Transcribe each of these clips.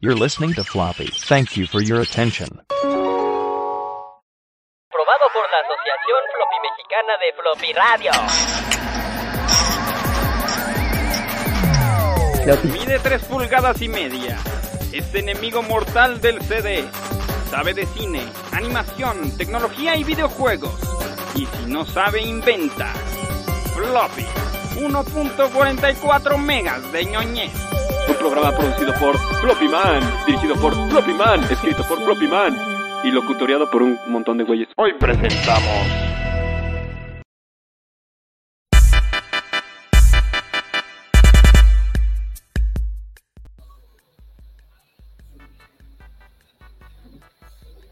You're listening to Floppy. Thank you for your attention. Probado por la Asociación Floppy Mexicana de Floppy Radio. Mide 3 pulgadas y media. Es enemigo mortal del CD. Sabe de cine, animación, tecnología y videojuegos. Y si no sabe, inventa. Floppy. 1.44 megas de ñoñez. Un programa producido por Floppy Man, dirigido por Floppy Man, escrito por Floppy Man y locutoriado por un montón de güeyes. Hoy presentamos.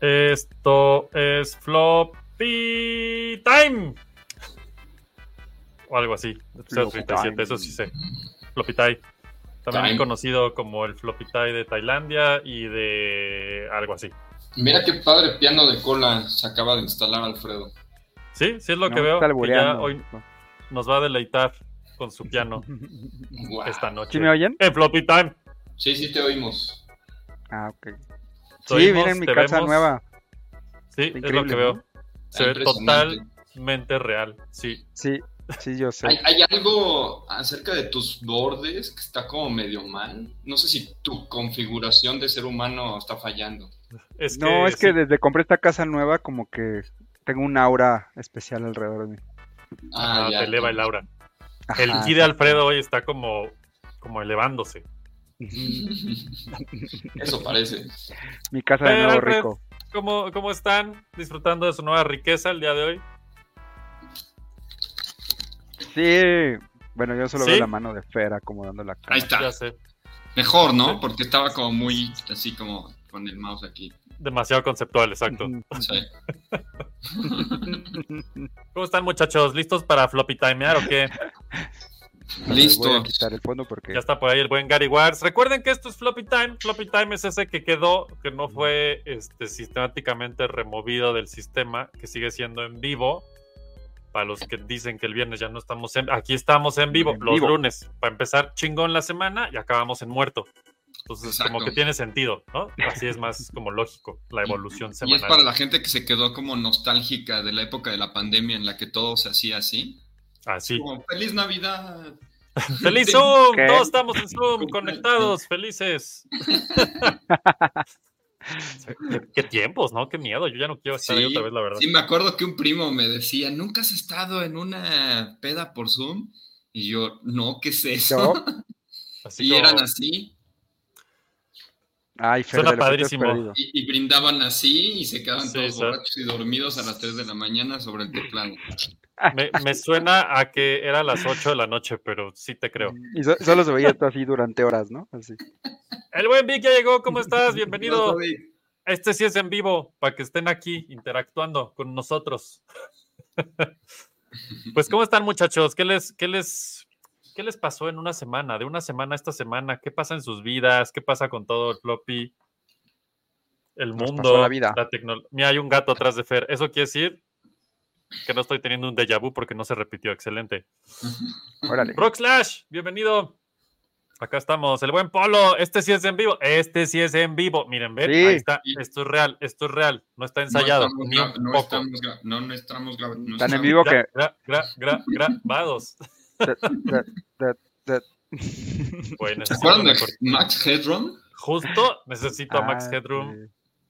Esto es Floppy Time. O algo así. episodio Floppy 37, Time. eso sí sé. Floppy Thai. También Time. conocido como el Floppy Thai de Tailandia y de algo así. Mira qué padre piano de cola se acaba de instalar Alfredo. Sí, sí es lo No, que veo. está que ya albureando. hoy nos va a deleitar con su piano esta noche. ¿Sí me oyen? En Floppy Time. Sí, sí te oímos. Ah, ok. Te sí, oímos, viene en mi te casa vemos. nueva. Sí, es lo Increíble, que veo. ¿no? Se ve Impresionante. totalmente real. Sí, Sí, sí, yo sé. Hay, hay algo acerca de tus bordes que está como medio mal. No sé si tu configuración de ser humano está fallando. es no, es que sí. desde compré esta casa nueva, como que tengo un aura especial alrededor de mí. Ah, te eleva el aura. El Ajá. ki de Alfredo hoy está como, como elevándose. Eso parece. Mi casa de Pero, nuevo pues, rico. ¿Cómo, ¿Cómo están disfrutando de su nueva riqueza el día de hoy? Sí. Bueno, yo solo ¿Sí? veo la mano de Fera acomodando la Ahí cara. Ya está. sé, Mejor, ¿no? Porque estaba como muy así como con el mouse aquí. demasiado conceptual, exacto. Ujú. Sí. ¿Cómo están muchachos? ¿Listos para floppy timear o qué? A ver, Voy Listo. a quitar el fondo porque. Ya está por ahí el buen Gary Wars. Recuerden que esto es floppy time. Floppy time es ese que quedó, que no fue este, sistemáticamente removido del sistema, que sigue siendo en vivo. Para los que dicen que el viernes ya no estamos en aquí estamos en vivo, En los vivo. lunes, para empezar chingón la semana y acabamos en muerto. Entonces, como Exacto. que tiene sentido, ¿no? Así es más como lógico la evolución Y semanal. es para la gente que se quedó como nostálgica de la época de la pandemia en la que todo se hacía así. Así. Como, ¡Feliz Navidad! ¡Feliz Sí. Zoom! ¿Qué? Todos estamos en Zoom, Sí. conectados, felices. ¿Qué, qué tiempos, ¿no? Qué miedo. Yo ya no quiero estar ahí Sí, otra vez, la verdad. Sí, me acuerdo que un primo me decía, ¿nunca has estado en una peda por Zoom? Y yo, no, ¿qué es eso? Yo, Así Y como- eran así, Ay, Fer, Suena de lo que te has padrísimo. perdido. y, y brindaban así, y se quedaban Sí, todos exacto. borrachos y dormidos a las 3 de la mañana sobre el teclado. me, me suena a que era las 8 de la noche, pero sí te creo. Y so- solo se veía esto así durante horas, ¿no? Así. El buen Vic ya llegó. ¿Cómo estás? Yo Bienvenido. soy- Este sí es en vivo, para que estén aquí interactuando con nosotros. Pues, ¿cómo están, muchachos? ¿Qué les, qué les, qué les pasó en una semana? De una semana a esta semana, ¿qué pasa en sus vidas? ¿Qué pasa con todo el floppy? El Nos pasó mundo, la vida. tecnología. Mira, hay un gato atrás de Fer. Eso quiere decir que no estoy teniendo un déjà vu porque no se repitió. Excelente. Órale. Rock Slash, bienvenido. Acá estamos, el buen Polo. Este sí es en vivo. Este sí es en vivo. Miren, ven, Sí. ahí está. Sí. Esto es real, esto es real. No está No ensayado. estamos ni un gra- no poco. estamos gra- No, no estamos grabando. no Tan en estamos- vivo que. Gra- gra- gra- gra- grabados. da- da- da- da- Güey, ¿Se necesito, acuerdan una de cor- Max Headroom? justo necesito a Max Ah, Headroom sí.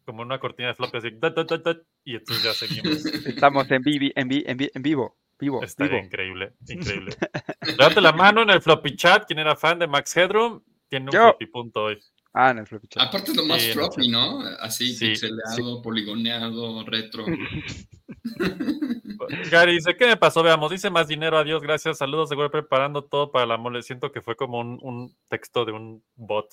como una cortina de floppy así. ta, ta, ta, ta, y entonces ya seguimos. este, Estamos en, vivi- en, vi- en vi- en vivo. Vivo. Estaría vivo. increíble, increíble. Levante la mano en el floppy chat. Quien era fan de Max Headroom tiene un Yo. floppy punto hoy. Ah, en el Floppy Chat. Aparte es lo más Sí, no floppy, sé. ¿no? Así, Sí, pixeleado, poligoneado, retro. Gary dice, ¿qué me pasó? Veamos, dice más dinero, adiós, gracias, saludos, seguro preparando todo para la mole. Siento que fue como un, un texto de un bot.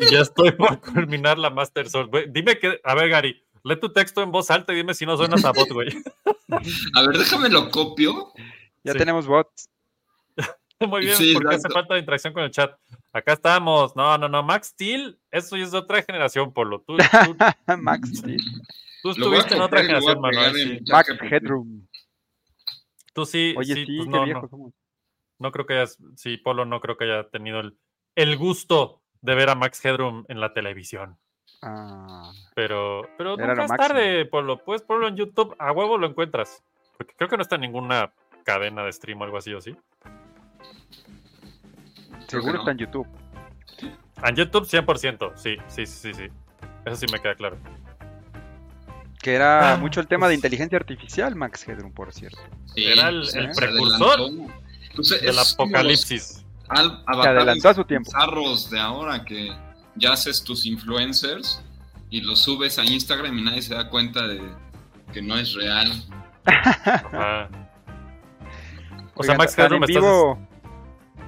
Y ya estoy por culminar la Master Sword. Güey, Dime que, a ver, Gary, lee tu texto en voz alta y dime si no suenas a bot, güey. A ver, déjame lo copio. Ya Sí. tenemos bots. Muy bien, Sí, porque hace exacto. falta de interacción con el chat. Acá estamos. No, no, no, Max Steel, eso ya es de otra generación, Polo. Tú, tú, Max, sí. tú Lo voy a estuviste en otra copiar y lo voy generación, a pegar Manuel. en sí. la Max captura. Headroom. Tú sí, Oye, sí, sí, pues qué no, no. viejos somos. No creo que hayas, sí, Polo, no creo que haya tenido el, el gusto de ver a Max Headroom en la televisión. Ah, Pero, pero Era nunca lo es máximo. tarde, Polo. Puedes ponerlo en YouTube. A huevo lo encuentras. Porque creo que no está en ninguna cadena de stream o algo así, ¿o sí? seguro no. está en YouTube. En YouTube 100%. Sí, sí, sí, sí. sí. Eso sí me queda claro. Que era Ah, mucho el tema de pues- inteligencia artificial, Max Headroom, por cierto. Sí, pues, Era el- se- el se precursor adelantó. Pues es Del como los apocalipsis. al- Se avatares adelantó a su tiempo. bizarros de ahora que ya haces tus influencers y los subes a Instagram y nadie se da cuenta de que no es real. Ajá. O sea, Oigan, Max tan Headroom en estás- vivo,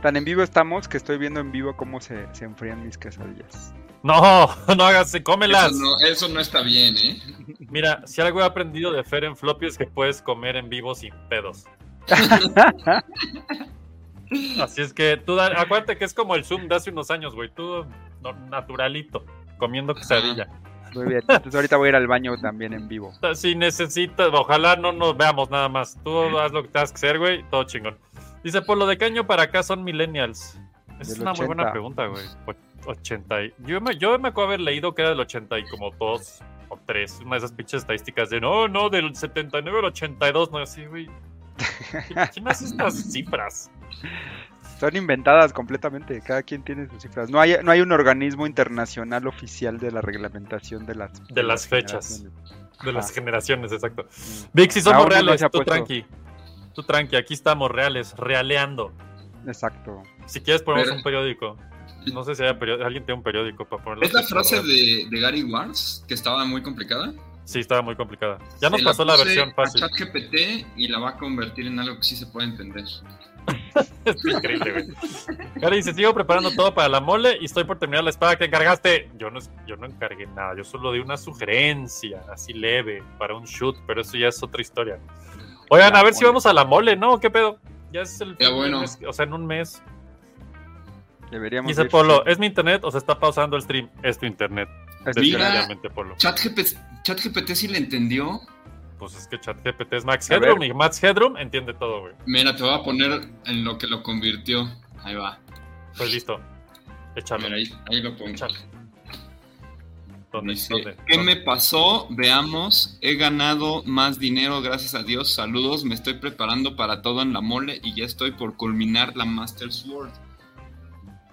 tan en vivo estamos que estoy viendo en vivo cómo se, se enfrían mis quesadillas. No, no hagas, cómelas. Eso no, eso no está bien, ¿eh? Mira, si algo he aprendido de Fer en Floppy es que puedes comer en vivo sin pedos. Así es que tú, Dan- acuérdate que es como el Zoom de hace unos años, güey. Tú, no- naturalito, comiendo quesadilla. Muy bien. Entonces ahorita voy a ir al baño también en vivo. O sea, Si necesitas, ojalá no nos veamos nada más. Tú haz lo que tengas que hacer, güey. Todo chingón. Dice, por lo de caño para acá son millennials. Esa es Del una muy buena 80. pregunta, güey. O- 80 y- Yo me, yo me acuerdo haber leído que era del 80 y como 2 o 3. Una de esas pinches estadísticas de, no, no, del 79 al 82. No, así, güey. ¿Quién hace estas cifras? Son inventadas completamente, cada quien tiene sus cifras. No hay, no hay un organismo internacional oficial de la reglamentación de las, De las fechas. generaciones. De las Ajá. generaciones, exacto. Mm. Vic, si somos Aún no se reales, ha tú puesto. tranqui. Tú tranqui, aquí estamos reales, realeando. Exacto. Si quieres ponemos Pero- un periódico. No sé si haya periódico. alguien tiene un periódico para ponerlo. ¿Es la frase de, de Gary Wars que estaba muy complicada? Sí, estaba muy complicada. Ya nos Se pasó la puse versión fácil. A ChatGPT y la va a convertir en algo que sí se puede entender. Es increíble, güey. Cara dice, sigo preparando todo para la mole y estoy por terminar la espada que encargaste. Yo no, yo no encargué nada, yo solo di una sugerencia, así leve, para un shoot, pero eso ya es otra historia. Oigan, La a ver si mole. vamos a la mole, ¿no? ¿Qué pedo? Ya es el... Ya, bueno. mes- o sea, en un mes. Deberíamos Dice ir- Polo, ¿es mi internet o se está pausando el stream? Es tu internet, Este- Mira. definitivamente, Polo. ChatGPT, ChatGPT sí le entendió. Pues es que ChatGPT es Max A Headroom ver. y Max Headroom entiende todo, güey. Mira, te voy a poner en lo que lo convirtió. Ahí va. Pues listo. Mira, Échalo. ahí, ahí lo pongo. Échalo. ¿Dónde? Dice, ¿Dónde? ¿Qué ¿Dónde? me pasó? Veamos, he ganado más dinero, gracias a Dios. Saludos, me estoy preparando para todo en la mole y ya estoy por culminar la Master Sword.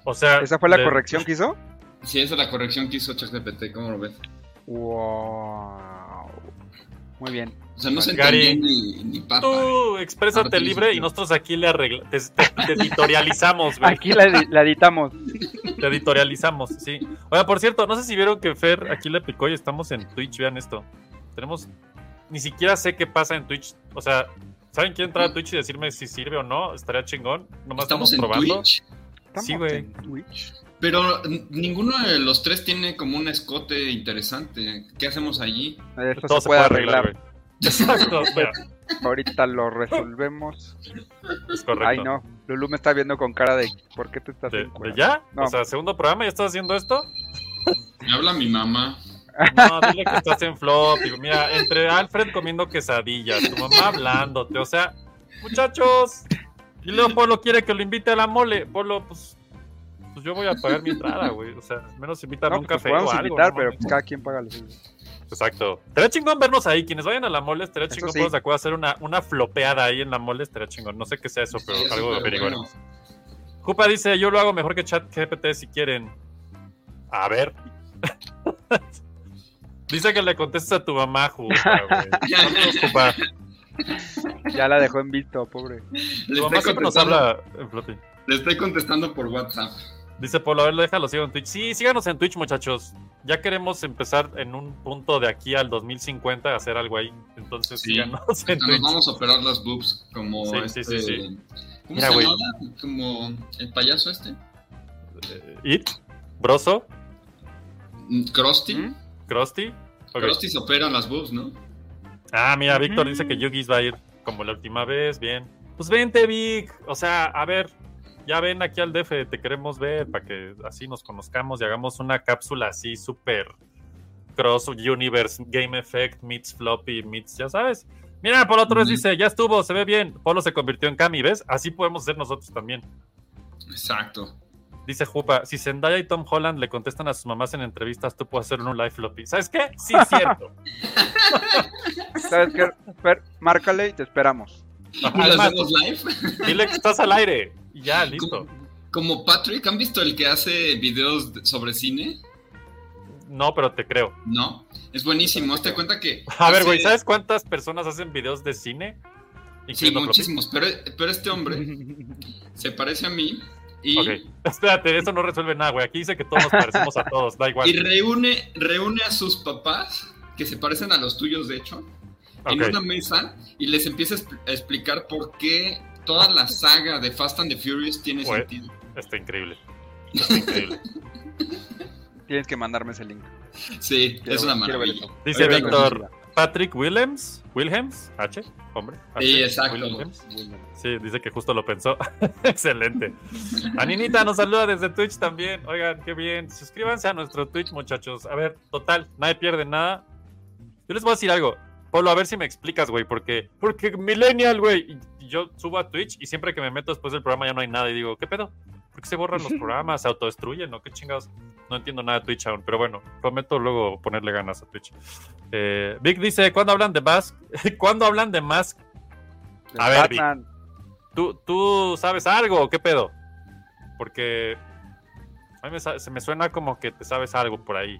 O sea, ¿Esa fue la le- corrección que hizo? Sí, esa es la corrección que hizo ChatGPT, ¿cómo lo ves? Wow. Muy bien. O sea, no se Gary, entendía ni, ni papa. Tú exprésate Ahora Ah, sí, libre sí. y nosotros aquí le arregla, te, te- te editorializamos, güey. Aquí la, edi- la editamos. Te editorializamos, sí. Oiga, por cierto, no sé si vieron que Fer aquí le picó y estamos en Twitch, vean esto. Tenemos. Ni siquiera sé qué pasa en Twitch. O sea, ¿saben quién entrar a Twitch y decirme si sirve o no? Estaría chingón. Nomás estamos, Estamos en probando. Twitch, Estamos Sí, güey. en Twitch. pero n- ninguno de los tres tiene como un escote interesante. ¿Qué hacemos allí? Esto Todo se puede arreglar. güey. Exacto, mira, Ahorita lo resolvemos. es correcto. Ay, no. Lulu me está viendo con cara de ¿por qué te estás ¿De, de encuerando? ya? No. O sea, segundo programa, ¿ya estás haciendo esto? Me habla mi mamá. No, dile que estás en flop. Digo, mira, entre Alfred comiendo quesadillas, tu mamá hablándote, o sea, muchachos. Y luego Polo quiere que lo invite a la mole. Polo, pues, pues yo voy a pagar mi entrada, güey. O sea, al menos invítame a No, un pues nos café podemos o algo. invitar, no pero pues, mames. cada quien paga lo suyo. Exacto. Estaría chingón vernos ahí. Quienes vayan a la mole, estaría Eso chingón. sí. Podemos acuerdo hacer una, una flopeada ahí en la mole, estaría chingón. No sé qué sea eso, pero Sí, algo pero averiguaremos. Jupa dice, yo lo hago mejor que chat GPT si quieren. A ver. dice que le contestes a tu mamá, Jupa, güey. Saludos, Jupa. Ya la dejó en visto, pobre. Le Tu estoy, mamá siempre nos contestando, habla en floppy. le estoy contestando por WhatsApp. Dice Polo, a ver, déjalo, sigo en Twitch. Sí, síganos en Twitch, muchachos. Ya queremos empezar en un punto de aquí al 2050 a hacer algo ahí. Entonces Sí. síganos en Nos Twitch. vamos a operar las boobs como Sí, sí, sí, este... sí. ¿Cómo Mira, se güey. llamaba? Como el payaso este. Eh, It, Broso, Mm, Krusty. ¿Mm? Krusty. ok. Krusty se opera las boobs, ¿no? Ah, mira, Víctor dice que Yugis va a ir como la última vez. Bien. Pues vente, Vic. O sea, a ver, ya ven aquí al DF, te queremos ver para que así nos conozcamos y hagamos una cápsula así súper cross universe, game effect, meets floppy, meets, ya sabes. Mira, Polo otra vez Ujú. dice, ya estuvo, se ve bien. Polo se convirtió en Cami, ¿ves? Así podemos ser nosotros también. Exacto. Dice Jupa, si Zendaya y Tom Holland le contestan a sus mamás en entrevistas, tú puedes hacer un live floppy. ¿Sabes qué? Sí, es cierto. ¿Sabes qué? Fer, márcale y te esperamos. ¿Tú las Además, vemos live? dile que estás al aire. Y ya, listo. Como, como Patrick, ¿han visto el que hace videos de- sobre cine? No, pero te creo. No. Es buenísimo. Hazte cuenta que. A ver, güey, hace- ¿sabes cuántas personas hacen videos de cine? Sí, Incluyendo floppies. muchísimos. Pero, pero este hombre se parece a mí y, Ok. Espérate, eso no resuelve nada, güey. Aquí dice que todos nos parecemos a todos, da igual. y reúne, reúne a sus papás, que se parecen a los tuyos, de hecho, en Ok. una mesa y les empieza a expl- a explicar por qué toda la saga de Fast and the Furious tiene Güey. sentido. Está increíble. Está increíble. Tienes que mandarme ese link. Sí, Quiero es una ver- quiero ver maravilla. Dice Oye, Víctor, Patrick Williams, Wilhelms, H, hombre. H, Sí, exacto. Wilhelms. Sí, dice que justo lo pensó. Excelente. Aninita nos saluda desde Twitch también. Oigan, qué bien. Suscríbanse a nuestro Twitch, muchachos. A ver, total, nadie pierde nada. Yo les voy a decir algo. Polo, a ver si me explicas, güey, porque porque millennial, güey. Y Yo subo a Twitch y siempre que me meto después del programa ya no hay nada y digo, ¿qué pedo? ¿Por qué se borran los programas? ¿Se autodestruyen o qué chingados? No entiendo nada de Twitch aún, pero bueno, prometo luego ponerle ganas a Twitch. Eh, Vic dice, ¿cuándo hablan de Mask? ¿Cuándo hablan de Mask? A ver, Vic. Batman. ¿Tú, tú sabes algo o qué pedo? Porque a mí me sa- se me suena como que te sabes algo por ahí.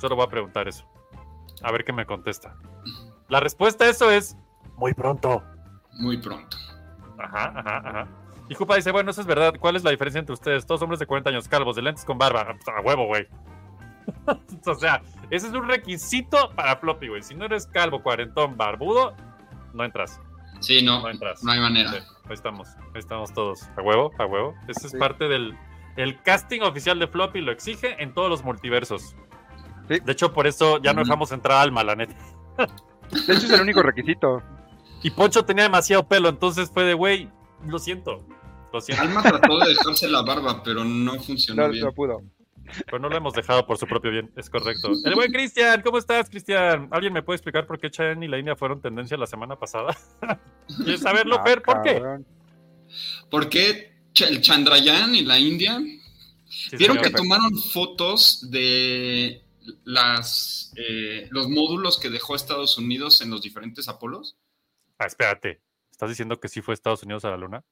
Solo voy a preguntar eso. A ver qué me contesta. La respuesta a eso es muy pronto. Muy pronto. Ajá, ajá, ajá. Y Jupa dice, bueno, eso es verdad. ¿Cuál es la diferencia entre ustedes? Todos hombres de 40 años, calvos, de lentes con barba. Ah, pues, A huevo, güey. o sea, ese es un requisito para floppy, güey. Si no eres calvo, cuarentón, barbudo, no entras. Sí, no, No entras. no hay manera. Sí, ahí estamos, ahí estamos todos. A huevo, a huevo. Ese es Sí. parte del el casting oficial de Floppy, lo exige en todos los multiversos. Sí. De hecho, por eso ya no Ujú. dejamos entrar a Alma, la neta. De hecho, es el único requisito. Y Poncho tenía demasiado pelo, entonces fue de, güey, lo siento, lo siento. Alma trató de dejarse la barba, pero no funcionó No, bien. no pudo. Pero no lo hemos dejado por su propio bien, es correcto. El buen Cristian, ¿cómo estás, Cristian? ¿Alguien me puede explicar por qué Chayanne y la India fueron tendencia la semana pasada? ¿Quieres saberlo, Ah, Fer? ¿Por qué? cabrón. ¿Por qué Ch- el Chandrayaan y la India Sí, Vieron que señor. tomaron fotos de las eh, los módulos que dejó Estados Unidos en los diferentes Apolos. Ah, espérate, ¿estás diciendo que sí fue Estados Unidos a la luna?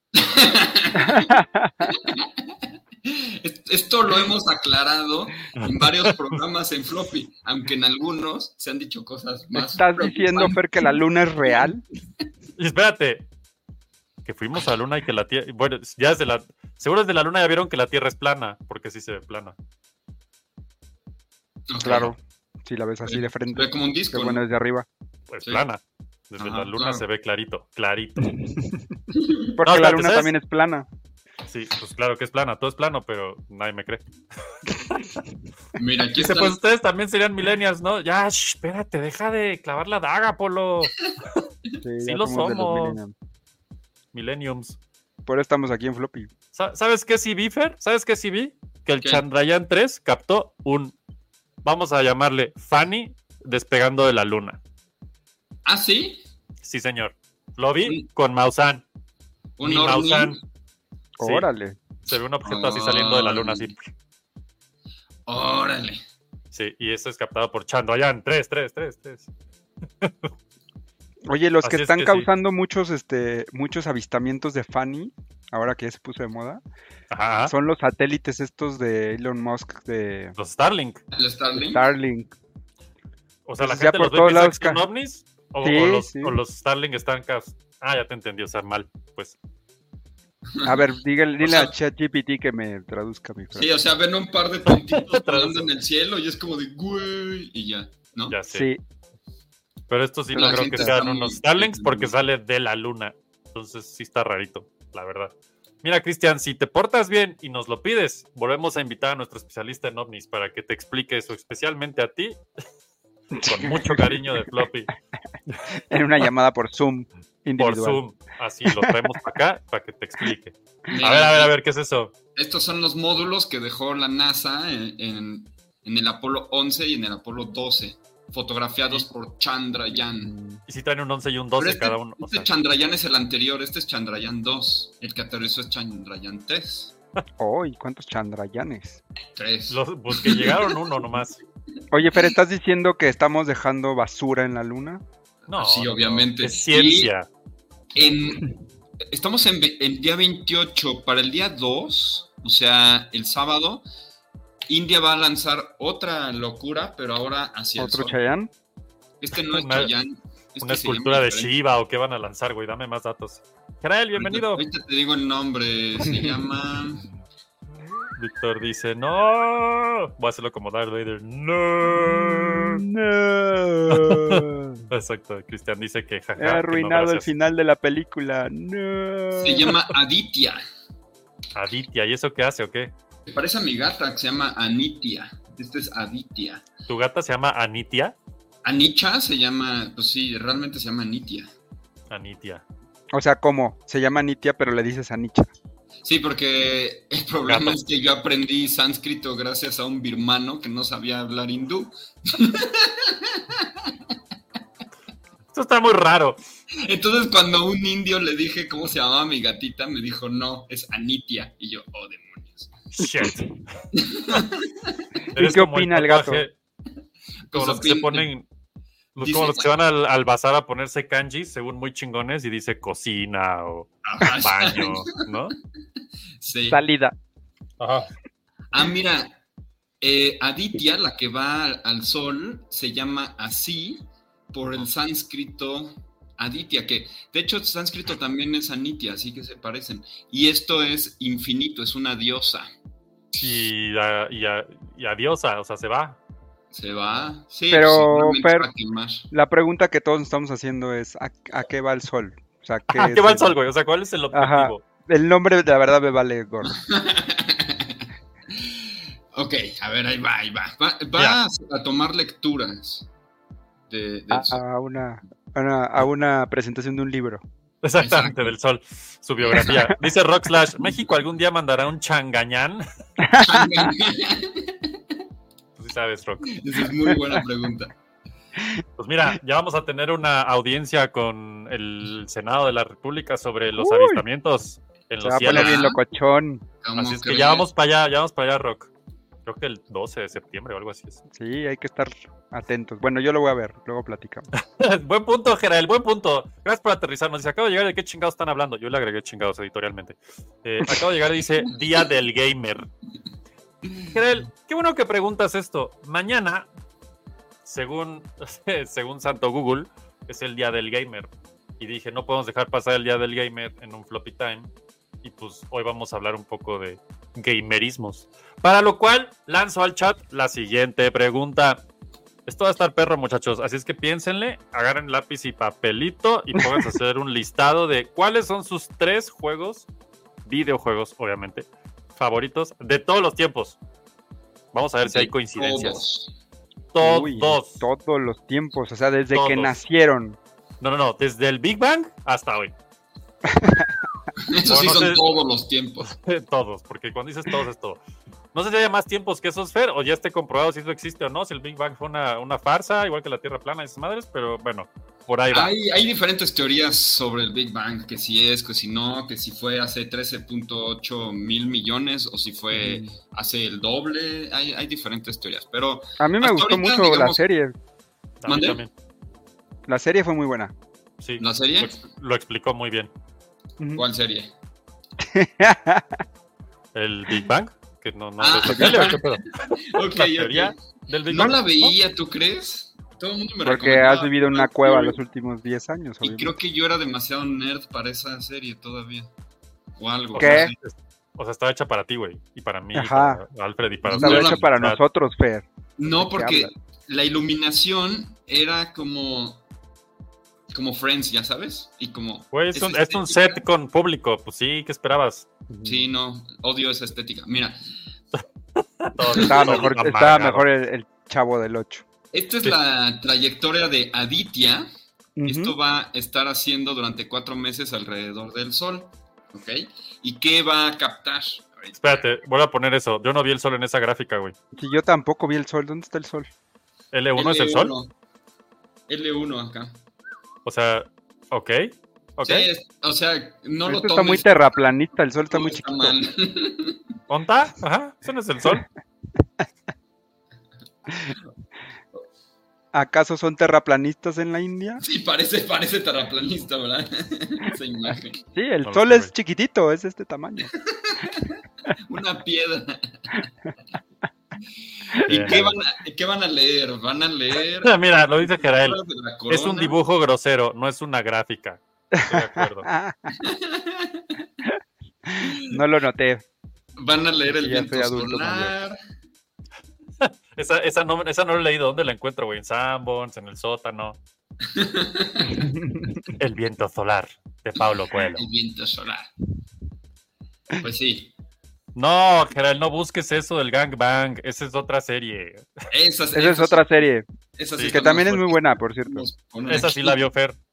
Es- Esto lo hemos aclarado en varios programas en Floppy, aunque en algunos se han dicho cosas más. ¿Estás diciendo, preocupantes. Fer, que la luna es real? Y espérate. Que fuimos a la luna y que la tierra. Bueno, ya desde la. Seguro desde la luna ya vieron que la tierra es plana, porque sí se ve plana. Ok. Claro. Si la ves así de Se frente. ve como un Qué disco. bueno ¿no? desde arriba. Pues Sí. plana. Desde Ajá, la luna claro. se ve clarito, clarito. Porque la espérate, luna ¿sabes? también es plana. Sí, pues claro que es plana, todo es plano, pero nadie me cree. Mira, aquí Dice, está. pues ustedes también serían millennials, ¿no? Ya, shh, espérate, deja de clavar la daga, Polo. Sí, Sí lo ya de los somos. millennials. Millenniums. Por eso estamos aquí en Floppy. Sa- ¿Sabes qué sí vi, Fer? ¿Sabes qué sí vi? Que el ¿Qué? Chandrayaan 3 captó un, vamos a llamarle Fanny, despegando de la luna. Ah, sí. Sí, señor. Lo vi Sí. con Maussan. Un Ni ovni. Maussan. Sí, Órale. se ve un objeto así saliendo de la luna, así. Ah. Órale. Sí, y eso es captado por Chandrayaan. 3, 3, 3, 3. Oye, los Así que es están que sí. causando muchos, este, muchos avistamientos de Fanny, ahora que ya se puso de moda, Ajá. son los satélites estos de Elon Musk de Los Starlink. El Starlink. Starlink. O sea, la Pues ya gente por los ve todos y piensa que son lados ca- ovnis. O, Sí, o los, sí. o los Starlink están. cas- Ah, ya te entendí, o sea, mal. Pues A ver, dígale, dile sea- a ChatGPT que me traduzca mi frase. Sí, o sea, ven un par de puntitos Traduce. volando en el cielo y es como de, güey, y ya, ¿no? ya sé. Sí, Pero esto sí no La creo gente que está sean muy- unos Starlinks porque sale de la luna. Entonces sí está rarito, la verdad. Mira, Cristian, si te portas bien y nos lo pides, volvemos a invitar a nuestro especialista en ovnis para que te explique eso, especialmente a ti, con mucho cariño de Floppy, en una llamada por Zoom por individual. Zoom. Así lo traemos para acá para que te explique. Mira, A ver, a ver, a ver, ¿qué es eso? Estos son los módulos que dejó la NASA en, en- en el Apolo 11 y en el Apolo 12, fotografiados por Chandrayaan. Y si traen un 11 y un Pero 12 este, cada uno. o este sea. Chandrayaan es el anterior, este es Chandrayaan 2, el que aterrizó es Chandrayaan 3. Oh, ¿y cuántos chandrayanes? Tres. Los, pues que llegaron uno nomás. Oye, pero ¿estás diciendo que estamos dejando basura en la luna? No, Ah, Sí, no, obviamente. Es ciencia. En- estamos en ve- el día 28. Para el día 2, o sea, el sábado, India va a lanzar otra locura, pero ahora hacia ¿Otro el sol. chayán? Este no es Una- Chayanne, este Una se llama escultura de diferente. Shiva o qué van a lanzar, güey. Dame más datos. Israel, bienvenido. Ahorita te digo el nombre. Se llama. Víctor dice, no. Voy a hacerlo como Darth Vader. No. No. Exacto. Cristian dice que jaja. He que no, arruinado el gracias. final de la película. No. Se llama Aditya. Aditya, ¿y eso qué hace o qué? Se Parece a mi gata que se llama Anitia. Este es Aditya. ¿Tu gata se llama Anitia? Anicha se llama. Pues sí, realmente se llama Anitia. Anitia. O sea, ¿cómo? Se llama Nitia, pero le dices a Nicha. Sí, porque el problema Gato. es que yo aprendí sánscrito gracias a un birmano que no sabía hablar hindú. Esto está muy raro. Entonces, cuando a un indio le dije cómo se llamaba mi gatita, me dijo, no, es Anitia. Y yo, oh, demonios. Shit. ¿Y qué opina el gato? Como Pues, los que se opin- ponen. los- dice- como los que se van al, al bazar a ponerse kanjis, según muy chingones, y dice cocina o Ajá, baño, ¿no? sí. Salida. Ah, mira, eh, Aditya, la que va al, al sol, se llama así por el sánscrito Aditya, que de hecho el sánscrito también es Anitya, así que se parecen. Y esto es infinito, es una diosa. Y, a- y, a- y adiós, o sea, se va. Se va. Sí, Pero, seguramente pero- va a quemar. La pregunta que todos estamos haciendo es ¿a, a qué va el sol? O sea, ¿qué, Ajá, es ¿Qué Ah, va el sol, güey? O sea, ¿cuál es el Ajá. objetivo? El nombre de la verdad me vale gorro. ok, a ver, ahí va, ahí va. Va, va a tomar lecturas de, del A, sol. a una, a una- a una presentación de un libro. Exactamente, Exacto. del sol. Su biografía. Dice Rock Slash, México algún día mandará un changañán. Tú Pues sí sabes, Rock. Esa es muy buena pregunta. Pues mira, ya vamos a tener una audiencia con el Senado de la República sobre los Uy. avistamientos en los Se va a poner cielos. bien locochón. ¿Cómo Así es que crees? ya vamos para allá, ya vamos para allá, Rock. Creo que el 12 de septiembre o algo así es. Sí, hay que estar atentos. Bueno, yo lo voy a ver, luego platicamos. buen punto, Gerael, buen punto. Gracias por aterrizarnos. Dice, acabo de llegar, ¿de qué chingados están hablando? Yo le agregué chingados editorialmente. Eh, acabo de llegar, dice, Día del Gamer. Gerael, qué bueno que preguntas esto. Mañana, según, según Santo Google, es el Día del Gamer. Y dije, no podemos dejar pasar el Día del Gamer en un floppy time. Y pues hoy vamos a hablar un poco de gamerismos. Para lo cual, lanzo al chat la siguiente pregunta. Esto va a estar perro, muchachos. Así es que piénsenle, agarren lápiz y papelito y pónganse a hacer un listado de cuáles son sus tres juegos, videojuegos, obviamente, favoritos de todos los tiempos. Vamos a ver si hay coincidencias. Todos. Todos. Uy, Todos los tiempos, o sea, desde que Todos. nacieron. No, no, no. Desde el Big Bang hasta hoy. Eso sí No, no son sé. todos los tiempos. todos, porque cuando dices todos es todo. No sé si haya más tiempos que esos, Fer, o ya esté comprobado si eso existe o no, si el Big Bang fue una, una farsa, igual que la Tierra plana y sus madres, pero bueno, por ahí va. Hay, hay diferentes teorías sobre el Big Bang, que si es, que si no, que si fue hace 13.8 mil millones o si fue hace el doble. Hay, hay diferentes teorías, pero A mí me Hasta gustó ahorita, mucho la digamos- serie. A mí ¿Mande? también. La serie fue muy buena. Sí, ¿la lo, Pues, serie? ex- lo explicó muy bien. Ujú. ¿Cuál serie? El Big Bang, que no, no, Ah. lo expliqué, ¿o qué pedo? Ok, La ok. teoría del Big No Bang. la veía, ¿tú crees? Todo el mundo me Porque recomendaba has vivido en una Big Bang cueva Theory, los últimos 10 años. Y obviamente. creo que yo era demasiado nerd para esa serie todavía. O algo. O ¿Qué? sea, o sea, estaba hecha para ti, güey, y para mí, y Ajá. para Alfred, y para que Estaba no la- hecho para la- nosotros, Fer. No, ¿De qué porque hablas? la iluminación era como. Como Friends, ya sabes. Y como. Güey, es esa un, es un estética. set con público, pues sí, ¿qué esperabas? Sí, no, odio esa estética. Mira, Todo- Estaba todo mejor, amargado. estaba mejor el, el chavo del 8. esta es Sí. la trayectoria de Aditya. Esto va a estar haciendo durante cuatro meses alrededor del Sol. ¿Ok? ¿Y qué va a captar? Ahorita. Espérate, voy a poner eso. Yo no vi el sol en esa gráfica, güey. Si yo tampoco vi el sol, ¿dónde está el sol? Eh, L1 es el sol. L1 acá. O sea, ok. ¿Ok? Sí, es- o sea, no lo Esto tomes. Este está muy terraplanista, el sol está muy está chiquito. mal. ¿Onta? Ajá, eso no es el sol. ¿Acaso son terraplanistas en la India? Sí, parece, parece terraplanista, ¿verdad? Esa imagen. Sí, el No lo sol sé, es güey. chiquitito, es de este tamaño. Una piedra. ¿Y qué van, a, qué van a leer? ¿Van a leer? Mira, Mira, lo dice Gerael. Flores de la Es un Corona? dibujo grosero, no es una gráfica. Estoy de acuerdo. Ah. no lo noté. Van a leer el Ya soy viento adulto mayor. solar. Esa, esa, no, esa no la he leído. ¿Dónde la encuentro, güey? En Sanborns, en el sótano. El viento solar, de Pablo Coelho. El viento solar. Pues sí. No, Gerald, no busques eso del gangbang. Esa es otra serie. Esas, Esa es otra serie, esas sí, que están también es muy fuertes. buena, por cierto. Vamos a poner Esa sí la vio Fer.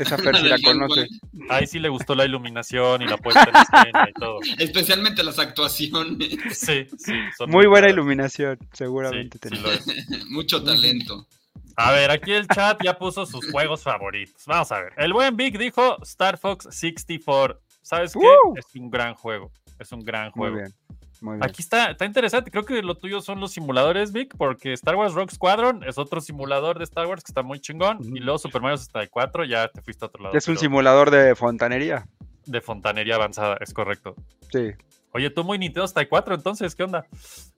Esa aquí. Fer sí la Del ¿eh? conoce. Young Ahí sí le gustó la iluminación y la puesta en escena y todo. Boy. Especialmente las actuaciones. Sí, sí. son Muy buena claras. iluminación, Sí, seguramente. sí tenía. lo es. Mucho talento. A ver, aquí el chat ya puso sus juegos favoritos. Vamos a ver. El buen Vic dijo Star Fox 64. ¿Sabes qué? ¡Uh! Es un gran juego. Es un gran Muy juego. bien, muy bien. Aquí está, está interesante. Creo que lo tuyo son los simuladores, Vic, porque Star Wars Rock Squadron es otro simulador de Star Wars que está muy chingón. Ujú. Y luego Super Mario 64, ya te fuiste a otro lado. Es un pero simulador de fontanería. De fontanería avanzada, es correcto. Sí. Oye, tú muy Nintendo 64, entonces, ¿qué onda?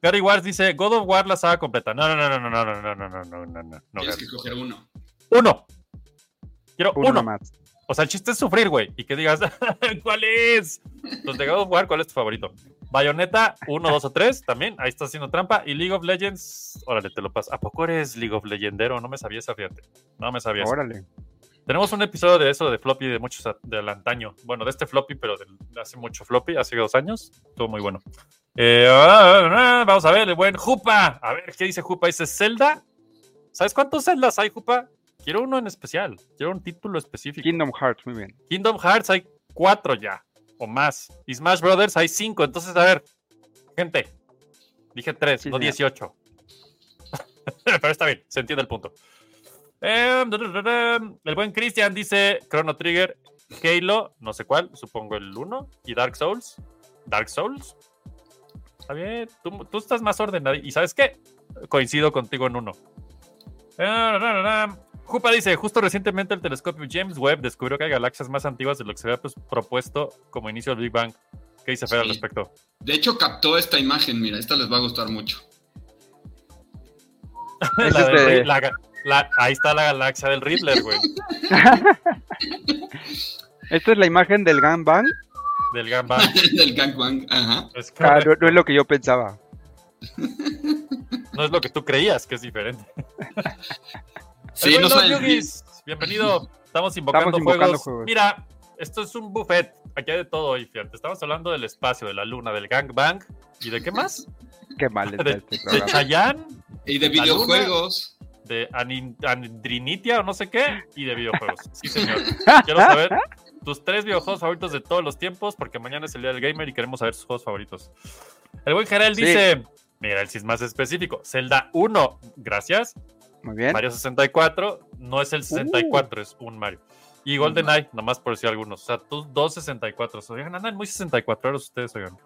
Gary Wars dice: God of War la saga completa. No, no, no, no, no, no, no, no, no, no, no, no, no. Tienes Gary. que coger uno. Uno. Quiero Uno, uno. más. O sea, el chiste es sufrir, güey. Y que digas, ¿cuál es? Los de God of War, ¿cuál es tu favorito? Bayonetta 1, 2 o 3, también. Ahí está haciendo trampa. Y League of Legends, órale, te lo paso. ¿A poco eres League of Legendero? No me sabía esa, fíjate. No me sabía esa. Órale. Tenemos un episodio de eso, de floppy, de muchos, a- del antaño. Bueno, de este floppy, pero del- de hace mucho floppy, hace dos años. Estuvo muy bueno. Eh, ah, ah, vamos a ver, el buen Jupa. A ver, ¿qué dice Jupa? Dice Zelda. ¿Sabes cuántos Zeldas hay, Jupa? Quiero uno en especial. Quiero un título específico. Kingdom Hearts, muy bien. Kingdom Hearts hay cuatro ya, o más. Y Smash Brothers hay cinco. Entonces, a ver, gente, dije tres, Sí, no señor. 18. Pero está bien, se entiende el punto. Em, da, da, da, da. el buen Christian dice Chrono Trigger, Halo, no sé cuál, supongo el 1, y Dark Souls. Dark Souls. Está bien, tú, tú estás más ordenado. ¿Y sabes qué? Coincido contigo en uno. Ah, ra, ra, ra. Jupa dice, justo recientemente el telescopio James Webb descubrió que hay galaxias más antiguas de lo que se había pues, propuesto como inicio del Big Bang. ¿Qué dice Fer al Sí. respecto? De hecho, captó esta imagen, mira, esta les va a gustar mucho. La Ese es este del- de- la ga- la- ahí está la galaxia del Riddler, güey. Esta es la imagen del gangbang. Del Gamba. Del gangbang, ajá. Es que Ah, no, no es lo que yo pensaba. no es lo que tú creías, que es diferente. Sí, El buen no Don saben. Yugis, Bienvenido. Estamos invocando, Estamos invocando juegos. juegos. Mira, esto es un buffet. Aquí hay de todo hoy, fíjate. Estamos hablando del espacio, de la luna, del gangbang. ¿Y de qué más? Qué mal está De- este De programa. Chayanne, Y de La videojuegos. de Anin- Andrinitia o no sé qué, y de videojuegos. Sí, señor. Quiero saber tus tres videojuegos favoritos de todos los tiempos, porque mañana es el día del gamer y queremos saber sus juegos favoritos. El buen Gerald Sí. dice: Mira, el sí es más específico. Zelda 1, gracias. Muy bien. Mario 64, no es el 64, es un Mario. Y GoldenEye, nomás por decir algunos. O sea, tus dos 64. Oigan, andan muy 64 horas ustedes, oigan.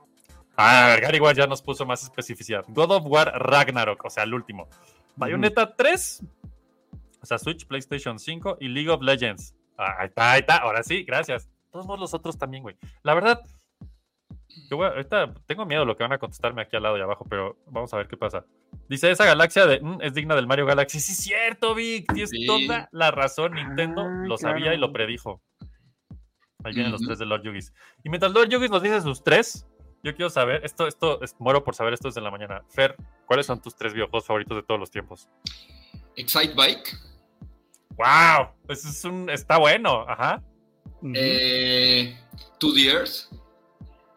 Ah, Gary Ward ya nos puso más especificidad. God of War Ragnarok, o sea, el último. Bayonetta 3, o sea, Switch, PlayStation 5 y League of Legends. Ah, ahí está, ahí está, ahora sí, gracias. Todos modos, los otros también, güey. La verdad, yo voy a- ahorita tengo miedo de lo que van a contestarme aquí al lado y abajo, pero vamos a ver qué pasa. Dice, esa galaxia de, "Mm, es digna del Mario Galaxy. Sí, cierto, Vic. Tienes Sí. toda la razón. Nintendo Ah, lo sabía y claro. lo predijo. Ahí vienen los Ujú. tres de Lord Yugis. Y mientras Lord Yugis nos dice sus tres, yo quiero saber, esto, esto, es- muero por saber esto desde la mañana. Fer, ¿cuáles son tus tres videojuegos favoritos de todos los tiempos? Excite Bike. ¡Wow! Eso pues es un, está bueno. Ajá. Ujú. Eh, Two Deers.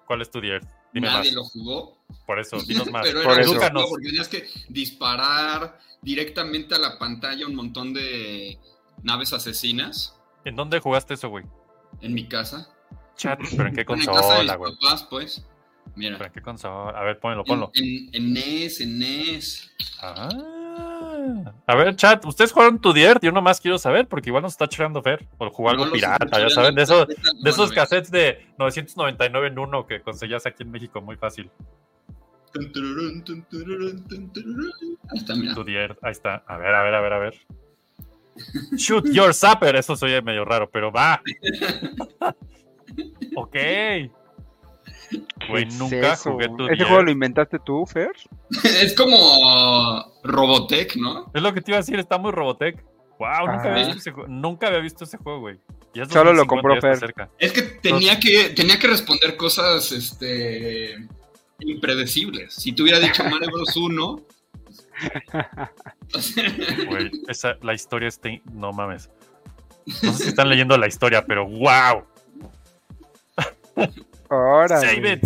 ¿Cuál es tu dier? Dime Nadie más. lo jugó. Por eso, dinos más. Pero Por era eso. un juego Edúcanos. porque tenías que disparar directamente a la pantalla un montón de naves asesinas ¿En dónde jugaste eso, güey? en mi casa. Chat, pero en qué Bueno, en casa de mis consola, güey. papás, pues. Mira. ¿Pero en qué consola? A ver, ponlo, En, E ponlo. en, en NES, en NES. Ah, A ver, chat, ¿ustedes jugaron tu Dirt? Yo nomás quiero saber, porque igual nos está chorando Fer. O jugó algo No los pirata, ya escucharon, saben, de, esos- están- de esos bueno, cassettes de 999 en uno que conseguías aquí en México muy fácil. Tun, tururún, tun, tururún, tun, tururún. Ahí está, mira. Tu Dirt, ahí está. A ver, a ver, a ver, a ver. Shoot your zapper, eso se oye medio raro, pero va. ok. Güey, ¿Qué es nunca eso? jugué tu ¿Ese Dirt. juego lo inventaste tú, Fer? Es como Robotech, ¿no? Es lo que te iba a decir, está muy Robotech. Wow, nunca Ajá. había visto ese juego, nunca había visto ese juego, güey. Ya es Solo 2050, lo compró ya está Fer. cerca. Es que tenía que, tenía que responder cosas este, impredecibles. Si te hubiera dicho Mario Bros. pues, 1, Güey, esa, la historia está. in- No mames. No sé si están leyendo la historia, pero wow. Ahora. Save it.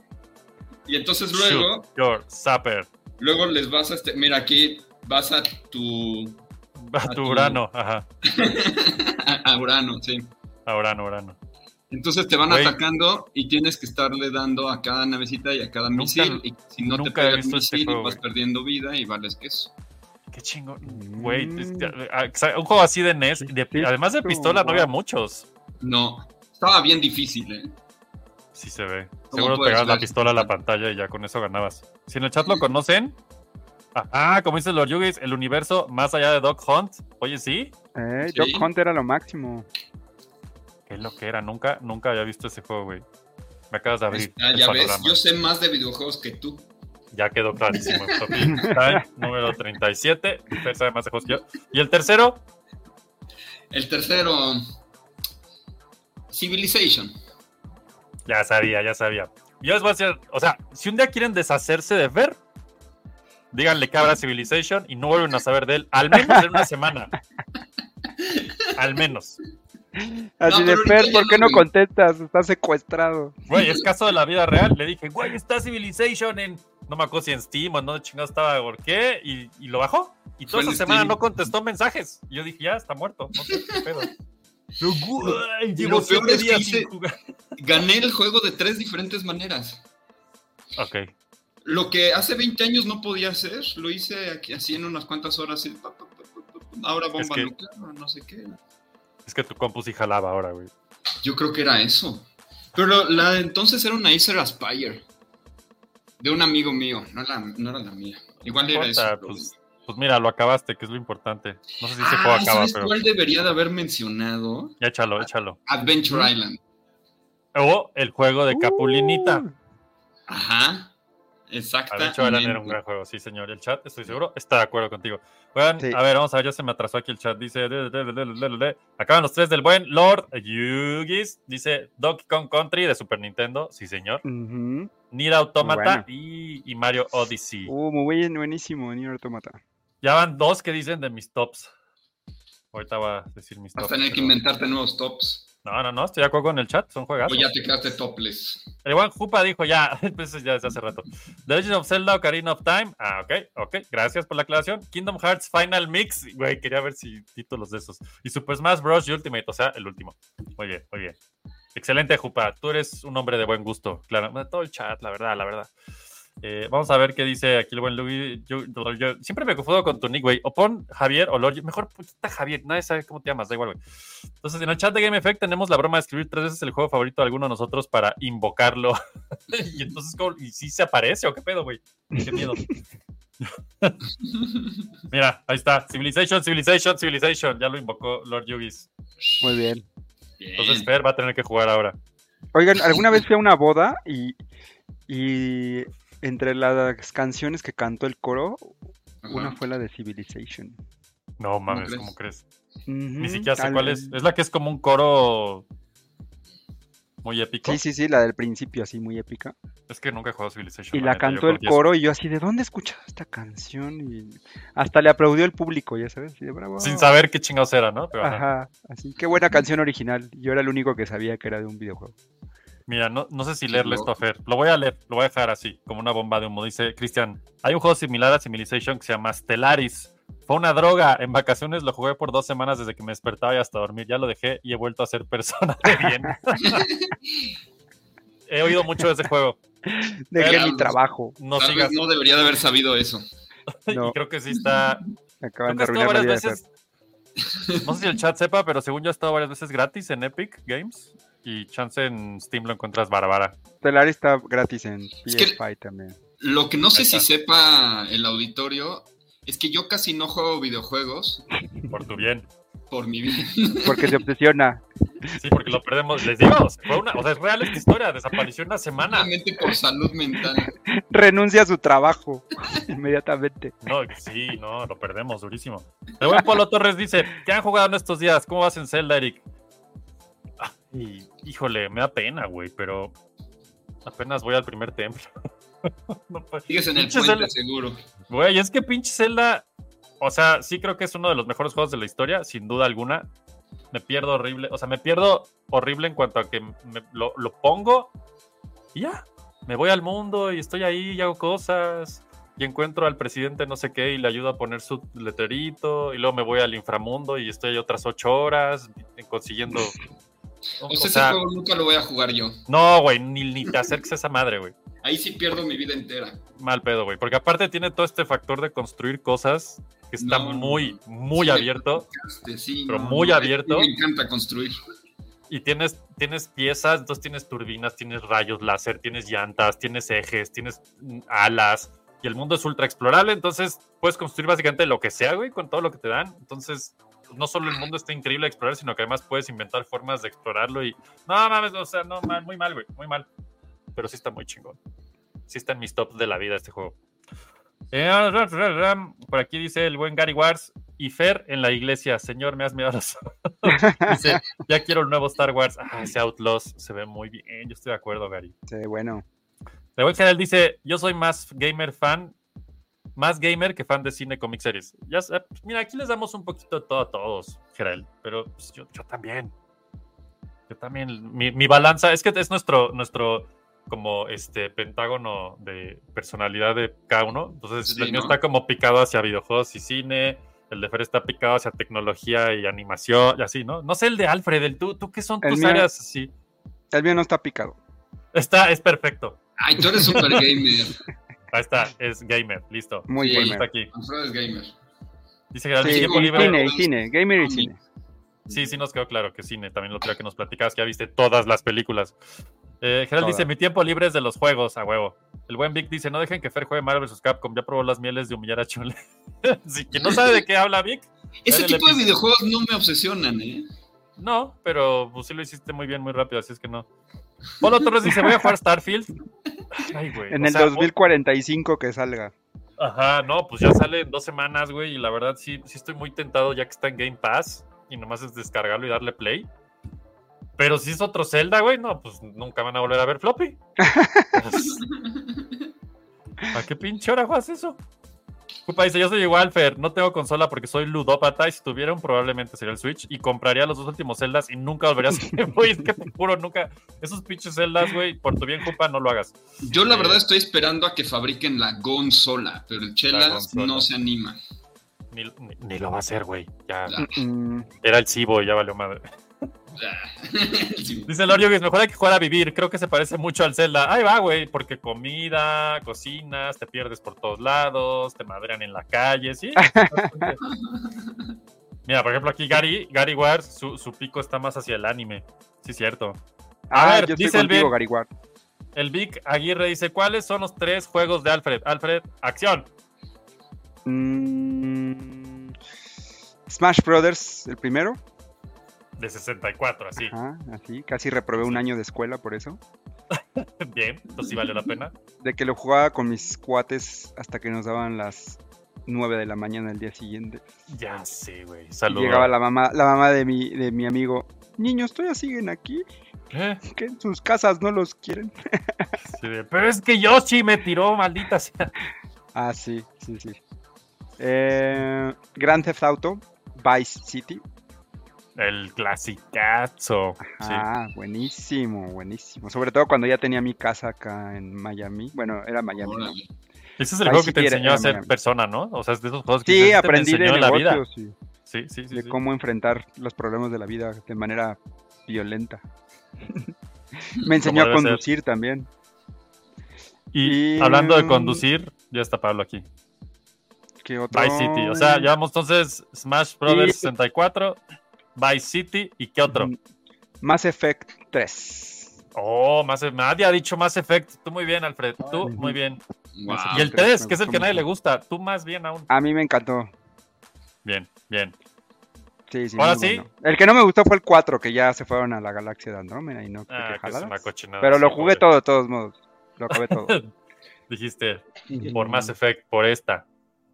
y entonces luego, Shoot your zapper. luego les vas a... Este, mira, aquí vas a tu... A tu Urano. Ajá. a a Urano, sí. A Urano, Urano. Entonces te van Güey. atacando y tienes que estarle dando a cada navecita y a cada Nunca- misil. Y si no te nunca pega he el visto este misil, juego, vas güey. perdiendo vida y vales queso. Qué chingo. Güey, Mm. este, ah, exa- un juego así de NES. de- Sí, además de tú, pistola, no wow. había muchos. No, estaba bien difícil, ¿eh? Sí se ve. ¿Cómo Seguro puedes pegabas la ver? pistola a la pantalla y ya con eso ganabas. Si en el chat lo conocen. Ajá, como dicen los Yugis, el universo más allá de Doc Hunt. Oye, sí. Eh, Sí. Dog Hunt era lo máximo. Qué lo que era. Nunca, nunca había visto ese juego, güey. Me acabas de Ahí abrir. está, el ah, ya ves, panorama. yo sé más de videojuegos que tú. Ya quedó clarísimo. Topic Time número 37. Fer sabe más de juegos que yo. Y el tercero, El tercero, Civilization. ya sabía, ya sabía. Yo les voy a decir, o sea, si un día quieren deshacerse de Fer, díganle que habrá Civilization y no vuelven a saber de él, al menos en una semana. Al menos. Así pero de ahorita Fer, ya ¿por qué no no, güey. contestas? Estás secuestrado. Güey, es caso de la vida real. Le dije, güey, está Civilization en. No me acuerdo si en Steam o no, chingado estaba, ¿por qué? Y, y lo bajó. Y Fue toda en esa semana Steam. no contestó mensajes. Y yo dije, ya, está muerto. No sé qué pedo. Pero, güey, llevo lo peor siete es que días hice- sin jugar. Gané el juego de tres diferentes maneras. Ok. Lo que hace 20 años no podía hacer, lo hice aquí, así en unas cuantas horas. y pa, pa, pa, pa, pa, Ahora bomba que- nuclear, no sé qué. Es que tu compu sí jalaba ahora, güey. Yo creo que era eso. Pero lo- la de entonces era una Acer Aspire. De un amigo mío, no, la- no era la mía. Igual era importa, eso. pues, Pues mira, lo acabaste, que es lo importante. No sé si se Ah, juego acaba, ¿sabes pero. cuál debería de haber mencionado? Ya échalo, échalo. Adventure Island. O el juego de Capulinita. Uh, Ajá. Exactamente. Adventure Island era un gran juego, sí, señor. El chat, estoy seguro, está de acuerdo contigo. Oigan, Sí. a ver, vamos a ver, ya se me atrasó aquí el chat. Dice, le, le, le, le, le, le. acaban los tres del buen Lord Yugis. Dice Donkey Kong Country de Super Nintendo, sí, señor. ujú. Nier Automata Bueno. y, y Mario Odyssey. Uh, muy buen- buenísimo, Nier Automata. Ya van dos que dicen de mis tops. Ahorita va a decir mis Vas a tops. tener que pero- inventarte nuevos tops. No, no, no, estoy de acuerdo con el chat, son O juegazos. Pues ya te quedaste topless. El Juan Jupa dijo ya, pues eso ya desde hace rato. The Legend of Zelda Ocarina of Time. Ah, ok, ok, gracias por la aclaración. Kingdom Hearts Final Mix. Güey, quería ver si títulos de esos. Y Super Smash Bros. Ultimate, o sea, el último. Muy bien, muy bien. Excelente, Jupa. Tú eres un hombre de buen gusto. Claro, bueno, todo el chat, la verdad, la verdad. Eh, vamos a ver qué dice aquí el buen Luis. Yo- yo- yo- siempre me confundo con tu nick, güey. O pon Javier o Lord. Mejor quita Javier. Nadie sabe cómo te llamas, da igual, güey. Entonces, en el chat de Game Effect tenemos la broma de escribir tres veces el juego favorito de alguno de nosotros para invocarlo. y entonces, ¿cómo- ¿y si se aparece o qué pedo, güey? Qué miedo. Mira, ahí está. Civilization, Civilization, Civilization. Ya lo invocó Lord Yugis. Muy bien. Entonces, Bien. Fer va a tener que jugar ahora. Oigan, alguna vez fui a una boda y, y entre las canciones que cantó el coro, Ajá. una fue la de Civilization. No mames, crees? ¿cómo crees? Ni Ujú, siquiera sé al- cuál es. Es la que es como un coro muy épico. Sí, sí, sí, la del principio, así muy épica. Es que nunca he jugado Civilization. Y la neta, yo cantó el confieso. coro y yo así, ¿de dónde he escuchado esta canción? Y hasta le aplaudió el público, ya sabes, así de bravo. Sin saber qué chingados era, ¿no? Pero, ajá. Ajá, así, qué buena canción original. Yo era el único que sabía que era de un videojuego. Mira, no, no sé si leerle esto a Fer. Lo voy a leer, lo voy a dejar así, como una bomba de humo. Dice Cristian, hay un juego similar a Civilization que se llama Stellaris. Fue una droga. En vacaciones lo jugué por dos semanas desde que me despertaba y hasta dormir. Ya lo dejé y he vuelto a ser persona de bien. he oído mucho de ese juego. Dejé Era mi los- trabajo. No Tal vez sigas. no debería de haber sabido eso. No. Y creo que sí está. Me Creo acaban que de ha estado arruinar la varias vida de Fer. veces. No sé si el chat sepa, pero según yo ha estado varias veces gratis en Epic Games. Y chance en Steam lo encuentras Bárbara. Stellar está gratis en que- PSP también. Lo que no sé Ahí si está. sepa el auditorio es que yo casi no juego videojuegos Por tu bien. por mi vida. Porque se obsesiona. Sí, porque lo perdemos. Les digo, fue una, o sea, es real esta historia. Desapareció una semana. Solamente por salud mental. Renuncia a su trabajo inmediatamente. No, sí, no, lo perdemos durísimo. El buen Polo Torres dice, ¿qué han jugado en estos días? ¿Cómo vas en Zelda, Eric? Ah, y, híjole, me da pena, güey, pero apenas voy al primer templo. no, pues, Sigues en el Pinche puente, Zelda. seguro. Güey, es que pinche Zelda, o sea, sí creo que es uno de los mejores juegos de la historia, sin duda alguna. Me pierdo horrible, o sea, me pierdo horrible en cuanto a que me- lo, lo pongo y ya, me voy al mundo y estoy ahí y hago cosas y encuentro al presidente no sé qué y le ayudo a poner su letrerito y luego me voy al inframundo y estoy ahí otras ocho horas consiguiendo... O, sea, O sea, Pues ese juego nunca lo voy a jugar yo. no, güey, ni, ni te acerques a esa madre, güey. Ahí sí pierdo mi vida entera. Mal pedo, güey. Porque aparte tiene todo este factor de construir cosas que está No, no, muy, muy Sí, abierto. Este, sí, Pero muy a mí abierto. Me encanta construir. Y tienes, tienes piezas, entonces tienes turbinas, tienes rayos láser, tienes llantas, tienes ejes, tienes mm, alas. Y el mundo es ultra explorable, entonces puedes construir básicamente lo que sea, güey, con todo lo que te dan. Entonces, pues, no solo el mundo está increíble a explorar, sino que además puedes inventar formas de explorarlo y. No mames, o sea, no, mal, muy mal, güey, muy mal. Pero sí está muy chingón. Sí está en mis tops de la vida este juego. Eh, ram, ram, ram. por aquí dice el buen Gary Wars y Fer en la iglesia. Señor, me has mirado los ojos. Dice, ya quiero el nuevo Star Wars. Ah, ese Outlaws se ve muy bien. Yo estoy de acuerdo, Gary. Sí, bueno. La web general dice, yo soy más gamer fan, más gamer que fan de cine, comic series. Ya, sa- pues, mira, aquí les damos un poquito de todo a todos, Gerald, pero pues, yo, yo también. Yo también, mi, mi balanza, es que es nuestro, nuestro como este pentágono de personalidad de cada uno. Entonces, Sí, el mío ¿no? está como picado hacia videojuegos y cine, el de Fer está picado hacia tecnología y animación, y así, ¿no? No sé el de Alfred, el tú, ¿tú qué son El tus mío- áreas? Sí, El mío no está picado. está, es perfecto. Ay, tú eres super gamer. Ahí está, es gamer, listo. Muy Sí, gamer. Está aquí. Alfredo es gamer. Dice Gerardo, Sí, tiempo y libre. cine, y cine, gamer Ah, y cine. Sí, sí, nos quedó claro que cine. También lo creo que nos platicabas, que ya viste todas las películas. Eh, Gerald Todas. dice: Mi tiempo libre es de los juegos, a huevo. El buen Vic dice: No dejen que Fer juegue Marvel vs. Capcom. Ya probó las mieles de humillar a Chule. si quien no sabe de qué habla Vic, Ese Dale, tipo de Lepis. videojuegos no me obsesionan, ¿eh? no, pero pues, sí lo hiciste muy bien, muy rápido, así es que no. Polo Torres dice: Voy a jugar Starfield. Ay, güey. En o el sea, 2045 que salga. Ajá, no, pues ya sale en dos semanas, güey, y la verdad sí, sí estoy muy tentado ya que está en Game Pass y nomás es descargarlo y darle play. Pero si es otro Zelda, güey, no, pues nunca van a volver a ver floppy. ¿A qué pinche hora juegas eso? Culpa dice, yo soy igual, Fer, no tengo consola porque soy ludópata y si tuviera un probablemente sería el Switch y compraría los dos últimos Zeldas y nunca volvería a ser, güey, es que te juro, nunca, esos pinches Zeldas, güey, por tu bien, Culpa, no lo hagas. Yo la Eh, verdad estoy esperando a que fabriquen la consola, pero el Chelas consola. no se anima. Ni, ni- ni lo va a hacer, güey, ya. Ya. Mm, Era el Cibo, ya valió madre. Sí. Dice Lorio que es mejor hay que jugar a vivir. Creo que se parece mucho al Zelda. Ahí va, güey, porque comida, cocinas, te pierdes por todos lados, te madrean en la calle, ¿sí? bastante. Mira, por ejemplo, aquí Gary, Gary Ward, su, su pico está más hacia el anime. Sí, cierto. A Ah, ver, yo estoy dice el contigo, bien. Gariguar. El Vic Aguirre dice: ¿Cuáles son los tres juegos de Alfred? Alfred, acción. Mm, Smash Brothers, el primero. De 64, así. Ajá, así. Casi reprobé un año de escuela por eso. Bien, entonces sí valió la pena. De que lo jugaba con mis cuates hasta que nos daban las 9 de la mañana el día siguiente. Ya sé, güey. Y Saludos. llegaba la mamá, la mamá de mi, de mi amigo. Niños, ¿todavía siguen aquí? ¿Eh? Que en sus casas no los quieren. Sí, de, Pero es que Yoshi me tiró, maldita sea. Ah, sí, sí, sí. Eh, Grand Theft Auto, Vice City. El clasicazo. Sí. Ah, buenísimo, buenísimo. Sobre todo cuando ya tenía mi casa acá en Miami. Bueno, era Miami. ¿no? Órale. Ese es el Ahí juego sí que te era- enseñó a era ser Miami. persona, ¿no? O sea, es de esos juegos que Sí, te- te aprendí de enseñó en la vida. negocios y Sí, sí, sí. de sí. cómo enfrentar los problemas de la vida de manera violenta. Me enseñó a debe ser. conducir también. Y y- hablando de conducir, ya está Pablo aquí. ¿Qué otro? Vice City. O sea, llevamos entonces Smash Brothers 64, Vice City y qué otro. Mm, Mass Effect 3. Oh, más, nadie ha dicho Mass Effect. Tú muy bien, Alfred. Tú muy bien. Wow. Y el creo que 3, ah, me que es el gustó que a nadie mucho. le gusta. Tú más bien aún. A mí me encantó. Bien, bien. Sí, sí, Ahora muy sí. bueno. El que no me gustó fue el 4, que ya se fueron a la galaxia de Andrómeda y no sé Ah, qué que es jaladas. una cochinada. Pero lo sí, jugué joder. todo, de todos modos. Lo acabé todo. Dijiste, por Mass Effect, por esta.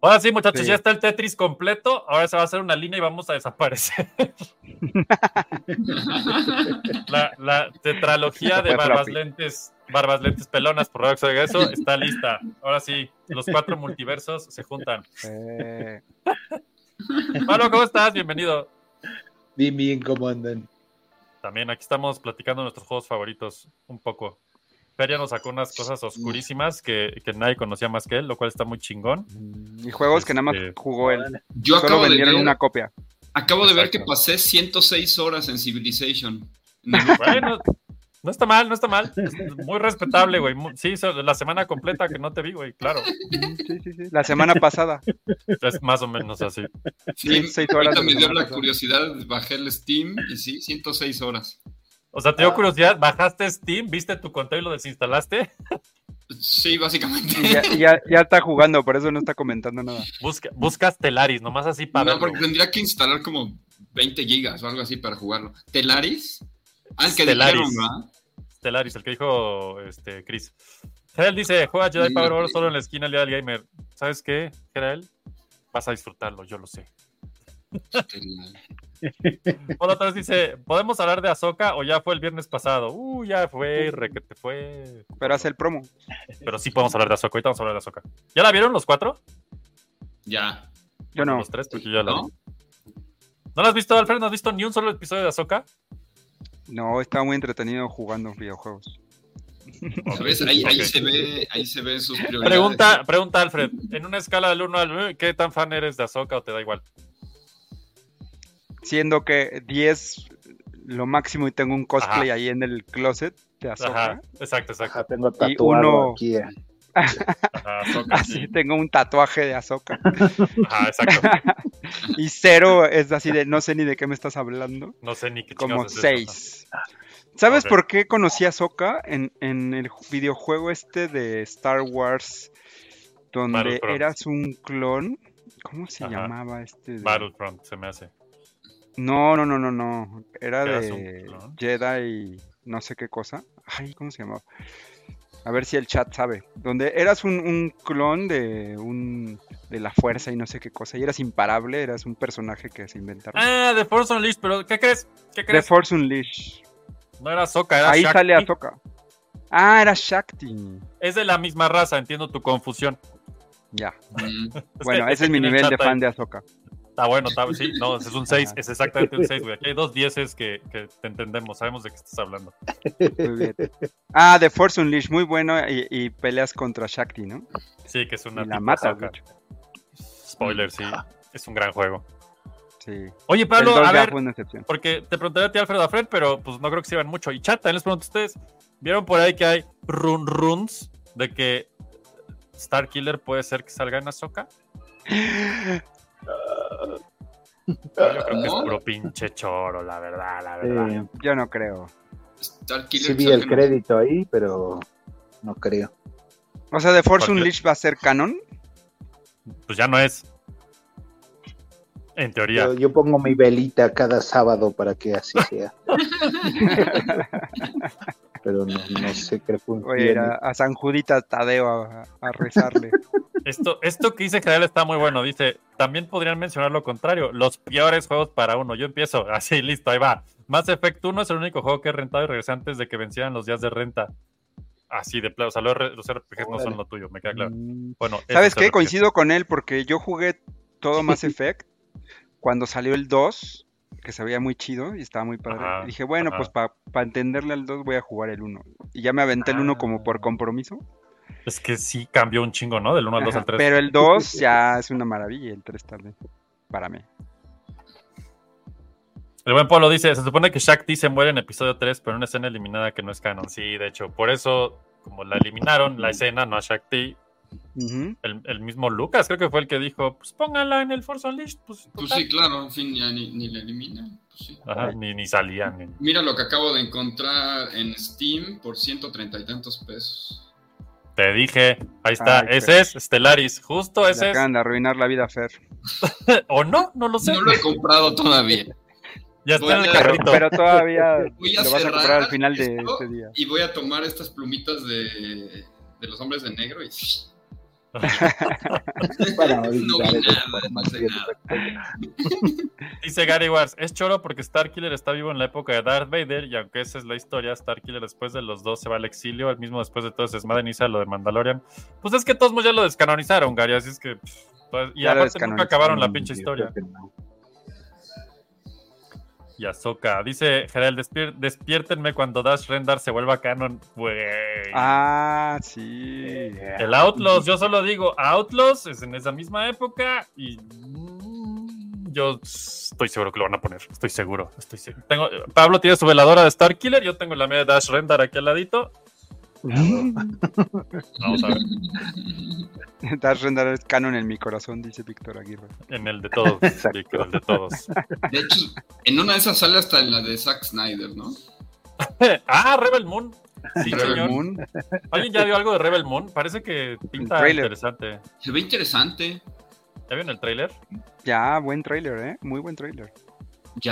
Ahora sí, muchachos, Sí. ya está el Tetris completo. Ahora se va a hacer una línea y vamos a desaparecer. La, la tetralogía Se de fue barbas floppy. lentes, barbas lentes pelonas por Rock Eso está lista. Ahora sí, los cuatro multiversos se juntan. Eh, Pablo, ¿cómo estás? Bienvenido. Bien, bien, ¿cómo andan? También aquí estamos platicando nuestros juegos favoritos un poco. Feria nos sacó unas cosas oscurísimas que, que nadie conocía más que él, lo cual está muy chingón. y juegos que nada más Este, jugó él. Yo Solo acabo de ver, vendieron una copia. acabo de ver que Exacto. pasé 106 horas en Civilization. Bueno, no está mal, no está mal. Es Muy respetable, güey. Mu- Sí, so- la semana completa que no te vi, güey, claro. Sí, sí, sí. La semana pasada. Es más o menos así. Sí, 106 horas ahorita de la me dio semana la pasada. curiosidad, bajé el Steam y sí, 106 horas. O sea, Ah. te dio curiosidad, bajaste Steam, viste tu conteo y lo desinstalaste. Sí, básicamente. Y ya, y ya, ya está jugando, por eso no está comentando nada. Busca, buscas Telaris, nomás así para. No, verlo, porque güey. tendría que instalar como 20 gigas o algo así para jugarlo. ¿Telaris? Ah, el que Stellaris. dijeron, ¿verdad? Telaris, el que dijo este, Chris. Gerald dice: Juega Jedi Sí, Power ok. Oro solo en la esquina del día del gamer. ¿Sabes qué, Gerald? Vas a disfrutarlo, yo lo sé. Stellaris. Paul otra vez dice: ¿Podemos hablar de Azoka o ya fue el viernes pasado? Uh, ya fue, re que te fue. Pero hace el promo. Pero sí podemos hablar de Azoka. Ahorita vamos a hablar de Azoka. ¿Ya la vieron los cuatro? Ya. Yo no. Los tres, porque yo ya la ¿No? vi. ¿No la has visto, Alfred? ¿No has visto ni un solo episodio de Azoka? No, estaba muy entretenido jugando videojuegos. ¿Sabes? Ahí, ahí Ok. se ve, ahí se ven sus prioridades. Pregunta, pregunta, Alfred. En una escala del 1 al 9, ¿qué tan fan eres de Azoka o te da igual? Siendo que 10 lo máximo y tengo un cosplay Ajá. ahí en el closet de Azoka. Ajá, exacto, exacto. Ajá, tengo tatuado uno- aquí. eh. Ajá, Ahsoka, Así sí. tengo un tatuaje de Azoka. Ajá, exacto. Y cero es así de no sé ni de qué me estás hablando. No sé ni qué Como chingados es eso. 6. ¿Sabes Ok. por qué conocí a Soka en, en el ju- videojuego este de Star Wars? Donde Battlefront. eras un clon. ¿Cómo se Ajá. llamaba este? de- Battlefront se me hace. No, no, no, no, no. Era ¿Eras un de clon? Jedi, no sé qué cosa. Ay, ¿cómo se llamaba? A ver si el chat sabe. Donde eras un, un clon de un de la fuerza y no sé qué cosa. Y eras imparable, eras un personaje que se inventaron. Ah, The Force Unleashed, pero ¿qué crees? ¿Qué The crees? Force Unleashed. No era Azoka, era Ahí Shakti. sale Ahsoka. Ah, era Shakti. Es de la misma raza, entiendo tu confusión. Ya. Mm. que- Bueno, ese es mi que ¿eh? en el nivel de chat hay- fan de Ahsoka. Está bueno, está sí, no, ese es un 6, Ajá. es exactamente un 6, güey. Aquí hay dos 10 que, que te entendemos, sabemos de qué estás hablando. Muy bien. Ah, The Force Unleashed, muy bueno. Y, y peleas contra Shakti, ¿no? Sí, que es una Y la tipo mata, Ahsoka. Spoiler, sí, es un gran juego. Sí. Oye, El Pablo, dos a ya ver, fue una excepción. porque te preguntaría a ti, Alfredo, a Fred, pero pues no creo que se iban mucho. Y chat, también les pregunto a ustedes, ¿vieron por ahí que hay run runs de que Star Killer puede ser que salga en Azoka? Yo creo que es ¿No? puro pinche choro, la verdad, la verdad. Eh, Yo no creo. Starkiller, sí vi creo el que no. crédito ahí, pero no creo. O sea, The Force Porque- Unleashed va a ser canon. Pues ya no es. En teoría. Yo, yo pongo mi velita cada sábado para que así sea. pero no, no sé qué Voy a ir eh. funciona. a, a San Judita Tadeo a, a rezarle. Esto, esto que dice Gerald está muy bueno. Dice, también podrían mencionar lo contrario. Los peores juegos para uno. Yo empiezo. Así, listo, ahí va. Mass Effect 1 es el único juego que he rentado y regresé antes de que vencieran los días de renta. Así de plano. O sea, los R- los RPGs no son Órale. lo tuyo, me queda claro. Mm, Bueno, eso ¿Sabes se qué? refiere. Coincido con él porque yo jugué todo Mass Effect cuando salió el 2, que se veía muy chido y estaba muy padre. Ajá, y dije, bueno, ajá. pues para entenderle al 2 voy a jugar el 1. Y ya me aventé el Ah. 1 como por compromiso. Pues Es que sí cambió un chingo, ¿no? Del 1 al 2 Ajá, al 3. Pero el 2 ya es una maravilla y el 3 también. Para mí. El buen Pablo dice, se supone que Shakti se muere en episodio 3, pero en una escena eliminada que no es canon. Sí, de hecho, por eso, como la eliminaron, la escena, no a Shakti, Ujú. El, el mismo Lucas creo que fue el que dijo, pues póngala en el Force Unleashed. Pues, Pues total". sí, claro, en fin, ya ni, ni la eliminan. Pues sí. Ajá, ni, ni salía. ni- Mira lo que acabo de encontrar en Steam por 130 y tantos pesos. Te dije, ahí está, Ay, ese es Stellaris, justo Le ese es. acaban Ah, de arruinar la vida a Fer. O no, no lo sé. No lo he comprado todavía. ya está voy en el a- Pero, carrito. pero todavía Voy a lo vas a cerrar comprar al final de esto este día. y voy a tomar estas plumitas de, de los hombres de negro y Para no olvidar vi esa nada, no sé información. nada. Dice Gary Wars, es choro porque Starkiller está vivo en la época de Darth Vader y aunque esa es la historia, Starkiller después de los dos se va al exilio, el mismo después de todo ese desmadre inicia lo de Mandalorian. Pues es que todos modos ya lo descanonizaron, Gary, así es que... pff, pues- y Ya aparte lo nunca descanonizaron, acabaron la pinche Mm, Yo historia. creo que no. Y Ahsoka, dice Gerald, "Despier- despiértenme cuando Dash Rendar se vuelva canon, güey. Ah, sí. Eh, El Outlaws, yo solo digo Outlaws, es en esa misma época y mm, yo estoy seguro que lo van a poner, estoy seguro, estoy seguro. Tengo, Pablo tiene su veladora de Star Killer, yo tengo la mía de Dash Rendar aquí al ladito. Vamos a ver, Dash Rendar es canon en mi corazón, dice Víctor Aguirre. en el de todos, Exacto. Víctor, el de todos. De hecho, en una de esas sale hasta en la de Zack Snyder, ¿no? ah, Rebel Moon. Sí, Rebel señor. Moon, ¿Alguien ya vio algo de Rebel Moon? Parece que pinta tráiler. interesante. Se ve interesante. ¿Ya vieron el tráiler? Ya, buen trailer, ¿eh? Muy buen trailer. Ya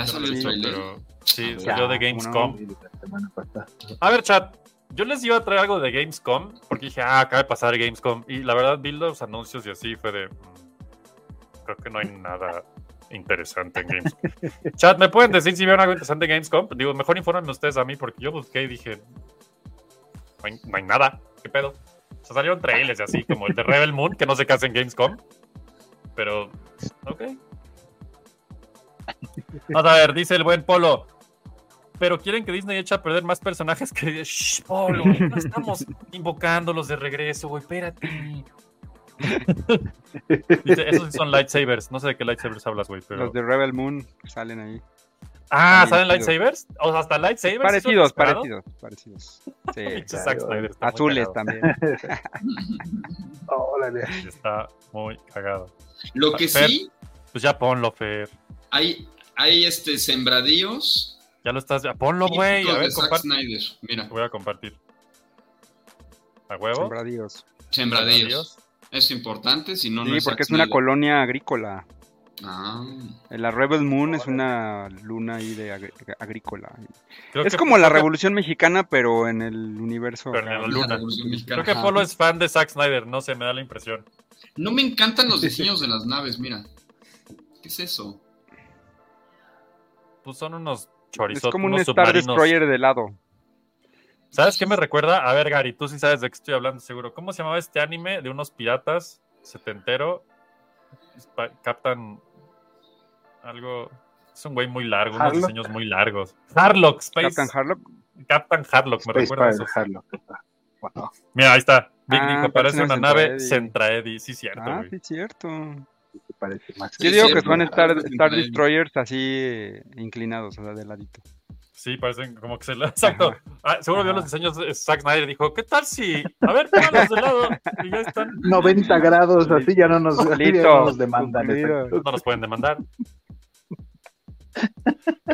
Yo no salió lo he el visto, trailer. pero sí, Ah, salió de ya, Gamescom. Sí, la semana pasada. A ver, chat. Yo les iba a traer algo de Gamescom porque dije, ah, acaba de pasar Gamescom. Y la verdad, vi los anuncios y así fue de. mm, creo que no hay nada interesante en Gamescom. chat, ¿me pueden decir si vieron algo interesante en Gamescom? Digo, mejor infórmenme ustedes a mí porque yo busqué y dije, no hay, no hay nada. ¿Qué pedo? O sea, salieron trailers y así, como el de Rebel Moon, que no se casa en Gamescom. Pero, ok. Vamos a ver, dice el buen Polo. Pero quieren que Disney eche a perder más personajes que. Shh, Polo, no estamos invocándolos de regreso, güey, espérate. Dice, esos sí son lightsabers. No sé de qué lightsabers hablas, güey, pero. Los de Rebel Moon salen ahí. Ah, ¿saben parecidos. lightsabers? O sea, hasta lightsabers. sí son Pues Parecidos, inspirados. parecidos, parecidos. Sí. Pinche Zack Snyder está muy Azules cagado. también. Órale. Sí, Está muy cagado. Lo que Fer. sí, Pues ya ponlo, Fer. hay, hay este sembradíos Ya lo estás. Ya ponlo, güey. típicos A ver, de Zack comparte. Snyder. Mira, Voy a compartir. ¿A huevo? Sembradíos. sembradíos. Es importante, si no, no Sí, es porque Zack es una Snyder. colonia agrícola. Ah, La Rebel Moon es una luna ahí de agri- agrícola. Creo Es que- como la creo que- revolución mexicana, pero en el universo. Pero en real. la luna. la Revolución Mexicana. Creo que Ajá. Polo es fan de Zack Snyder, no sé, me da la impresión. No me encantan los diseños de las naves, mira. ¿Qué es eso? Pues son unos Es chorizos, como un unos Star submarinos. Destroyer de lado. ¿Sabes qué me recuerda? A ver, Gary, tú sí sabes de qué estoy hablando, seguro. ¿Cómo se llamaba este anime de unos piratas setentero? Pa- Captan algo. Es un güey muy largo, unos Harlock. diseños muy largos. Harlock, Space. Captain Captain, Harlock. Harlock, me Space recuerda a Pues para eso. dejarlo. Wow. Mira, ahí está. Big Ah, dijo, parece parece una una nave Centraedi. Centraedi. Sí, cierto, Ah, güey. sí, cierto. que parece más- Yo Sí, digo que cierto. son Star, Parece Star increíble. Destroyers así eh, inclinados, o sea, de ladito. Sí, parecen como que se la. Exacto. Ah, seguro vio Ajá. los diseños de Zack Snyder y dijo: ¿Qué tal si.? A ver, pónganlos de lado. Y ya están. 90 grados, así ya no nos, así ya no Listo. nos demandan. cumplido. exacto. No nos pueden demandar.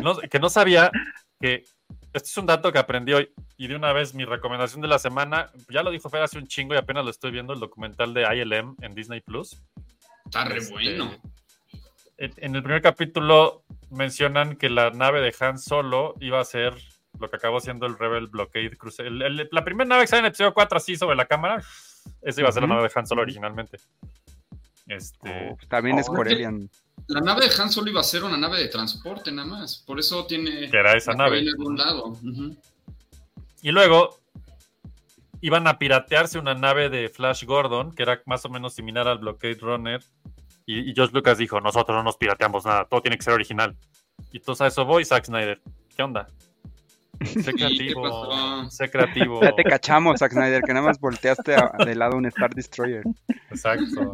No- que no sabía que. Este es un dato que aprendí hoy. Y de una vez, mi recomendación de la semana. Ya lo dijo Fer hace un chingo y apenas lo estoy viendo el documental de ILM en Disney Plus. Está re Este, bueno. en en el primer capítulo mencionan que la nave de Han Solo iba a ser lo que acabó siendo el Rebel Blockade Cruiser. El- el- la primera nave que sale en episodio 4 así sobre la cámara, esa iba a ser la Ujú. nave de Han Solo originalmente. Este, Oh, también es Oh, ok. Corellian. La nave de Han solo iba a ser una nave de transporte, nada más. Por eso tiene. que era esa la nave. cabina de un lado. Ujú. Y luego iban a piratearse una nave de Flash Gordon, que era más o menos similar al Blockade Runner. Y, y George Lucas dijo, nosotros no nos pirateamos nada, todo tiene que ser original. Y tú sabes eso voy, Zack Snyder. ¿Qué onda? Sé qué creativo, pasó? sé creativo. Ya te cachamos, Zack Snyder, que nada más volteaste a- de lado un Star Destroyer. Exacto.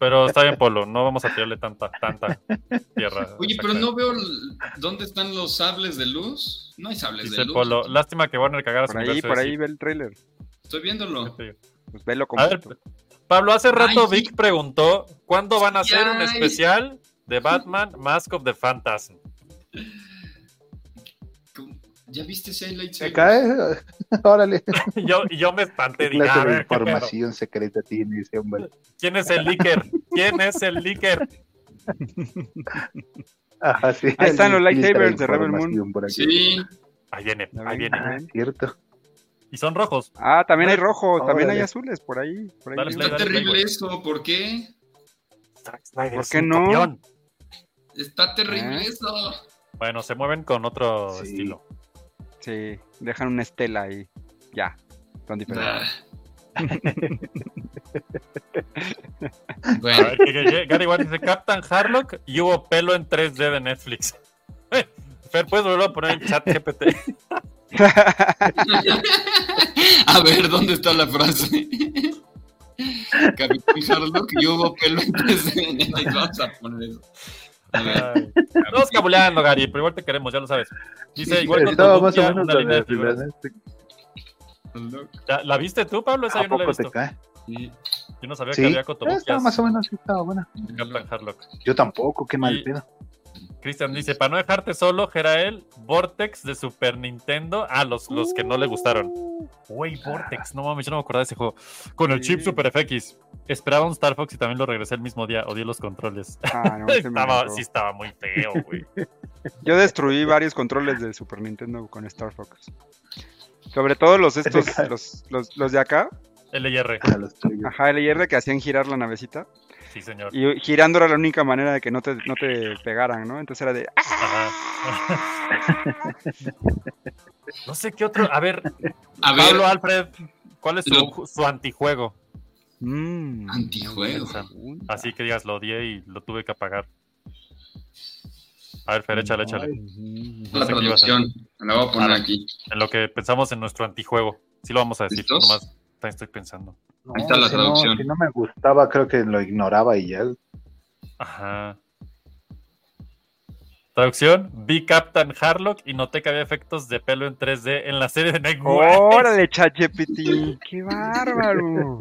Pero está bien, Polo, no vamos a tirarle tanta, tanta tierra. a Oye, Zack pero Snyder. no veo el- dónde están los sables de luz. No hay sables Dice de luz. Polo, lástima que Warner cagara su Por ahí, universo por de ahí DC". ve el trailer. Estoy viéndolo. ¿Qué te digo? Pues velo A ver, completo. Pablo, hace rato Ay, sí. Vic preguntó ¿cuándo van a hacer un Ay. especial de Batman Mask of the Phantasm? ¿Cómo? ¿Ya viste si hay ¿Se lightsabers? cae? Órale. Y yo, y yo me espanté, ¿Qué dije, "Ah, clase a de ver, ¿qué pedo? información secreta tiene ese hombre? ¿quién es el leaker? ¿Quién es el leaker? Ajá, sí, Ahí están los alguien filtra lightsabers de Rebel Moon. información por aquí. Sí, Ahí viene, ¿Ya pues, ahí ven? viene. Ajá. Cierto. Y son rojos. Ah, también hay rojo, también hay Órale. azules por ahí. por ahí Dale vi. play, está dale play, terrible güey. eso, ¿por qué? Zack Snyder ¿Por es qué un no? copión. Está terrible ¿Eh? eso. Bueno, se mueven con otro Sí. estilo. Sí, dejan una estela ahí. Ya. Son Nah. diferentes. Ah. A bueno, ver, que- que- que- Gary Watt dice Captain Harlock y hubo pelo en 3D de Netflix. Fer, puedes volver a poner en chat GPT. a ver, ¿dónde está la frase? Capitán Harlock y hubo pelo en 3D. Ahí Vamos a poner eso. A ver, Ay. Estamos cabulando, Gary, pero igual te queremos, ya lo sabes. Dice, igual con Estaba tu más o Nokia, menos una la línea de de ¿eh? figuras. Harlock. ¿La, la viste tú, Pablo? Esa ¿A yo no la he poco te visto. cae? Sí. Yo no sabía Sí. que había Eh, Estaba más cotobuquias o menos, sí, estaba buena. de Captain Harlock. Yo tampoco, qué mal Y- pedo. Cristian dice, para no dejarte solo, Gerael, Vortex de Super Nintendo. Ah, los, los que no le gustaron. Güey, Vortex, no mames, yo no me acordaba de ese juego. Con el chip Sí. Super FX. Esperaba un Star Fox y también lo regresé el mismo día. Odié los controles. Ah, no, ese me Estaba, encantó. sí, estaba muy feo, güey. Yo destruí varios controles de Super Nintendo con Star Fox. Sobre todo los estos, acá. los, los, los de acá, LR, A los Ah, tuyos. ajá, LR que hacían girar la navecita. sí, señor. Y girando era la única manera de que no te, no te pegaran, ¿no? Entonces era de. ¡ah! Ajá. No sé qué otro. A ver, A ver, Pablo Alfred, ¿cuál es su, Lo- su antijuego? Mm. antijuego. Así que digas, lo odié y lo tuve que apagar. A ver, Fer, échale, échale. La sé qué ibas a traducción. La voy a poner aquí. En lo que pensamos en nuestro antijuego. Sí lo vamos a decir, ¿Listos? nomás también estoy pensando. No, Ahí está la si no- traducción. si no me gustaba, creo que lo ignoraba y ya. Ajá. Traducción, vi Captain Harlock y noté que había efectos de pelo en 3D en la serie de Nightwatch. ¡Órale, ChatGPT! ¡Qué bárbaro!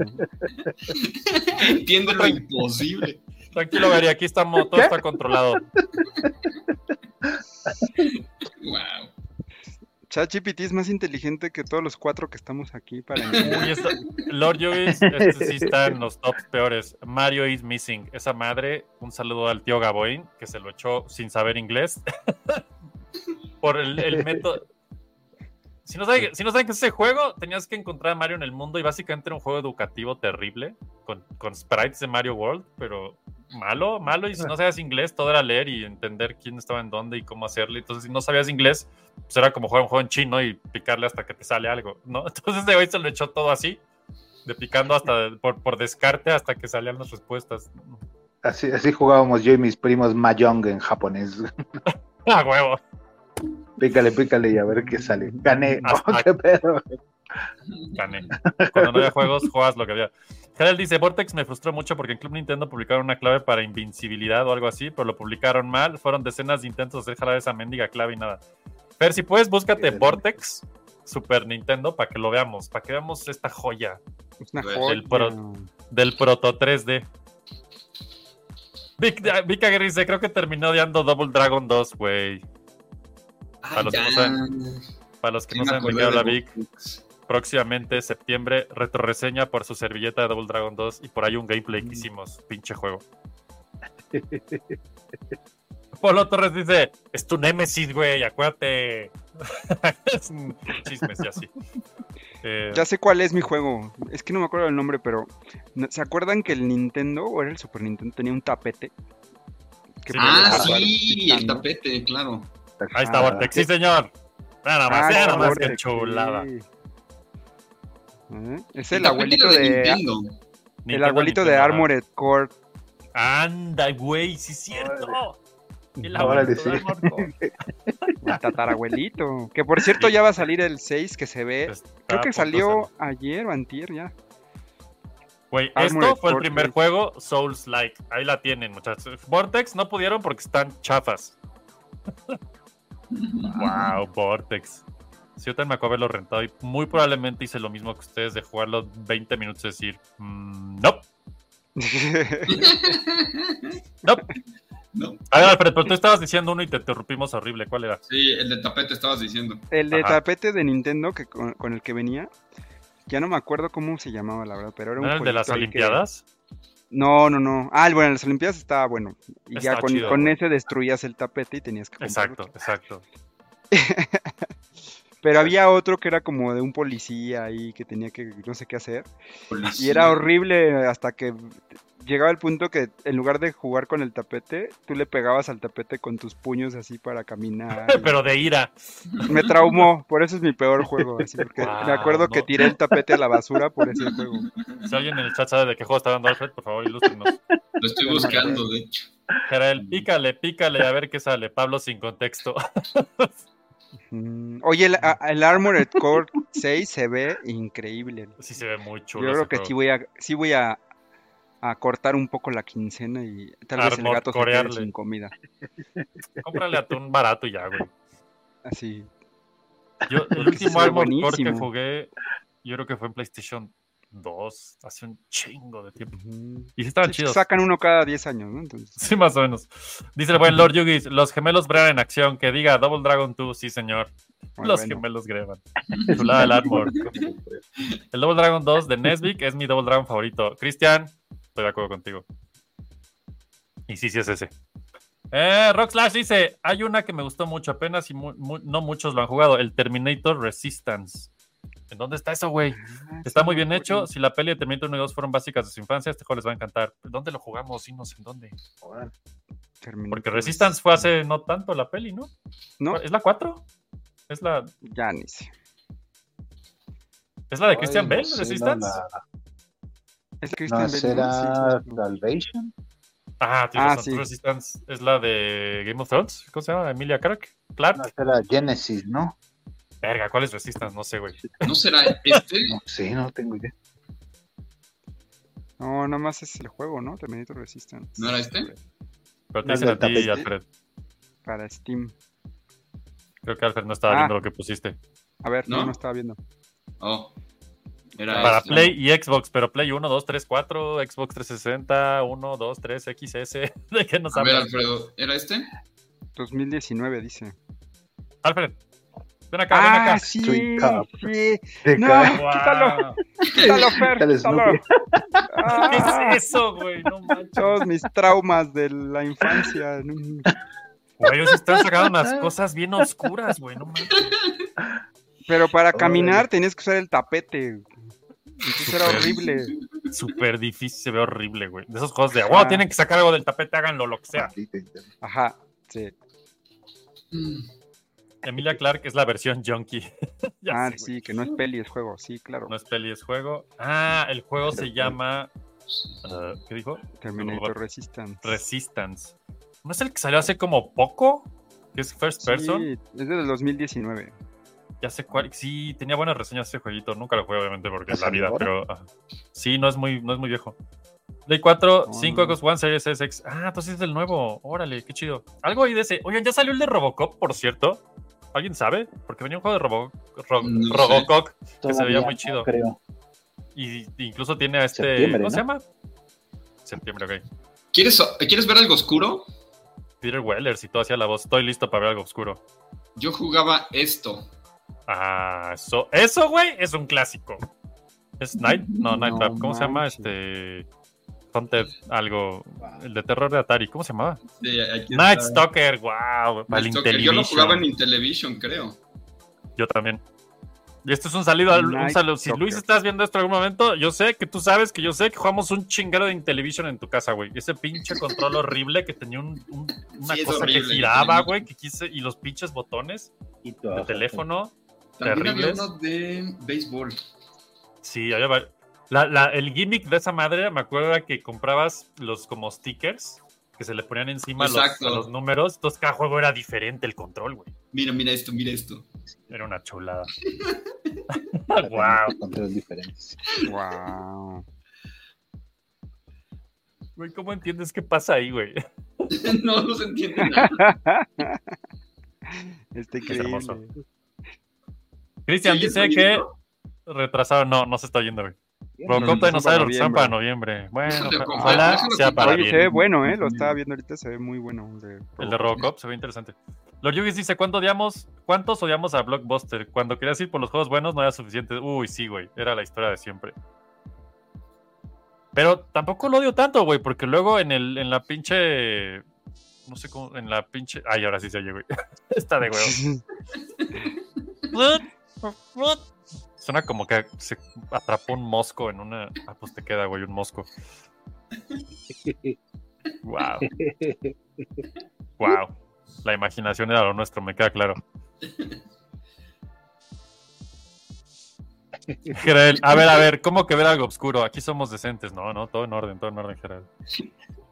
Entiende lo imposible. Tranquilo, Gary, aquí estamos, todo está controlado. Wow. ChatGPT es más inteligente que todos los cuatro que estamos aquí para. Uy, esta- Lord Yogis, este sí está en los tops peores. Mario is missing. Esa madre, un saludo al tío Gaboin, que se lo echó sin saber inglés. Por el, el método. Si no, saben, si no saben qué es ese juego, tenías que encontrar a Mario en el mundo y básicamente era un juego educativo terrible con, con sprites de Mario World, pero malo, malo. Y si no sabías inglés, todo era leer y entender quién estaba en dónde y cómo hacerle. Entonces, si no sabías inglés, pues era como jugar un juego en chino y picarle hasta que te sale algo, ¿no? Entonces de hoy se lo echó todo así, de picando hasta por, por descarte hasta que salían las respuestas. Así, así jugábamos yo y mis primos Mahjong en japonés. ¡Ah, huevo! Pícale, pícale y a ver qué sale. Gané. Hasta- Oh, qué pedo. Gané. Cuando no había juegos, jugabas lo que había. Gerald dice, Vortex me frustró mucho porque en Club Nintendo publicaron una clave para invincibilidad o algo así, pero lo publicaron mal. Fueron decenas de intentos de hacer jalar esa mendiga clave y nada. Fer, si puedes, búscate Excelente. Vortex Super Nintendo para que lo veamos, para que veamos esta joya. Es una Del joya. pro- del proto 3D. Vic, Vic Aguirre dice, creo que terminó odiando Double Dragon 2, güey. Ah, los que ya. no saben. Para los que Sí no me saben de qué acordé habla de Vic, Vortex. próximamente, septiembre, retroreseña por su servilleta de Double Dragon 2 y por ahí un gameplay que hicimos. Pinche juego. Polo Torres dice, es tu némesis, güey, acuérdate. es un chismes y así. Eh, Ya sé cuál es mi juego. Es que no me acuerdo el nombre, pero ¿no- ¿se acuerdan que el Nintendo o era el Super Nintendo tenía un tapete? Que Sí, podías Ah, jugar sí, el picando. tapete, claro. ahí está Vortex, sí señor. Nada más, Ah, nada sí, más Vortex, que chulada. sí. ¿Eh? Es el, tapete abuelito era de, Nintendo. el Nintendo, abuelito de Nintendo, ajá. Armored Core. Anda, güey, sí es cierto. El Órale, abuelito sí. de Armored Core. El tatarabuelito. Que por cierto ya va a salir el 6 que se ve. Pues, Está Eh, Creo que a punto de salió ser- ayer o antier ya. Güey, Armored esto fue el Core, primer güey. juego Souls Like. Ahí la tienen, muchachos. Vortex no pudieron porque están chafas. Wow, Vortex. Si yo también me acabo de haberlo rentado y muy probablemente hice lo mismo que ustedes de jugarlo 20 minutos y decir, "Mm, no, No. A ver, Alfred, pero tú estabas diciendo uno y te interrumpimos horrible. ¿Cuál era? Sí, el de tapete estabas diciendo. El de Ajá. tapete de Nintendo que con, con el que venía. Ya no me acuerdo cómo se llamaba, la verdad, pero era un ¿No ¿Era el de las jueguito ahí que- Olimpiadas? No, no, no. Ah, bueno, en las Olimpiadas estaba bueno. Y ya Estaba con, chido, con güey. ese destruías el tapete y tenías que comprar Exacto, otro. exacto. Pero había otro que era como de un policía ahí que tenía que no sé qué hacer. Y Policía. era horrible hasta que llegaba el punto que en lugar de jugar con el tapete, tú le pegabas al tapete con tus puños así para caminar. y- Pero de ira. Me traumó, por eso es mi peor juego. Así, porque Wow, me acuerdo que no. tiré el tapete a la basura por ese juego. Si alguien en el chat sabe de qué juego está dando Alfred, por favor, ilústrenos. Lo estoy buscando, de hecho. Era el pícale, pícale, a ver qué sale. Pablo sin contexto. Mm, Oye, el, a- el Armored Core 6 se ve increíble. Sí se ve muy Yo chulo. creo ese que juego. sí voy a, sí voy a, a cortar un poco la quincena y tal vez el Armored gato se quede Corearle. sin comida. Cómprale atún barato y ya, güey. Así. Yo, el Porque sí se último ve Armored Core que buenísimo. jugué, yo creo que fue en PlayStation 2, hace un chingo de tiempo. Ujú. Y sí estaban Sí, es que Ah, chidos. Sacan uno cada 10 años, ¿no? Entonces, Sí, más o menos. Dice el buen Lord Yugi, los gemelos Brevan en acción, que diga Double Dragon 2, sí señor. muy los bueno. gemelos Greban. Chulada del Armor. El Double Dragon 2 de Nesbic es mi Double Dragon favorito. Cristian, estoy de acuerdo contigo. Y sí, sí es ese. Eh, Rock Slash dice, hay una que me gustó mucho apenas y mu- mu- no muchos lo han jugado, el Terminator Resistance. ¿En dónde está eso, güey? Ah, Está sí, muy bien muy hecho. Si la peli de Terminator 1 y 2 fueron básicas de su infancia, este juego les va a encantar. ¿Dónde lo jugamos? Y no sé en dónde. Terminator Porque es- Resistance fue hace no tanto la peli, ¿no? No. ¿Es la 4? ¿Es la, Ya ni sé. ¿Es la de Christian Bale? ¿Resistance? Es Christian No, Bale, ¿no? será Sí, sí, sí. Salvation. Ah, tienes Ah, razón. sí. Resistance es la de Game of Thrones. ¿Cómo se llama? Emilia Clark. Clark. No, será Genesis, ¿no? Verga, ¿cuál es Resistance? No sé, güey. ¿No será este? No sé, no tengo idea. No, nada más es el juego, ¿no? Terminator Resistance. ¿No era este? Pero te No, dicen no, a ti, tapete. Alfred. Para Steam. Creo que Alfred no estaba Ah. viendo lo que pusiste. A ver, no, ¿No? no estaba viendo. Oh. Era Para este. Play y Xbox, pero Play 1, 2, 3, 4, Xbox 360, 1, 2, 3, XS. ¿De qué nos A ver, hablas? Alfredo, ¿era este? 2019 dice. Ah, Alfred, ven acá, ven acá. sí, Sweet Cup. sí. De No, ca- quítalo, Guau. quítalo, Fer, Quítale, quítalo. Snoopy. Ah, ¿Qué es eso, güey? No manches. Todos mis traumas de la infancia. no, Güey, ellos están sacando unas cosas bien oscuras, güey. No manches. Pero para Órale. caminar tenías que usar el tapete. Entonces era Súper. horrible. Súper difícil, se ve horrible, güey. De esos juegos de, wow, Ajá. tienen que sacar algo del tapete, háganlo, lo que sea. Maldito internet. Ajá, sí. Mm. Emilia Clark es la versión junkie. Ya Ah, sé, güey. sí, que no es peli, es juego. Sí, claro. No es peli, es juego. Ah, el juego se llama. eh, ¿Qué dijo? Terminator Resistance. Resistance. ¿No es el que salió hace como poco? ¿Que es First Sí, Person? es del 2019. Ya sé cuál. Sí, tenía buenas reseñas ese jueguito. Nunca lo jugué, obviamente, porque es la ¿Salió vida, ahora? pero. ah, Sí, no es muy, no es muy viejo. Play 4, No, 5 Oh, no. Xbox One Series SX. Ah, entonces es el nuevo. Órale, qué chido. Algo ahí de ese. Oigan, ya salió el de Robocop, por cierto. ¿Alguien sabe? Porque venía un juego de Robo- Ro- No sé. Robocop que se Todavía veía muy no, chido. creo. Y incluso tiene a este. Septiembre, ¿Cómo se ¿no? llama? Septiembre, ok. ¿Quieres, ¿Quieres ver algo oscuro? Peter Weller, si tú hacías la voz, estoy listo para ver algo oscuro. Yo jugaba esto. Ah, eso, eso, güey, es un clásico. ¿Es Night? No, Night No Trap. ¿Cómo se llama? manches. Este. Haunted, algo. El de terror de Atari. ¿Cómo se llamaba? Sí, aquí está. Night Stalker, wow. Para el Night Stalker. Yo lo jugaba en Intellivision. Intellivision, creo. Yo también. Y esto es un saludo. al- Un Night saludo. Si Stalker. Luis estás viendo esto en algún momento, yo sé que tú sabes que yo sé que jugamos un chingado de Intellivision en tu casa, güey. Ese pinche control horrible que tenía un- un- una Sí, es cosa horrible, que giraba, Intellivision. güey, que quise, y los pinches botones Y de todo. teléfono. También había Terribles. uno de béisbol. Sí, había var- la, la- el gimmick de esa madre, me acuerdo era que comprabas los como stickers que se le ponían encima a los, Exacto. a los números. Entonces cada juego era diferente el control, güey. Mira, mira esto, mira esto. Era una chulada. Para tener wow. los controles diferentes. Wow. Güey, ¿cómo entiendes qué pasa ahí, güey? no, no se entiende nada. Está Es hermoso. increíble. Cristian ¿Sí, dice está que oyendo? retrasado, no, no se está oyendo, güey. Procopta Son nos para sale opción noviembre. para noviembre. Bueno, Déjale, compadre, ojalá déjalo sea comprar. para Oye, se ve bien. Mm. bueno, ¿eh? Lo estaba viendo ahorita, se ve muy bueno. el de El de Robocop se ve interesante. Lord Yugis dice, ¿cuánto odiamos, ¿cuántos odiamos a Blockbuster? Cuando querías ir por los juegos buenos no era suficiente. Uy, sí, güey, era la historia de siempre. Pero tampoco lo odio tanto, güey, porque luego en, el, en la pinche... No sé cómo, en la pinche... Ay, ahora sí se oye, güey. Está de huevo. Suena como que se atrapó un mosco en una... Ah, pues te queda, güey, un mosco. Wow. Wow. La imaginación era lo nuestro, me queda claro. Gerald, a ver, a ver, ¿cómo que ver algo oscuro? Aquí somos decentes, no, no, todo en orden, todo en orden, Gerald.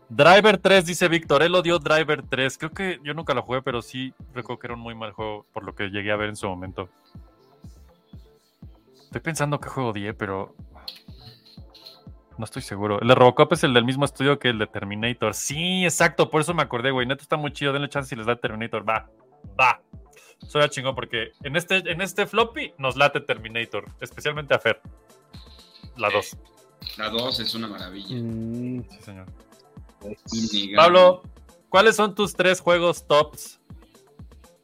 Driver 3, dice Víctor, él odió Driver 3. Creo que yo nunca lo jugué, pero sí recuerdo que era un muy mal juego, por lo que llegué a ver en su momento. Estoy pensando qué juego odié, pero. No estoy seguro. El de Robocop es el del mismo estudio que el de Terminator. Sí, exacto, por eso me acordé, güey. Neto está muy chido, denle chance si les da Terminator. Va, va. Suena chingón porque en este, en este floppy nos late Terminator, especialmente a Fer. La 2. La 2 es una maravilla. Mm, Sí, señor. Innegable. Pablo, ¿cuáles son tus tres juegos tops?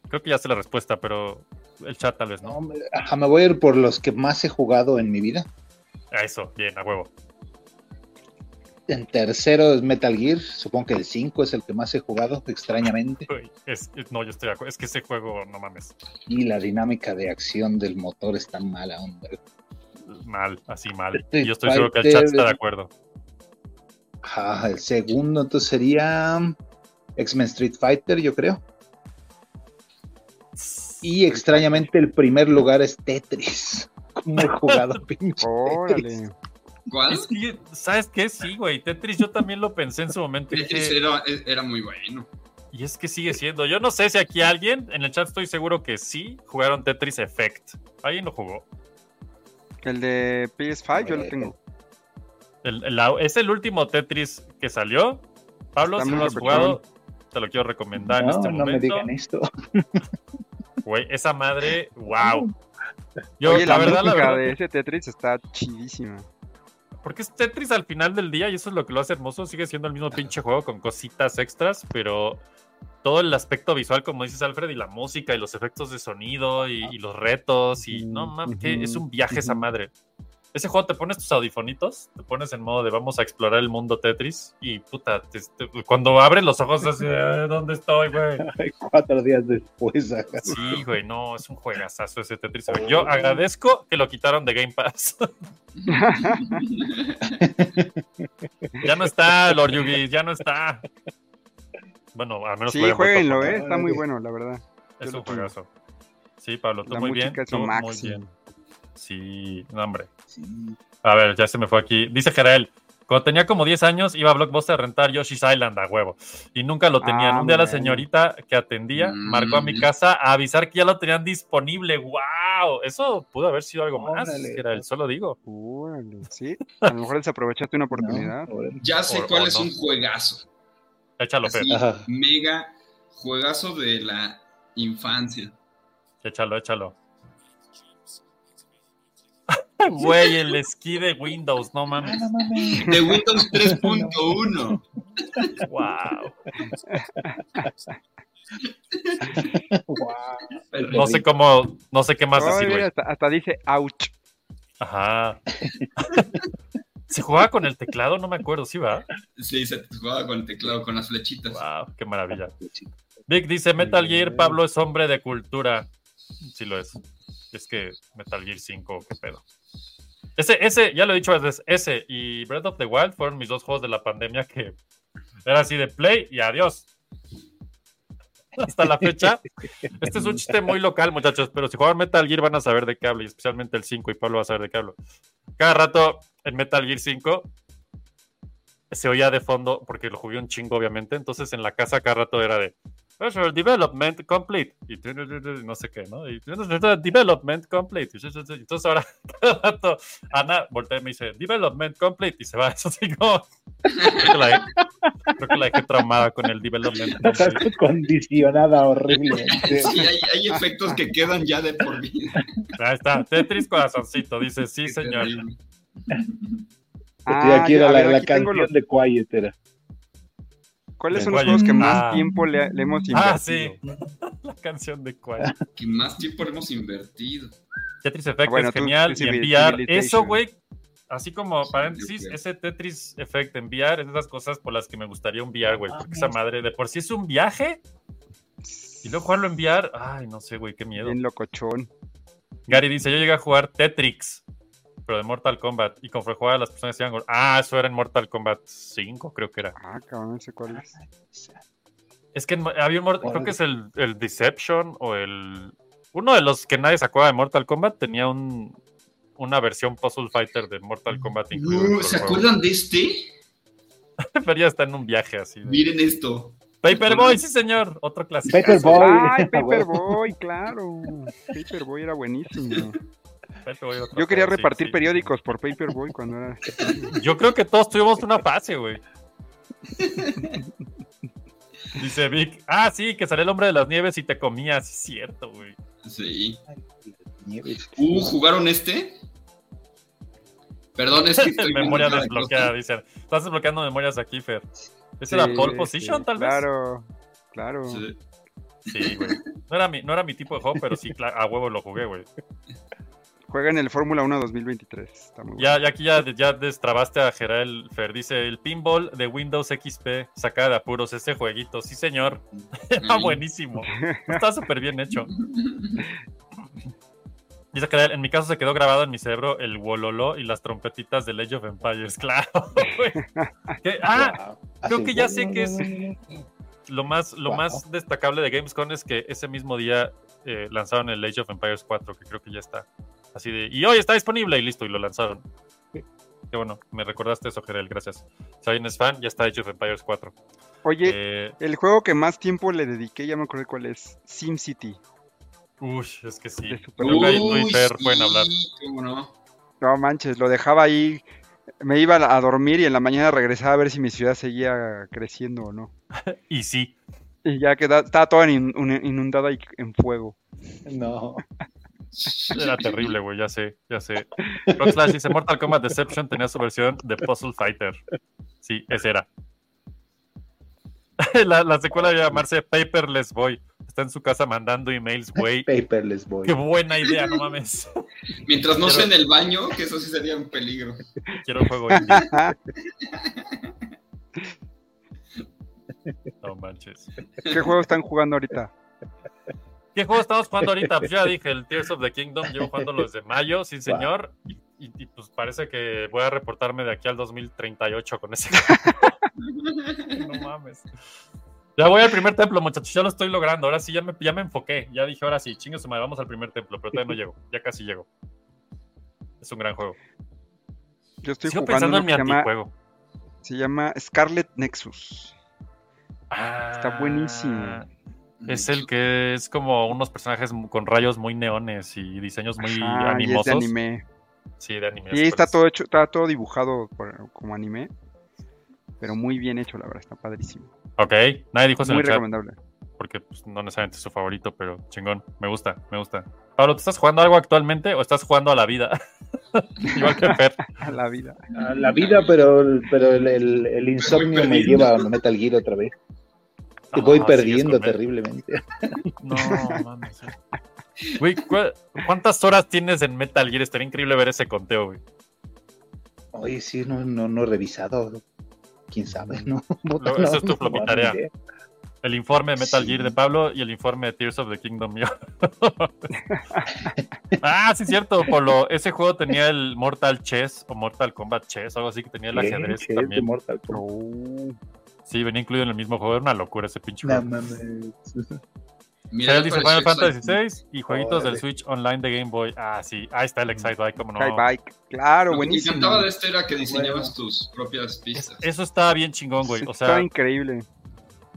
Creo que ya sé la respuesta, pero el chat tal vez, ¿no? No, me, ajá, me voy a ir por los que más he jugado en mi vida. A Eso, bien, a huevo. En tercero es Metal Gear, supongo que el 5 es el que más he jugado, extrañamente. Uy, es- es- no, yo estoy de acuerdo. Es que ese juego, no mames. Y la dinámica de acción del motor es tan mala, hombre. Mal, así mal. Street Y yo estoy seguro que el chat Fighter. está de acuerdo. Ajá, el segundo entonces sería um, X-Men Street Fighter, yo creo. Y extrañamente el primer lugar es Tetris. ¿Cómo he jugado pinche Tetris? Órale. ¿Cuál? Es que, ¿Sabes qué? Sí, güey. Tetris, yo también lo pensé en su momento. y Tetris dije, E, era, era muy bueno. Y es que sigue siendo. Yo no sé si aquí alguien, en el chat estoy seguro que sí, jugaron Tetris Effect. Alguien lo jugó. El de PS5 yo lo tengo. El- el- la- es el último Tetris que salió. Pablo, Está si muy no lo has repechón. jugado, te lo quiero recomendar en No, este no me momento. digan esto. Güey, esa madre, wow. Yo, Oye, la, la, verdad, la música verdad, de ese Tetris está chidísima. porque es Tetris al final del día y eso es lo que lo hace hermoso. Sigue siendo el mismo pinche juego con cositas extras, pero todo el aspecto visual, como dices Alfred, y la música y los efectos de sonido y, y los retos y no mames, que es un viaje esa madre. Ese juego te pones tus audifonitos, te pones en modo de vamos a explorar el mundo Tetris y puta, te- te- cuando abres los ojos así, "Ah, ¿dónde estoy, güey? Cuatro días después. ajá. Sí, güey, no, es un juegazazo ese Tetris. Oh. Effect. Yo agradezco que lo quitaron de Game Pass. ya no está, Lord Yugi, ya no está. Bueno, al menos Sí, fue- fue jueguenlo, Pablo. ¿eh? Está muy bueno, la verdad. Es un Yo lo tengo. juegazo. Sí, Pablo, tú La muy bien. música es tú muy lo máximo. bien. Sí, no, hombre. Sí. A ver, ya se me fue aquí. Dice Jerael, cuando tenía como 10 años iba a Blockbuster a rentar Yoshi's Island a huevo. Y nunca lo tenían. Ah, Un día la bueno. señorita que atendía Mm. marcó a mi casa a avisar que ya lo tenían disponible. ¡Wow! Eso pudo haber sido algo más, Órale. Jerael, solo digo. Órale, sí. A lo mejor desaprovechaste una oportunidad. No, órale. Ya sé O- cuál o es no. un juegazo. Échalo, Fer. Así, Ajá. mega juegazo de la infancia. Échalo, échalo. Güey, el esquí de Windows, no Ah, mames. no mames. De Windows 3.1. ¡Wow! Guau. No sé cómo, no sé qué más Ay, decir, mira, güey. hasta, hasta dice ouch. Ajá. ¿Se jugaba con el teclado? No me acuerdo, sí, va. Sí, se jugaba con el teclado, con las flechitas. Wow, qué maravilla. Vic dice: Metal Gear, Pablo es hombre de cultura. Sí lo es. Es que Metal Gear 5, qué pedo. Ese, ese, ya lo he dicho antes, ese y Breath of the Wild fueron mis dos juegos de la pandemia que era así de play y adiós. Hasta la fecha. Este es un chiste muy local, muchachos, pero si juegan Metal Gear van a saber de qué hablo, y especialmente el 5 y Pablo va a saber de qué hablo. Cada rato en Metal Gear 5 se oía de fondo, porque lo jugué un chingo, obviamente. Entonces en la casa cada rato era de Pressure Development Complete. Y tu- tu- tu- tu- no sé qué, ¿no? Y tu- tu- tu- tu- Development Complete. Y tu- tu- tu- Entonces ahora cada rato Ana voltea y me dice Development Complete. Y se va. Eso así como. Creo que la dejé, creo que la dejé traumada con el Development Está Complete. condicionada horriblemente. Sí, hay, hay efectos que quedan ya de por vida. Ahí está. Tetris Corazoncito. Dice, sí, Qué señor. terrible. Porque aquí Ah, ya, era a la, ver, la aquí tengo canción los- de Quiet era. ¿Cuáles son de los juegos que Quiet. más Ah. tiempo le, le hemos invertido? Ah, sí. La canción de cuál. Que más tiempo le hemos invertido. Tetris Effect bueno, es tú, genial. tú Y civil- enviar Civilization. eso, güey. Así como Sí, paréntesis, yo creo. ese Tetris Effect enviar es de esas cosas por las que me gustaría un VR, Ah, güey. Porque esa madre de por sí es un viaje. Y luego jugarlo en VR, ay, no sé, güey, qué miedo. Bien locochón. Gary dice, yo llegué a jugar Tetrix, pero de Mortal Kombat. Y conforme jugaba las personas decían, gol- ah, eso era en Mortal Kombat 5, creo que era. Ah, cabrón, no sé cuál es. Es que en Mo- había un Mortal, creo Órale. que es el, el Deception o el... Uno de los que nadie se acuerda de Mortal Kombat tenía un, una versión Puzzle Fighter de Mortal Kombat. incluido No, dentro Uh, ¿Se del juego. acuerdan de este? Pero ya está en un viaje así. de- Miren esto. Paperboy, sí señor, otro clásico. Paperboy. Ay, Ah, bueno. Paperboy, claro. Paperboy era buenísimo. Paperboy, otro Yo quería pedo, sí, repartir sí. periódicos por Paperboy cuando era. Yo creo que todos tuvimos una fase, güey. Dice Vic, ah, sí, que sale el hombre de las nieves y te comías, es cierto, güey. Sí. Nieve. Uh, ¿jugaron este? Perdón, es que estoy Memoria viendo cada desbloqueada, cosa. dice. Estás desbloqueando memorias aquí, Fer. ¿Esa era Sí, pole position, sí, tal vez? Claro, claro. Sí. Sí, güey. No era, mi, no era mi tipo de juego, pero sí, cla- a huevo lo jugué, güey. Juega en el Fórmula 1 2023. Está muy Ya, bueno. ya aquí ya, ya destrabaste a Geral Fer. Dice, el pinball de Windows XP, sacada de apuros, ese jueguito. Sí, señor. Está Ahí. buenísimo. Está súper bien hecho. Dice que en mi caso se quedó grabado en mi cerebro el wololo y las trompetitas de Age of Empires, claro. güey. Que- ah, creo Así, que ya sé que es- lo más, lo Wow. más destacable de Gamescom es que ese mismo día eh, lanzaron el Age of Empires 4, que creo que ya está. Así de, y hoy está disponible y listo, y lo lanzaron. Qué bueno, me recordaste eso, Gerel, gracias. Si alguien es fan, ya está Age of Empires 4. Oye, Eh, el juego que más tiempo le dediqué, ya me acordé cuál es. SimCity. uy, es que sí. De Super Creo que ahí tú Uy, y Fer sí, pueden hablar. ¿Cómo no? No manches, lo dejaba ahí. Me iba a dormir y en la mañana regresaba a ver si mi ciudad seguía creciendo o no. Y sí. Y ya queda, estaba toda in- un- inundada y en fuego. No. Era terrible, güey, ya sé, ya sé. Rockslash dice Mortal Kombat Deception tenía su versión de Puzzle Fighter. Sí, esa era. La, la secuela iba a llamarse Paperless Boy. Está en su casa mandando emails, güey. Paperless Boy. Qué buena idea, no mames. Mientras no Pero- sea en el baño, que eso sí sería un peligro. Quiero un juego indie. No manches. ¿Qué juego están jugando ahorita? ¿Qué juego estamos jugando ahorita? Pues ya dije, el Tears of the Kingdom. Llevo jugándolo desde mayo, sí, señor. Y, y- y, pues parece que voy a reportarme de aquí al 2038 con ese No mames. Ya voy al primer templo, muchachos, ya lo estoy logrando. Ahora sí, ya me, ya me enfoqué. Ya dije, ahora sí, chingue su madre, vamos al primer templo, pero todavía no llego. Ya casi llego. Es un gran juego. Yo estoy Sigo jugando pensando uno en mi que se llama, antijuego. se llama Scarlet Nexus. Está buenísimo. Ah, Es el que es como unos personajes mu- con rayos muy neones y diseños muy Ajá, Ah, y es de animosos. anime. Sí, de anime. Y es está cual es. todo hecho, está todo dibujado por- como anime. Pero muy bien hecho, la verdad, está padrísimo. Ok, nadie dijo eso en Muy el chat recomendable. porque pues, no necesariamente es su favorito, pero chingón, me gusta, me gusta. Pablo, ¿tú estás jugando algo actualmente o estás jugando a la vida? Igual que Fer. A la vida. A Ah, la vida, pero, el- pero el, el- el insomnio me perdido. lleva a Metal Gear otra vez. Y voy Ah, perdiendo sigues con él. terriblemente. No, mames. Güey, ¿cuá- ¿cuántas horas tienes en Metal Gear? Estaría increíble ver ese conteo, güey. Oye, sí, no, no, no he revisado. Quién sabe, ¿no? Lo- No, eso es tu no, floppy no, tarea. ni idea. El informe de Metal Sí. Gear de Pablo y el informe de Tears of the Kingdom mío. ah, sí, cierto, Polo. Ese juego tenía el Mortal Chess o Mortal Kombat Chess, algo así que tenía el Bien, ajedrez che, de también. Oh, Mortal Kombat. Sí, venía incluido en el mismo juego. Era una locura ese pinche No juego. mames. Mira, Él ya dice pareció Final Fantasy Excite- VI y jueguitos del Órale. Switch online de Game Boy. Ah, sí, ahí está el Excite Bike, como no. Sky Bike, claro, Lo que me buenísimo. encantaba de este era Ah, que diseñabas tus propias pistas. Eso estaba bien chingón, güey. O Está sea, increíble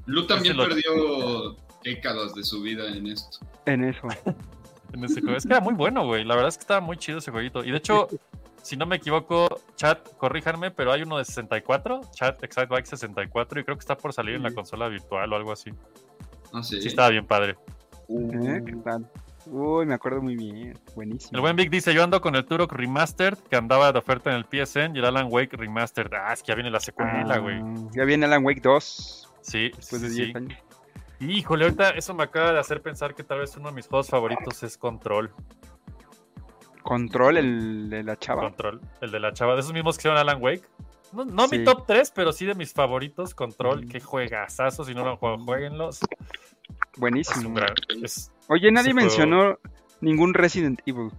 Lu también ese lo- perdió décadas de su vida en esto. en eso. en ese juego. Es que era muy bueno, güey. La verdad es que estaba muy chido ese jueguito. Y de hecho, si no me equivoco, chat, corríjanme, pero hay uno de 64, chat Excite Bike 64, y creo que está por salir en la consola virtual o algo así. Ah, sí. Uh, Sí, estaba bien padre. ¿eh? ¿Qué tal? Uy, me acuerdo muy bien. Buenísimo. El buen Vic dice: Yo ando con el Turok Remastered, que andaba de oferta en el PSN, y el Alan Wake Remastered. Ah, es que ya viene la secuela, Ah, güey. Ya viene Alan Wake 2. Sí, sí, Después de sí. 10 años. Híjole, ahorita eso me acaba de hacer pensar que tal vez uno de mis juegos favoritos es Control. Control, el de la chava. Control, el de la chava. De esos mismos que hicieron Alan Wake. No, no Sí. mi top 3, pero sí de mis favoritos. Control, Mm. que juegazazo. Si no lo han jugado, jueguenlos. Es, Buenísimo. un gran- es- Oye, nadie ese juego. mencionó ningún Resident Evil.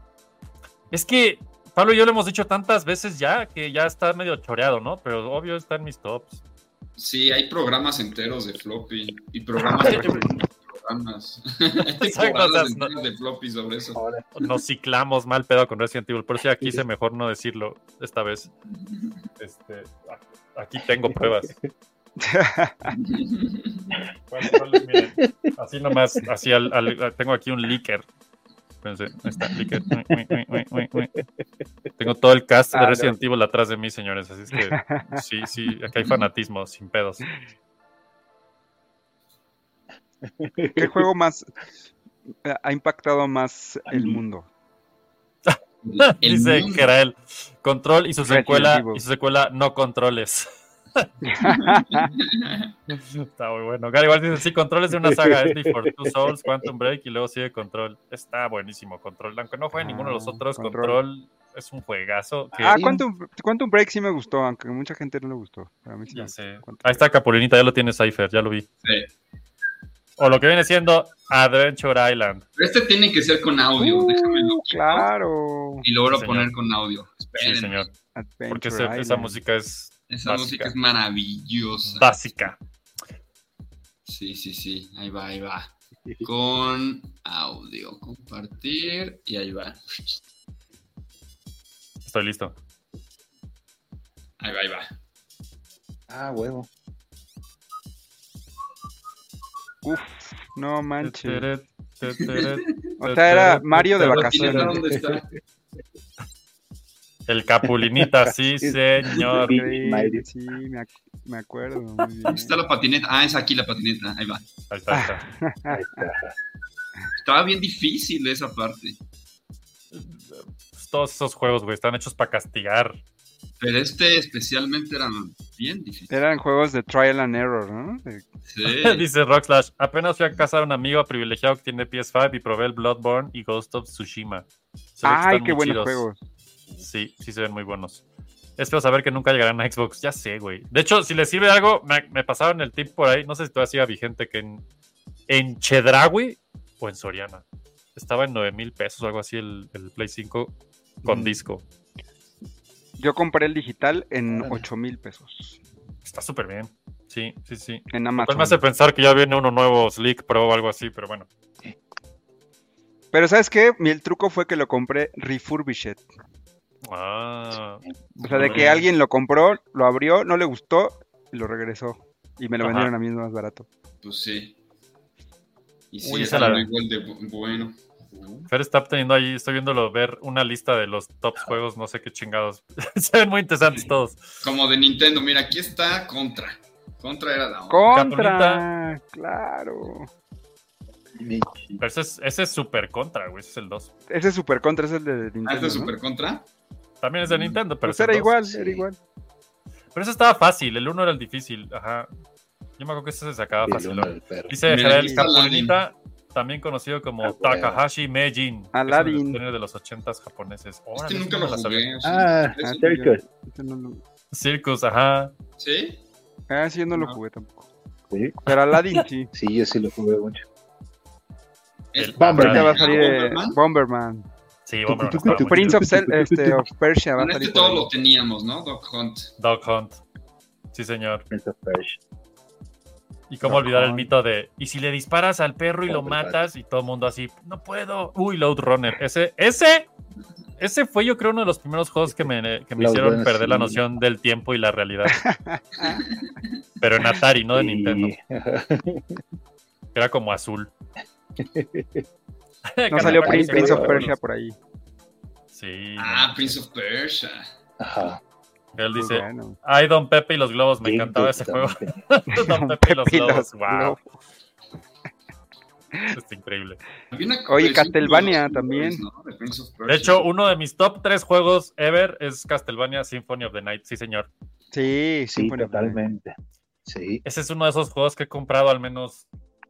es que Pablo y yo lo hemos dicho tantas veces ya que ya está medio choreado, ¿no? Pero obvio está en mis tops. Sí, hay programas enteros de floppy y programas de programas. Hay Ah, Exacto, programas o sea, enteros de floppy sobre eso. Ahora, Nos ciclamos mal pedo con Resident Evil. Por eso ya quise mejor no decirlo esta vez. Este, a- aquí tengo pruebas. ¿Cuál- cuál es? Miren, así nomás, así al, al- tengo aquí un leaker. Pensé, ahí está, leaker. Ui, ui, ui, ui, ui, ui. Tengo todo el cast de Ah, Resident Evil atrás de mí, señores. Así es que sí, sí, acá hay fanatismo, sin pedos. ¿Qué juego más eh, ha impactado más el mundo? El Dice mundo. que era él. Control y su Resident secuela, Evil. y su secuela no controles. Está muy bueno. Gary Ward dice, sí, Control es de una saga, es Need for Two Souls, Quantum Break y luego sigue Control. Está buenísimo Control. Aunque no juegue ninguno de los Ah, otros, Control, Control. es un juegazo. que- Ah, Quantum, Quantum Break sí me gustó, aunque mucha gente no le gustó. Pero a mí sí ya me- sé. Quantum Ahí está Capulinita, ya lo tiene Cypher, ya lo vi. Sí. O lo que viene siendo Adventure Island. Pero este tiene que ser con audio, Uh, déjame lo quito claro. y lo vuelvo Sí, señor. a poner con audio. Sí, Espérenme. señor. Porque ese- Adventure esa Island. música es Esa Básica. música es maravillosa. básica. Sí, sí, sí, ahí va, ahí va. Con audio, compartir y ahí va. Estoy listo. Ahí va, ahí va. ah, huevo. Uf, no manches. Teteret, teteret, O sea, era teteret, Mario de teteret. vacaciones. ¿Dónde está? El Capulinita, sí, señor. Increíble, Sí, me, ac- me acuerdo. Muy bien. ¿Dónde está la patineta? Ah, es aquí la patineta, ahí va. Ahí está, ahí está. Ah, Estaba bien difícil esa parte. Pues Todos esos juegos, güey, están hechos para castigar. Pero este especialmente era bien difícil. Eran juegos de trial and error, ¿no? De- Sí. Dice Rockslash, apenas fui a casa de un amigo privilegiado que tiene PS5 y probé el Bloodborne y Ghost of Tsushima. Se ve que Ay, están qué muy buenos chidos. juegos. Sí, sí se ven muy buenos. Es feo saber que nunca llegarán a Xbox, ya sé, güey. De hecho, si les sirve de algo, me, me pasaron el tip por ahí, no sé si todavía siga vigente, que en, en Chedraui o en Soriana. Estaba en 9 mil pesos o algo así el, el Play 5 con Mm. disco. Yo compré el digital en Órale. 8 mil pesos Está súper bien. Sí, sí, sí. en Lo cual me hace Amazon. pensar que ya viene uno nuevo, Slick Pro o algo así, pero bueno. Pero ¿sabes qué? Mi- El truco fue que lo compré refurbished. Ah, O sea, de que alguien lo compró, lo abrió, no le gustó, y lo regresó. Y me lo Ajá. vendieron a mí más barato. Pues sí. Y sí, Uy, es esa la- algo igual de bu- bueno. Fer está teniendo ahí, estoy viéndolo ver una lista de los tops juegos, no sé qué chingados. Se ven muy interesantes todos. Como de Nintendo, mira, aquí está Contra. Contra era la otra. ¡Contra! ¡Claro! Mi- Pero ese es, ese es super contra, güey, ese es el 2. Ese es Super Contra, ese es el de Nintendo, Ah, este es ¿no? Super Contra. También es de Nintendo, pero Pues ese era es el dos. igual, sí. era igual. Pero ese estaba fácil, el 1 era el difícil. Ajá. Yo me acuerdo que ese se sacaba el Ah, fácil. uno del perro. Dice Mira, aquí Jael está Aladdin. Capulinita, también conocido como Ah, huevo. Takahashi Meijin. Aladdin. Es de los 80s japoneses. Órale, Este nunca no lo la sabía. jugué. o sea, Ah, ¿eso? Circus. Este no lo- Circus, ajá. ¿Sí? Ah, sí, yo no, lo No. jugué tampoco. Sí, Pero Aladdin sí. sí, yo sí lo jugué mucho. Es- El- Ahorita Aladdin. va a salir eh, Bomberman. Bomberman. Sí, hombre, Tucu, estaba tucu, muy Prince chido. of, Cel- este, of Persia va a Con este salir. por todos ahí. lo teníamos, ¿no? Doc Hunt. Dog Hunt. Sí, señor. Prince of Persia. Y cómo Dog olvidar el Hunt. mito de. Y si le disparas al perro y lo Hombre, matas, y todo el mundo así, no puedo. Uy, Load Runner. Ese, ese, ese fue, yo creo, uno de los primeros juegos que me, que me Lode hicieron Runner, perder la sí. noción del tiempo y la realidad. Pero en Atari, no de Nintendo. Y- Era como azul. No salió Prince, Prince of Persia por ahí. Sí. Ah, no. Prince of Persia. Ajá. Él Muy dice: bueno. Ay, Don Pepe y los globos. Me encantaba ese juego. Don Pepe y los globos. Wow. Es increíble. Había una Oye, versión Castlevania con los también. Beatles, ¿no? De Prince of De Persia. hecho, uno de mis top tres juegos ever es Castlevania Symphony of the Night. Sí, señor. Sí, Sí, Symphony of the Night. totalmente. Sí. Ese es uno de esos juegos que he comprado al menos,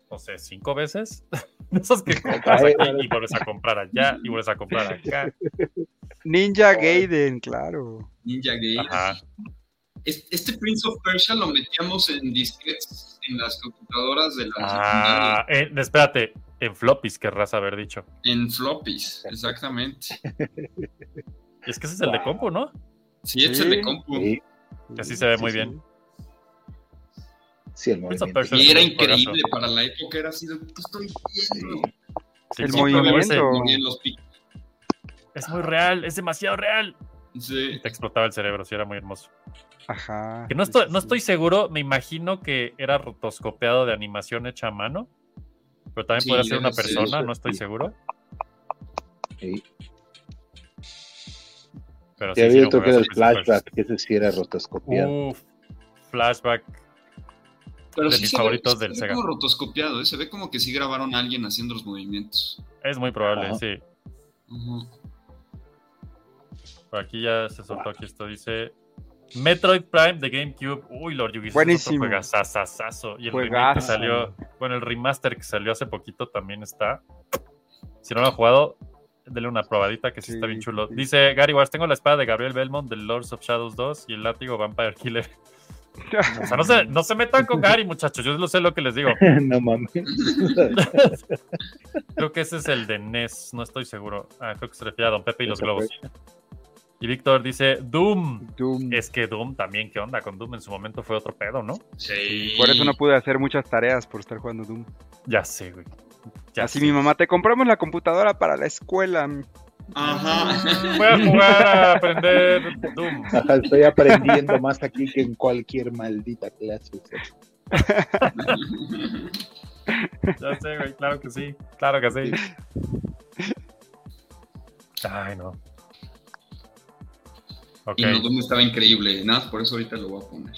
no sé, cinco veces. De esos que compras Ay, aquí y vuelves a comprar allá y vuelves a comprar acá. Ninja Gaiden, claro. Ninja Gate. Ajá. Es- Este Prince of Persia lo metíamos en disquets en las computadoras de la Ah, eh, espérate, en floppies querrás haber dicho. en floppies, exactamente. Y es que ese es el de compu, ¿no? Sí, este Sí. de compu. Sí, Así se ve muy sí. bien. sí, el Prince of movimiento. Persia. Y era es un juegazo. increíble para la época, era así de, ¿qué estoy viendo? Sí, El como que movimiento. ese- Movían los pic- Es muy real, es demasiado real. sí. Te explotaba el cerebro, sí, era muy hermoso. Ajá. Que no sí, estoy, sí, no sí. estoy seguro, me imagino que era rotoscopeado de animación hecha a mano. Pero también Sí, podría ser debe una ser. persona, no estoy seguro. Sí. Pero sí, Sí, sí, había era otro un que era el juegazo, flashback, que ese sí era rotoscopiado. Uf, flashback. Pero de sí mis se favoritos ve, se del ve Sega. como rotoscopiado, ¿eh? se ve como que sí grabaron a alguien haciendo los movimientos. Es muy probable, Ajá. sí. Ujú. Por aquí ya se soltó aquí esto. Dice Metroid Prime de GameCube. Uy, Lord Yugi. ese es otro Buenísimo. juegazazazazo. Y el remake que Juegazo. salió. Bueno, el remaster que salió hace poquito también está. Si no lo han jugado, denle una probadita que sí, Sí, está bien chulo. sí. Dice Gary Wars: Tengo la espada de Gabriel Belmont de Lords of Shadows 2 y el látigo Vampire Killer. O sea, no se, no se metan con Gary, muchachos. Yo lo sé lo que les digo. no mames. Creo que ese es el de NES, no estoy seguro. Ah, creo que se refiere a Don Pepe y los globos. Y Víctor dice, Doom. Doom. Es que Doom también, ¿qué onda? Con Doom en su momento fue otro pedo, ¿no? Sí. Por eso no pude hacer muchas tareas por estar jugando Doom. Ya sé, güey. Ya Así sé. mi mamá, te compramos la computadora para la escuela. mi". Ajá. Voy a jugar a aprender Doom. Ajá, Estoy aprendiendo más aquí que en cualquier maldita clase. Ya sé, güey, claro que sí. Claro que sí. Ay, no. Ok. Y no, Doom estaba increíble, nada, por eso ahorita lo voy a poner.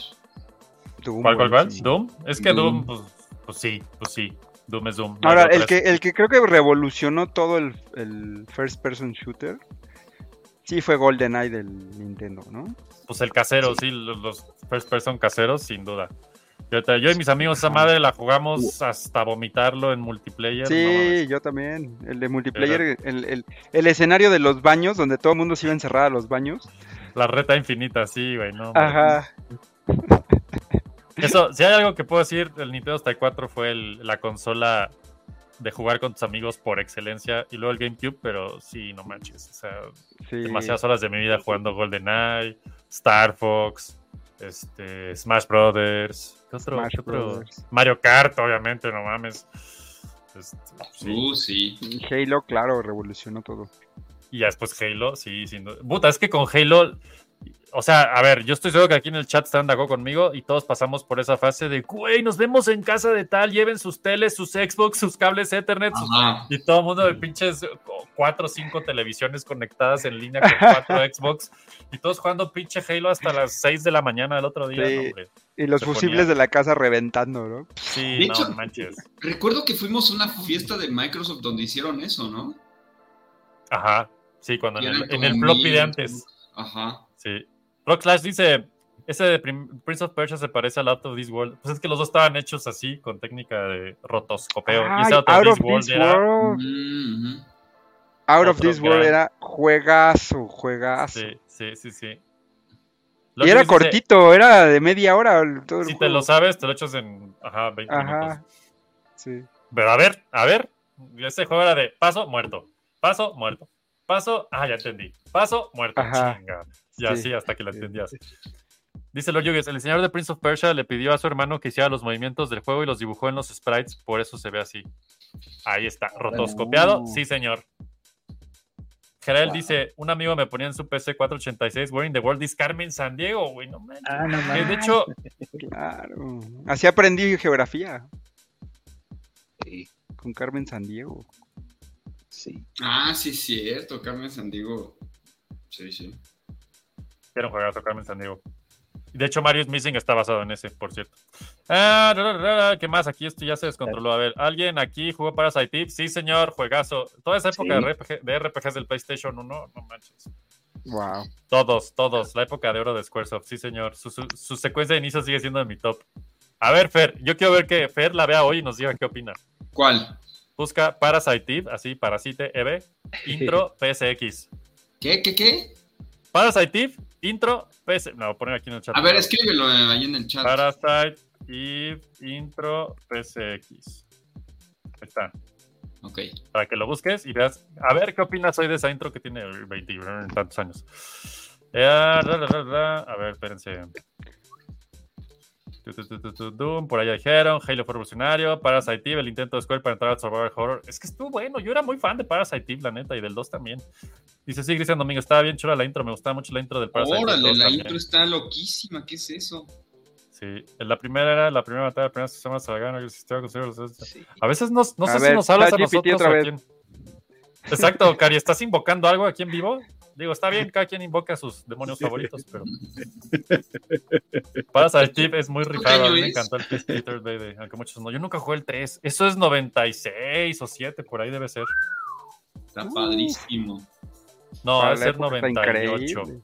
Doom, ¿Cuál, cuál, cuál? buenísimo. ¿Doom? Es que Doom, Doom. pues, pues sí, pues sí. Doom es Doom. no hay Ahora, de el otras. que, el que creo que revolucionó todo el, el first person shooter, sí fue GoldenEye del Nintendo, ¿no? Pues el casero, sí, los, los first person caseros, sin duda. Yo, te- yo y mis amigos, esa madre la jugamos hasta vomitarlo en multiplayer. no mames. Sí, yo también. El de multiplayer, el, el- el escenario de los baños, donde todo el mundo se iba a encerrar a los baños. la reta infinita, sí, güey. No, mames. Ajá. Eso, si hay algo que puedo decir, el Nintendo 64 fue el- la consola de jugar con tus amigos por excelencia y luego el GameCube, pero sí, no manches. O sea, Sí. demasiadas horas de mi vida jugando GoldenEye, Star Fox, este, Smash Brothers. ¿Qué otro? Smash qué otro? Brothers. Mario Kart, obviamente, no mames. Este, sí. Uh, sí. Y Halo, claro, revolucionó todo. Y ya después Halo, sí, sin duda. Puta, es que con Halo. O sea, a ver, yo estoy seguro que aquí en el chat están de acuerdo conmigo y todos pasamos por esa fase de, güey, nos vemos en casa de tal, lleven sus teles, sus Xbox, sus cables Ethernet, sus-". Ajá. y todo el mundo de pinches co- cuatro o cinco televisiones conectadas en línea con cuatro Xbox y todos jugando pinche Halo hasta las seis de la mañana del otro día. Sí. no, hombre. Y los Se fusibles ponía- de la casa reventando, ¿no? Sí, De no hecho- manches. Recuerdo que fuimos a una fiesta de Microsoft donde hicieron eso, ¿no? Ajá, sí, cuando Y en eran el, en como el floppy mil, de antes. Ajá. Sí. Rock Slash dice: Ese de Prim- Prince of Persia se parece al Out of This World. Pues es que los dos estaban hechos así, con técnica de rotoscopeo. y Ay, ese Out of out This of World this era. world. Mm, ujú. Out of Otro this world gran- era juegazo, juegazo. Sí, sí, sí. sí. Y era cortito, era de media hora el- todo el si te juego. lo sabes, te lo echas en. Ajá, 20 Ajá. minutos. pues. Sí. Pero a ver, a ver. Ese juego era de paso, muerto. Paso, muerto. Paso, ah, ya entendí. Paso, muerto. Ajá. Chinga. Y Sí. así hasta que la Sí. entendías. Dice Lord Yugues, el diseñador de Prince of Persia le pidió a su hermano que hiciera los movimientos del juego y los dibujó en los sprites, por eso se ve así. Ahí está, rotoscopiado, Bueno. sí señor. Gerald Wow. dice, un amigo me ponía en su PC 486 Wearing the World is Carmen San Diego, güey, no manches. Ah, no Que mames. Eh, de hecho, Claro. Así aprendí geografía Sí, con Carmen Sandiego. sí. Ah, sí, es cierto, Carmen Sandiego. Sí, sí. quiero jugar a Carmen San Diego. De hecho, Marius Missing está basado en ese, por cierto. Ah, ra, ra, ra, ¿Qué más? Aquí esto ya se descontroló. A ver, ¿alguien aquí jugó Parasite Eve? Sí, señor, juegazo. Toda esa época Sí. de, RPG de RPGs del PlayStation 1, no manches. Wow. Todos, todos. La época de oro de Squaresoft, sí, señor. Su, su- su secuencia de inicio sigue siendo de mi top. A ver, Fer, yo quiero ver que Fer la vea hoy y nos diga qué opina. ¿Cuál? Busca Parasite Eve, así, Parasite EV, intro PSX. ¿Qué, qué, qué? Parasite Eve, intro PSX. No, poner aquí en el chat. A ver, escríbelo eh, ahí en el chat. Parasite Eve, intro PSX. Ahí está. Ok. para que lo busques y veas. A ver qué opinas hoy de esa intro que tiene 20 y tantos años. Eh, ra, ra, ra, ra. A ver, espérense. Tu, tu, tu, tu, tu, Doom, por allá dijeron. Halo fue revolucionario. Parasite Eve, el intento de Square para entrar al Survivor Horror. Es que estuvo bueno. Yo era muy fan de Parasite Eve, la neta, y del 2 también. Dice, sí, Cristian Domingo, estaba bien chula la intro. Me gustaba mucho la intro del Parasite Eve Órale, 2 la también. intro está loquísima. ¿Qué es eso? Sí, la primera era la primera batalla, la primera se llama Sargano, el sistema construido los dos. A veces nos, no A sé si ver, nos hablas a ChatGPT nosotros otra o a vez. quién. Exacto, Cari, ¿estás invocando algo aquí en vivo? Digo, está bien, cada quien invoca a sus demonios favoritos, pero. Pasa, el tip es muy rifado. A mí me es? encantó el Peter Day, aunque muchos no. Yo nunca jugué el 3. Eso es 96 o 7, por ahí debe ser. Uh. Está padrísimo. No, Para debe la ser época está 98. increíble.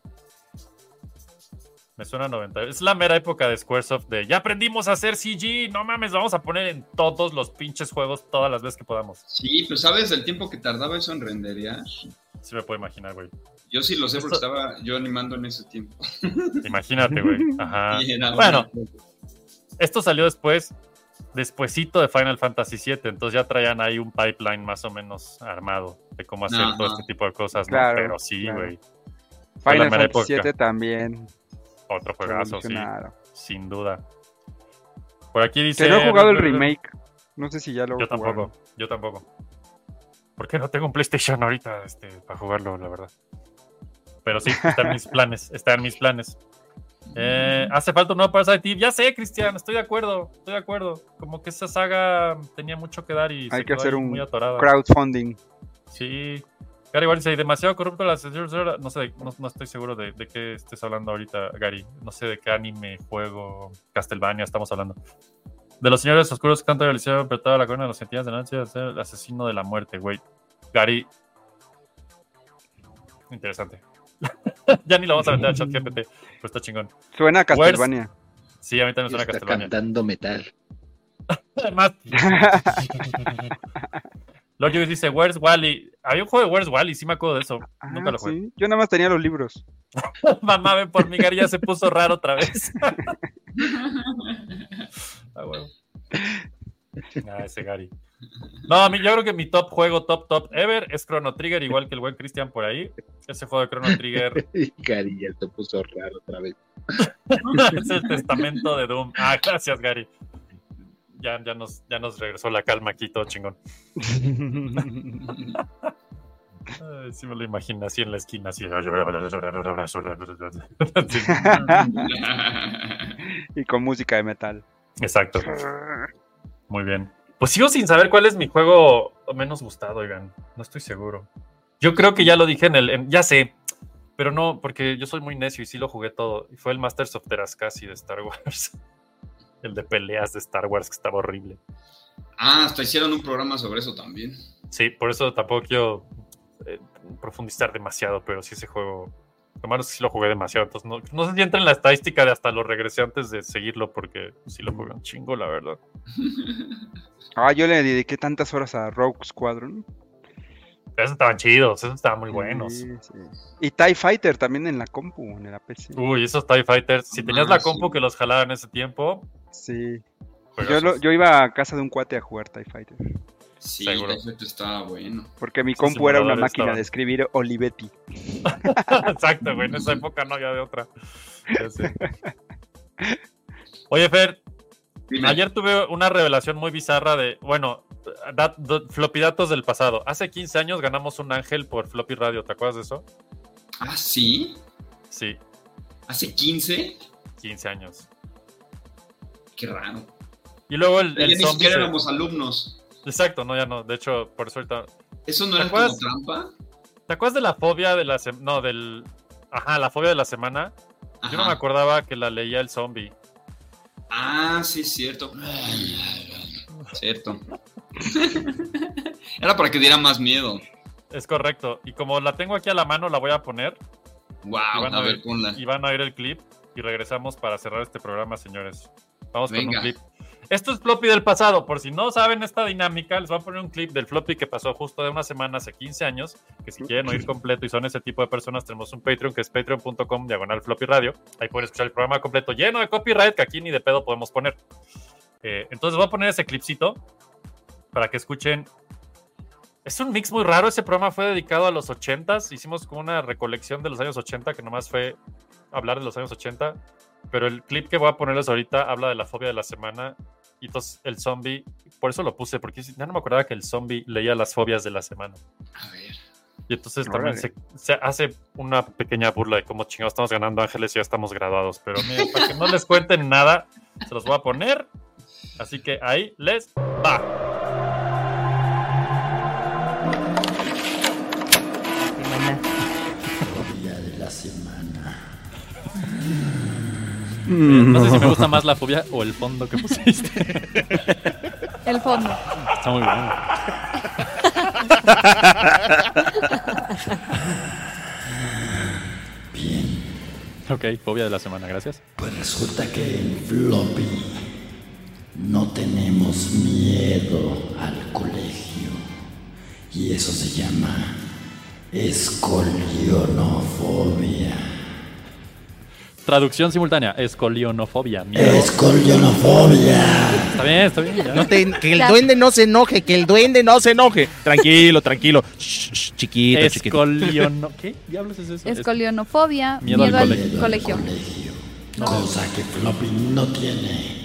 Me suena a 90. Es la mera época de Squaresoft de ya aprendimos a hacer CG. No mames, lo vamos a poner en todos los pinches juegos todas las veces que podamos. Sí, pero ¿sabes el tiempo que tardaba eso en renderear? Sí me puedo imaginar, güey. Yo sí lo sé porque Esto- estaba yo animando en ese tiempo. Imagínate, güey. Ajá. Y era Ah, Bueno, una- esto salió después, despuesito de Final Fantasy VII, entonces ya traían ahí un pipeline más o menos armado de cómo hacer Ajá. todo este tipo de cosas, ¿no? Claro, Pero sí, claro. güey. Fue la Final mera Fantasy época. VII también. Otro juegazo, sí. revolucionaron. Sin duda. Por aquí dice. Que no he jugado el remake. No sé si ya lo Yo jugaron. tampoco, yo tampoco. Porque no tengo un PlayStation ahorita este, para jugarlo, la verdad. Pero sí, está en mis planes, está en mis planes. Eh, hace falta un nuevo Parasite Eve. Ya sé, Cristian, estoy de acuerdo, estoy de acuerdo. Como que esa saga tenía mucho que dar y Hay se que quedó hacer ahí un muy atorada. Crowdfunding. Sí. Gary igual dice, demasiado corrupto la censura. No sé, no, no estoy seguro de, de qué estés hablando ahorita, Gary. No sé de qué anime, juego, Castlevania estamos hablando. De los señores oscuros que tanto realizaron apretado la corona de los entidades de noche de ser el asesino de la muerte, güey. Gary. Interesante. ya ni lo vamos a vender a ChatGPT, pero está chingón. Suena Pues, a Castlevania. Sí, a mí también me suena Está Castlevania. cantando metal. Además. Logic dice, Where's Wally? Había un juego de Where's Wally, sí me acuerdo de eso. Nunca Ah, lo jugué. sí. Yo nada más tenía los libros. Mamá, ven por mi Gary ya se puso raro otra vez. ah, huevo. Ah, ese Gary. No, a mí yo creo que mi top juego, top, top ever es Chrono Trigger, igual que el buen Cristian por ahí. Ese juego de Chrono Trigger Y Cari ya te puso raro otra vez. es el testamento de Doom. Ah, gracias, Gary. Ya, ya, nos, ya nos regresó la calma aquí, todo chingón. Ay, sí me lo imaginé así en la esquina, así. Sí, y con música de metal. exacto. Muy bien. Pues sigo sin saber cuál es mi juego menos gustado, oigan. No estoy seguro. Yo creo que ya lo dije en el. en- ya sé. Pero no, porque yo soy muy necio y sí lo jugué todo. Y fue el Masters of Terascasi de Star Wars. El de peleas de Star Wars que estaba horrible. Ah, hasta hicieron un programa sobre eso también. Sí, por eso tampoco quiero eh, profundizar demasiado, pero sí ese juego. Lo malo es que sí lo jugué demasiado. Entonces no, no sé si entra en la estadística de hasta lo regresé antes de seguirlo, porque sí lo jugué un chingo, la verdad. Ah, yo le dediqué tantas horas a Rogue Squadron. Esos estaban chidos, esos estaban muy buenos. Sí, sí. Y TIE Fighter también en la compu, en la PC. Uy, esos TIE Fighters. Si tenías la Ah, sí. compu que los jalaba en ese tiempo, Sí. Yo, juegazos. lo- yo iba a casa de un cuate a jugar TIE Fighter. Sí, Seguro. el efecto estaba bueno. Porque mi Esos compu era una simuladores máquina estaban- de escribir Olivetti. Exacto, güey. En esa época no había de otra. Ya sé. Oye, Fer, Dime, ayer tuve una revelación muy bizarra de, bueno, dat- do- floppy datos del pasado. Hace 15 años ganamos un ángel por floppy radio, ¿te acuerdas de eso? ¿Ah, sí? Sí, ¿Hace 15? 15 años. Qué raro. Y luego el, Ya el ni zombie. siquiera se- éramos alumnos. Exacto, no, ya no. De hecho, por suerte. ¿Eso no ¿Te era acuerdas? como trampa? ¿Te acuerdas de la fobia de la semana? No, del. Ajá, la fobia de la semana. Yo no me Ajá. acordaba que la leía el zombie. Ah, sí, es cierto. Cierto. Era para que diera más miedo. Es correcto. Y como la tengo aquí a la mano, la voy a poner Wow, Iván, a a ver, ver. ponla. y van a ir el clip y regresamos para cerrar este programa, señores. Vamos con Venga. un clip. Esto es floppy del pasado. Por si no saben esta dinámica, les voy a poner un clip del floppy que pasó justo de una semana hace 15 años. Que si quieren oír completo y son ese tipo de personas, tenemos un Patreon que es patreon.com diagonal floppy radio. Ahí pueden escuchar el programa completo lleno de copyright que aquí ni de pedo podemos poner. Eh, entonces voy a poner ese clipcito para que escuchen. Es un mix muy raro. Ese programa fue dedicado a los 80s. Hicimos como una recolección de los años 80 que nomás fue hablar de los años 80. Pero el clip que voy a ponerles ahorita habla de la fobia de la semana. Y entonces el zombie, por eso lo puse, porque ya no me acordaba que el zombie leía las fobias de la semana. A ver. Y entonces también Órale. se, se hace una pequeña burla de cómo chingados estamos ganando ángeles y ya estamos graduados. Pero mira, para que no les cuenten nada, se los voy a poner. Así que ahí les va. No sé si me gusta más la fobia o el fondo que pusiste. El fondo. Está muy bueno. Bien. Ok, fobia de la semana, gracias. Pues resulta que en Floppy no tenemos miedo al colegio. Y eso se llama escolionofobia. Traducción simultánea, escolionofobia. miedo. Escolionofobia. Está bien, está bien. ya. No te- que el Ya. duende no se enoje, que el duende no se enoje. Tranquilo, tranquilo. Shh, shh, chiquito, chiquito. Escoliono... ¿Qué diablos es eso? Escolionofobia. Miedo Miedo, al al colegio. colegio. Colegio. Cosa que Floppy no tiene.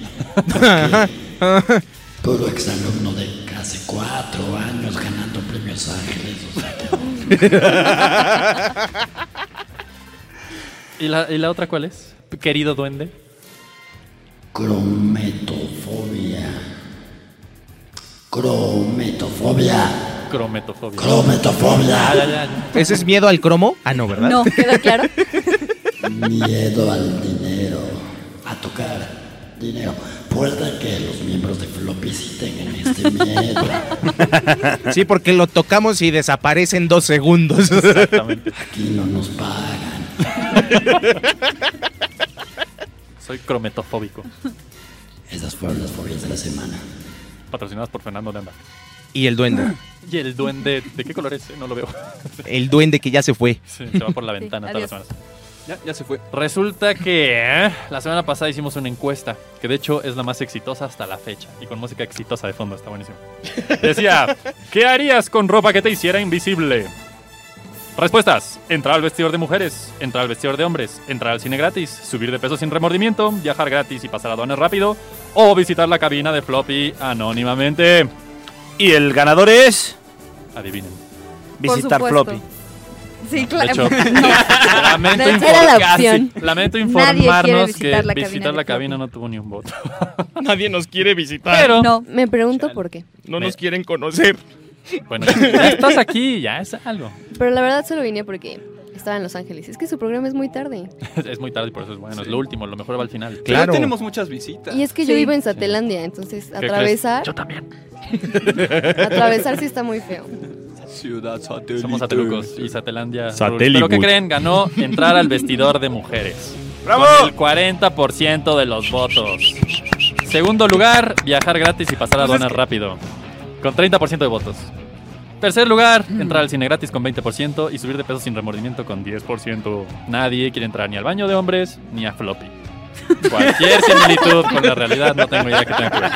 Puro exalumno de casi cuatro años ganando premios ángeles. o sea, ¿Y la, ¿Y la otra cuál es? Querido duende. Crometofobia. Crometofobia. Crometofobia. Crometofobia. Ah, ya, ya, ya. ¿Ese es miedo al cromo? Ah, no, ¿verdad? No, ¿queda claro? Miedo al dinero. A tocar dinero. Puerta que los miembros de Floppy sí tengan este miedo. Sí, porque lo tocamos y desaparece en dos segundos. Exactamente. Aquí no nos pagan. Soy crometofóbico. Esas fueron las fobias de la semana. Patrocinadas por Fernando Landa. y el duende. Y el duende. ¿De qué color es? Eh, No lo veo. El duende que ya se fue. Sí, se va por la Sí, ventana todas las adiós. semanas. Ya, ya se fue. Resulta que eh, la semana pasada hicimos una encuesta, que de hecho es la más exitosa hasta la fecha, y con música exitosa de fondo, está buenísimo. Decía, ¿qué harías con ropa que te hiciera invisible? Respuestas, entrar al vestidor de mujeres, entrar al vestidor de hombres, entrar al cine gratis, subir de peso sin remordimiento, viajar gratis y pasar aduanas rápido, o visitar la cabina de Floppy anónimamente. Y el ganador es Adivinen. Por visitar supuesto. Floppy. Sí, De claro. hecho, lamento, De hecho, infor- era la casi. opción. Lamento Nadie quiere informarnos que visitar la cabina visitar de la Floppy. cabina no tuvo ni un voto. Nadie nos quiere visitar. Pero, No, Me pregunto por qué. No Eh, nos quieren conocer. bueno, ya, ya estás aquí, ya es algo. Pero la verdad solo vine porque estaba en Los Ángeles. Es que su programa es muy tarde. Es, es muy tarde y por eso es bueno, es lo último, lo mejor va al final. Pero Claro. tenemos muchas visitas. Y es que yo Sí. vivo en Satelandia, entonces crees? atravesar, Yo también. atravesar sí está muy feo. Ciudad satélite. Somos satelucos y Satelandia. Satelliwood. Pero ¿qué creen? Ganó entrar al vestidor de mujeres. Con ¡Bravo! el 40% de los votos. Segundo lugar, viajar gratis y pasar a Pues aduanas rápido. Con 30% de votos. Tercer lugar, Mm. entrar al cine gratis con 20% y subir de peso sin remordimiento con 10%. Nadie quiere entrar ni al baño de hombres ni a floppy. Cualquier similitud con la realidad no tengo idea que tenga que ver.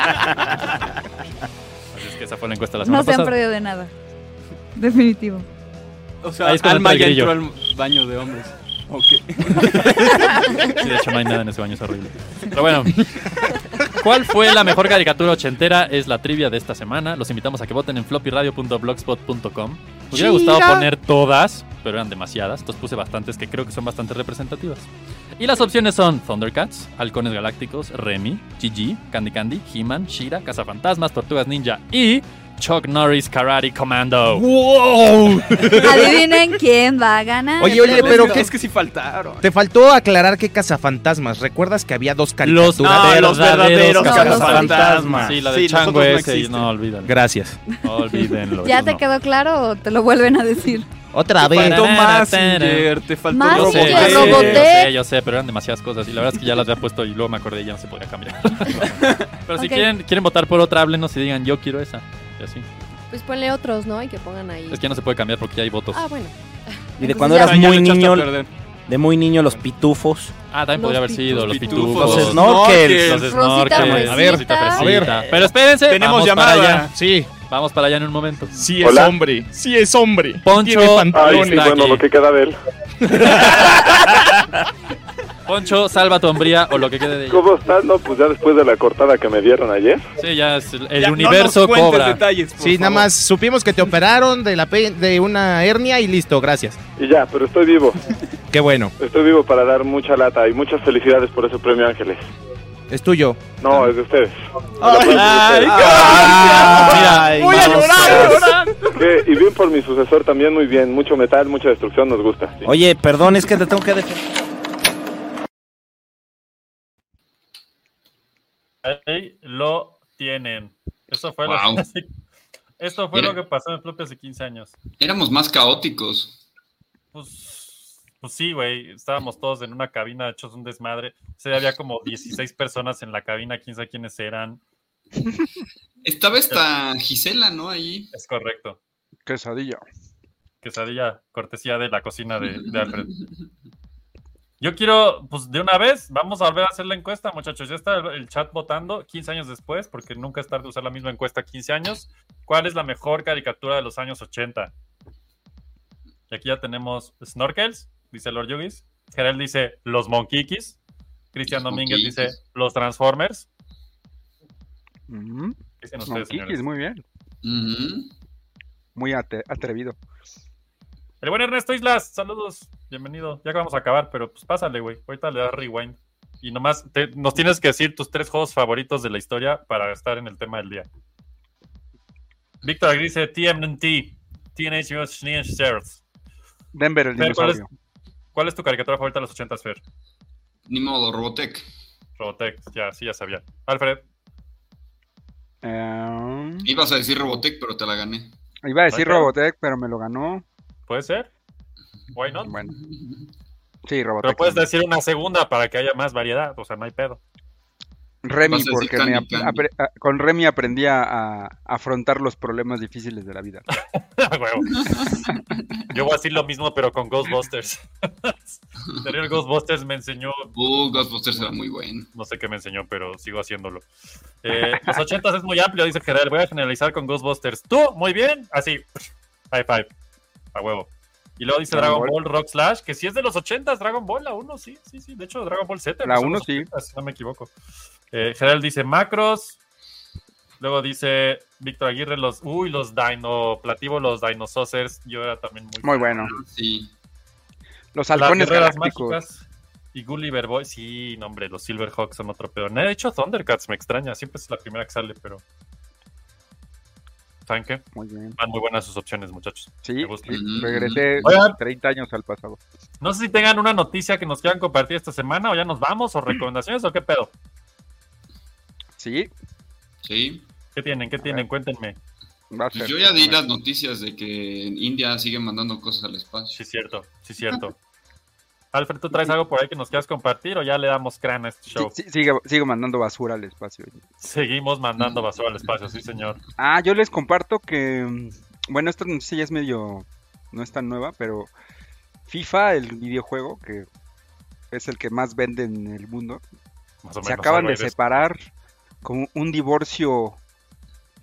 Así es que esa fue la encuesta de la semana no se han pasada. perdido de nada. Definitivo. O sea, Ahí es cuando Alma entra ya el entró al baño de hombres. Ok. Sí, de hecho no hay nada en ese baño, es horrible. Pero bueno, ¿cuál fue la mejor caricatura ochentera? Es la trivia de esta semana. Los invitamos a que voten en floppyradio.blogspot.com. Me hubiera gustado poner todas, pero eran demasiadas. Entonces puse bastantes que creo que son bastante representativas. Y las opciones son Thundercats, Halcones Galácticos, Remy, Gigi, Candy Candy, He-Man, Shira, Cazafantasmas, Tortugas Ninja y Chuck Norris Karate Commando. ¡Wow! Adivinen quién va a ganar. Oye, oye, pero ¿qué es que si faltaron? Te faltó aclarar que cazafantasmas. ¿Recuerdas que había dos caricaturas? Ah, los verdaderos cazafantasmas. fantasmas. Sí, la de Chango ese, y no olvídalo. Gracias. Olvídenlo. ¿Ya te quedó claro o te lo vuelven a decir? Otra Te vez. faltó Mazinger, te faltó Mazinger, Yo sé, yo Robotech. sé, yo sé, pero eran demasiadas cosas y la verdad es que ya las había puesto y luego me acordé y ya no se podía cambiar. pero si Ok. quieren, quieren votar por otra, háblenos y digan yo quiero esa. Y así. Pues ponle otros, ¿no? Y que pongan ahí. Es que ya no se puede cambiar porque ya hay votos. Ah, bueno. Y de Entonces cuando ya- eras muy niño, de muy niño los pitufos. Ah, también podría haber sido los pitufos. pitufos. Los snorkels. Los Rosita snorkels. Fresita. A ver, a A ver. ver. Pero espérense. Tenemos vamos llamada. Para allá. Sí. Vamos para allá en un momento. Sí es Hola. hombre, sí es hombre. Poncho. Tiene pantalones. está Ay, bueno, aquí. lo que queda de él. Poncho, salva tu hombría o lo que quede de ella. ¿Cómo estás? No, pues ya después de la cortada que me dieron ayer. Sí, ya es el el no universo nos cuentes cobra. detalles, Sí, nada más supimos que te operaron de, la pe- de una hernia y listo, gracias. Y ya, pero estoy vivo. Qué bueno. Estoy vivo para dar mucha lata y muchas felicidades por ese premio, Ángeles. Es tuyo. No, es de ustedes. Ah. Voy a llorar, Y bien por mi sucesor también, muy bien. Mucho metal, mucha destrucción, nos gusta. sí. Oye, perdón, es que te tengo que defender. Ahí lo tienen. Eso fue, lo, Wow. que, esto fue Mira. lo que pasó en Floppy hace 15 años. Éramos más caóticos. Pues, pues sí, güey. Estábamos todos en una cabina hechos un desmadre. O sea, había como 16 personas en la cabina, quién sabe quiénes eran. Estaba esta Gisela, ¿no? Ahí. Es correcto. Quesadilla. Quesadilla, cortesía de la cocina de, de Alfred. Yo quiero, pues de una vez, vamos a volver a hacer la encuesta, muchachos. Ya está el, el chat votando 15 años después, porque nunca es tarde usar la misma encuesta 15 años. ¿Cuál es la mejor caricatura de los años 80? Y aquí ya tenemos Snorkels, dice Lord Yugis. Gerald dice Los Monkikis. Cristian Domínguez dice Monquiquis. Los Transformers. Ujú. Dicen No, ustedes, Kikis, señores. muy bien. Muy ate- atrevido. El buen Ernesto Islas, saludos, bienvenido. Ya que vamos a acabar, pero pues pásale, güey. Ahorita le das rewind. Y nomás te- nos tienes que decir tus tres juegos favoritos de la historia para estar en el tema del día. Víctor dice TMNT, Teenage Mutant Ninja Turtles. Denver, el Fer, ¿cuál, es, dinosaurio. cuál es tu caricatura favorita de los 80, Fer? Ni modo, Robotech. Robotech, ya, sí, ya sabía. Alfred, Eh, Ibas a decir Robotech, pero te la gané. iba a decir Ay, claro. Robotech, pero me lo ganó. ¿puede ser? Why not? Bueno. Sí, Pero Robotech. puedes decir una segunda para que haya más variedad, o sea, no hay pedo. Remy, Vas a decir porque Candy, me ap- Candy. apre- a- con Remy aprendí a, a afrontar los problemas difíciles de la vida. Ah, A huevo. Yo voy a decir lo mismo, pero con Ghostbusters. Anterior Ghostbusters me enseñó. Uh, Ghostbusters era muy bueno. No sé qué me enseñó, pero sigo haciéndolo. Eh, los 80 es muy amplio, dice Gerard. Voy a generalizar con Ghostbusters. Tú, muy bien. Así. High five. A huevo. Y luego dice Dragon Dragon Ball, Rock Slash, que si es de los 80 Dragon Ball, la 1, sí, sí, sí. De hecho, Dragon Ball Z. La empezó en uno, pues los sí. 80, Ah, si no me equivoco. Eh, Gerald dice macros. Luego dice Víctor Aguirre, los. Uy, los Dino Plativos, los Dinosaucers. Yo era también muy. Muy bueno. Sí. Los Las halcones guerreras galácticos. mágicas y Gulliver Boy. Sí, no, hombre, los Silverhawks son otro peor. No he hecho Thundercats, me extraña. Siempre es la primera que sale, pero. ¿Saben qué? Muy bien. Van muy buenas sus opciones, muchachos. Sí, Me gusta. sí, regresé Oigan, 30 años al pasado. no sé si tengan una noticia que nos quieran compartir esta semana o ya nos vamos o recomendaciones o qué pedo. Sí, Sí. ¿Qué tienen? ¿Qué tienen? Cuéntenme. va a Pues ser. yo ya di las noticias de que India sigue mandando cosas al espacio. Sí, cierto, sí, cierto. Alfred, ¿tú traes algo por ahí que nos quieras compartir o ya le damos crán a este Sí, show? sí, sigue, sigo mandando basura al espacio. Seguimos mandando basura al espacio, sí, señor. Ah, yo les comparto que. mm, Bueno, esta noticia ya es medio. No es tan nueva, pero. FIFA, el videojuego que es el que más vende en el mundo, Más o se menos, acaban algo de eres. separar con un divorcio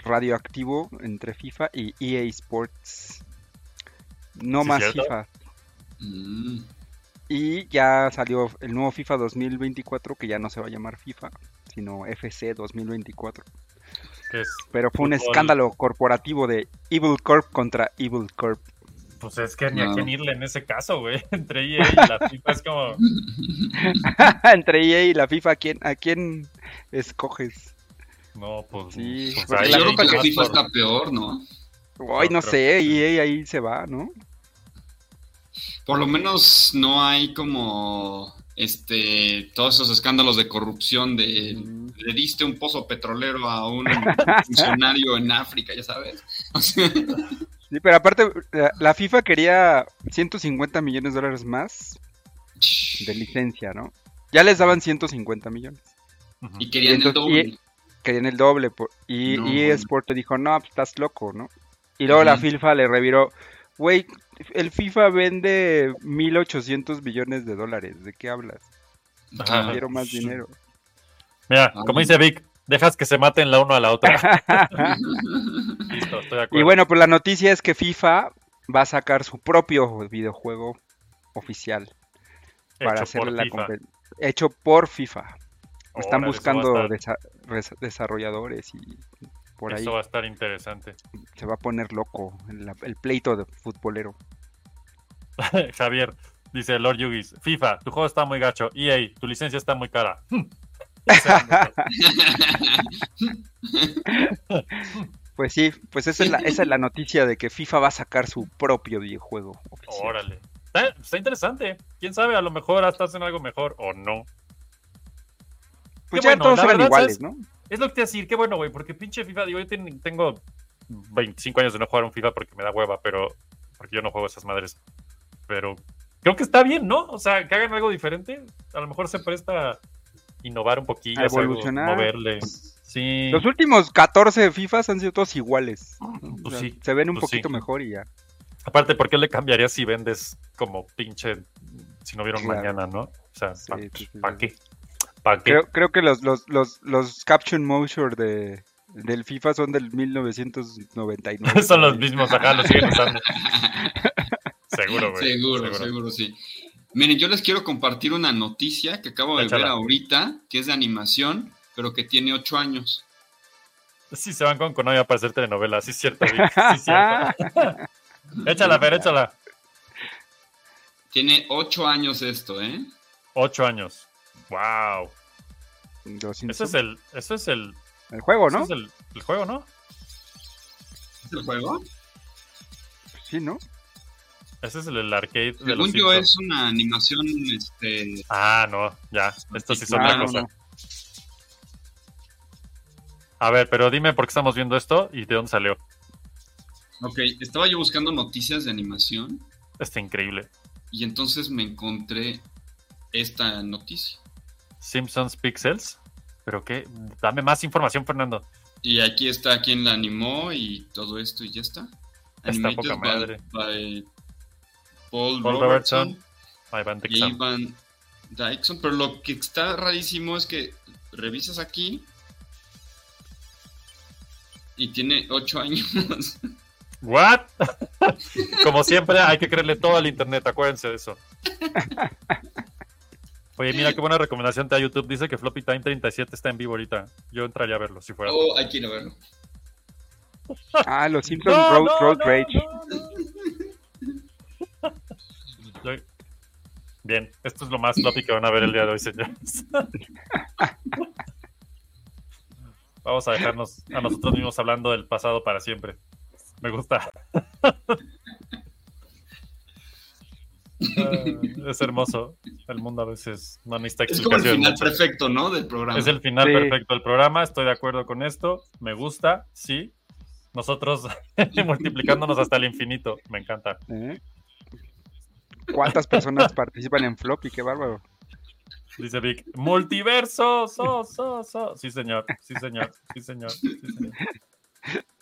radioactivo entre FIFA y EA Sports. No ¿Sí más cierto? FIFA. Mm. Y ya salió el nuevo FIFA 2024, que ya no se va a llamar FIFA, sino FC 2024. Que es Pero fue un fútbol. escándalo corporativo de Evil Corp contra Evil Corp. Pues es que ni a No. quién irle en ese caso, güey. Entre EA y la FIFA es como. E Entre EA y la FIFA, ¿a quién, a quién escoges? No, pues. Sí, pues porque E ahí- la ahí ropa que vas sí por- está peor, ¿no? Ay, no sé, y ahí- ahí se va, ¿no? Por lo menos no hay como este todos esos escándalos de corrupción de le diste un pozo petrolero a un funcionario en África, ya sabes. O sea, Sí, pero aparte, la, la FIFA quería 150 millones de dólares más de licencia, ¿no? Ya les daban 150 millones. Y querían el doble. querían el doble. por- y No, y bueno. Sport dijo, no, pues, estás loco, ¿no? Y luego la Ujú. FIFA le reviró, güey, el FIFA vende 1.800 billones de dólares, ¿de qué hablas? Ah, Ajá. Quiero más pues, dinero. Mira, como dice Vic, dejas que se maten la una a la otra. Listo, estoy de acuerdo. Y bueno, pues la noticia es que FIFA va a sacar su propio videojuego oficial para Hecho hacerle por la FIFA. compe- hecho por FIFA. Están Órale, eso va a buscando estar- desa- res- desarrolladores y por ahí Eso va a estar interesante. se va a poner loco el, el pleito de futbolero. Javier dice Lord Yugis, FIFA, tu juego está muy gacho. EA, tu licencia está muy cara. Pues sí, pues esa es la, esa es la noticia de que FIFA va a sacar su propio videojuego oficial. Órale. Está, está interesante. Quién sabe, a lo mejor hasta hacen algo mejor o no. Pues Qué ya bueno, todos la eran verdad, iguales, ¿sabes? ¿no? Es lo que te iba a decir, qué bueno, güey, porque pinche FIFA, digo, yo ten- tengo 25 años de no jugar un FIFA porque me da hueva, pero porque yo no juego esas madres. Pero creo que está bien, ¿no? O sea, que hagan algo diferente. A lo mejor se presta a innovar un poquillo, A hacer algo, evolucionar. moverle. Sí. Pues Los últimos 14 FIFAs han sido todos iguales. O sea, sí, se ven un pues sí. poquito mejor y ya. Aparte, ¿por qué le cambiaría si vendes como pinche si no vieron Claro. mañana, no? O sea, ¿para Pues qué? ¿Para qué? Creo, creo que los, los, los, los caption motion de, del FIFA son del 1999. Son los mismos, ajá, los siguen usando. Seguro, güey. seguro, seguro, sí. Miren, yo les quiero compartir una noticia que acabo de ver Échala. ahorita, que es de animación, pero que tiene ocho años. Sí, se van con Konami a parecer telenovela, sí es cierto, Vic, sí es cierto. échala, Fer, échala. Tiene ocho años esto, ¿eh? Ocho años. Wow. Eso Simpsons. es el, eso es el, El juego, eso ¿no? es el, el juego, ¿no? ¿Este ¿Es el juego? Sí, ¿no? Ese es el, el arcade de los Según yo Simpsons. es una animación, este... Ah, no, ya. Esto sí es Ah, otra no, cosa. no. A ver, pero dime por qué estamos viendo esto y de dónde salió. Ok, estaba yo buscando noticias de animación Está increíble. y entonces me encontré esta noticia. Simpsons Pixels. ¿Pero qué? Dame más información, Fernando. Y aquí está quien la animó y todo esto y ya está. Está poca by- madre. by Paul, Paul Robertson, Robertson. Ivan y Dixon. Ivan Dyson. Pero lo que está rarísimo es que revisas aquí y tiene ocho años. ¿What? Como siempre, hay que creerle todo al internet, acuérdense de eso. Oye, mira qué buena recomendación te da YouTube. Dice que Floppy Time 37 está en vivo ahorita. Yo entraría a verlo si fuera. oh, hay que ir a verlo. Ah, los Simpsons No, Road, no, Road no, Rage. Yo- Bien, esto es lo más floppy que van a ver el día de hoy, señores. Vamos a dejarnos a nosotros mismos hablando del pasado para siempre. Me gusta. Ah, es hermoso. El mundo a veces no necesita Es como el explicación. final perfecto, ¿no? Del programa. Es el final Sí. perfecto del programa, estoy de acuerdo con esto, me gusta, sí. Nosotros multiplicándonos hasta el infinito, me encanta. ¿Eh? ¿Cuántas personas participan en Floppy? Qué bárbaro. Dice Vic, multiverso, so, so, so. Sí, señor, sí, señor, sí, señor, sí, señor.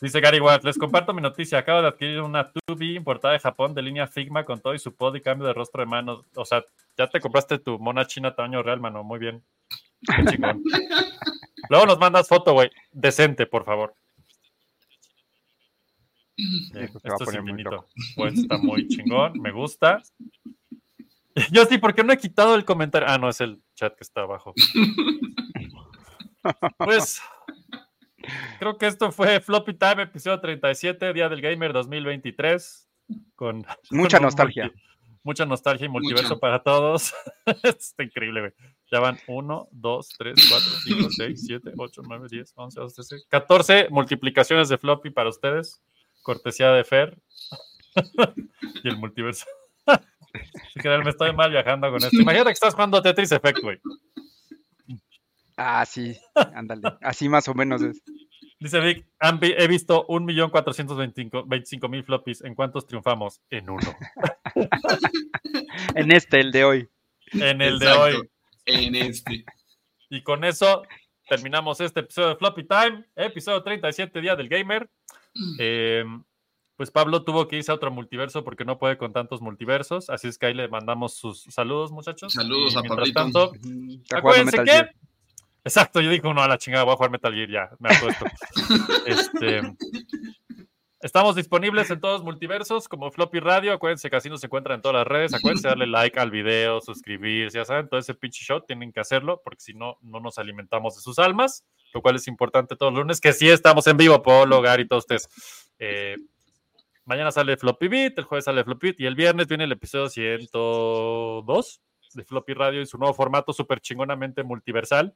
Dice Gary Watt, les comparto mi noticia. Acabo de adquirir una 2B importada de Japón de línea Figma con todo y su pod y cambio de rostro de manos. O sea, ya te compraste tu mona china tamaño real, mano. Muy bien. Qué chingón. Luego nos mandas foto, güey. Decente, por favor. Bien, Esto pues se va a esto es poner muy infinito. loco. Bueno, está muy chingón, me gusta. Yo sí, ¿por qué no he quitado el comentario? Ah, no, es el chat que está abajo. Pues creo que esto fue Floppy Time, episodio 37, Día del Gamer 2023. Con, Mucha con un nostalgia. multi- mucha nostalgia y multiverso Mucha. para todos. Está increíble, güey. Ya van 1, 2, 3, 4, 5, 6, 7, 8, 9, 10, 11, 12, 13, 14 multiplicaciones de floppy para ustedes. Cortesía de Fer y el multiverso. Así que me estoy mal viajando con esto. Imagínate que estás jugando Tetris Effect, güey. Ah, sí, ándale. Así más o menos es. Dice Vic, han vi- he visto 1.425.000 floppies. ¿En cuántos triunfamos? En uno. En este, el de hoy. En el Exacto, de hoy. En este. Y con eso terminamos este episodio de Floppy Time, episodio 37, Día del Gamer. Eh, pues Pablo tuvo que irse a otro multiverso porque no puede con tantos multiversos. Así es que ahí le mandamos sus saludos, muchachos. Saludos Y a mientras Pablito. tanto, Está jugando acuérdense Metal que. Gear. Exacto, yo dije, no, a la chingada, voy a jugar Metal Gear ya, me apuesto. este, estamos disponibles en todos los multiversos, como Floppy Radio. Acuérdense que así nos encuentran en todas las redes. Acuérdense darle like al video, suscribirse, ya saben, todo ese pinche show tienen que hacerlo, porque si no, no nos alimentamos de sus almas, lo cual es importante todos los lunes, que sí estamos en vivo, Polo, Gary, todos ustedes. Eh, mañana sale Floppy Beat, el jueves sale Floppy Beat, y el viernes viene el episodio 102 de Floppy Radio y su nuevo formato súper chingonamente multiversal.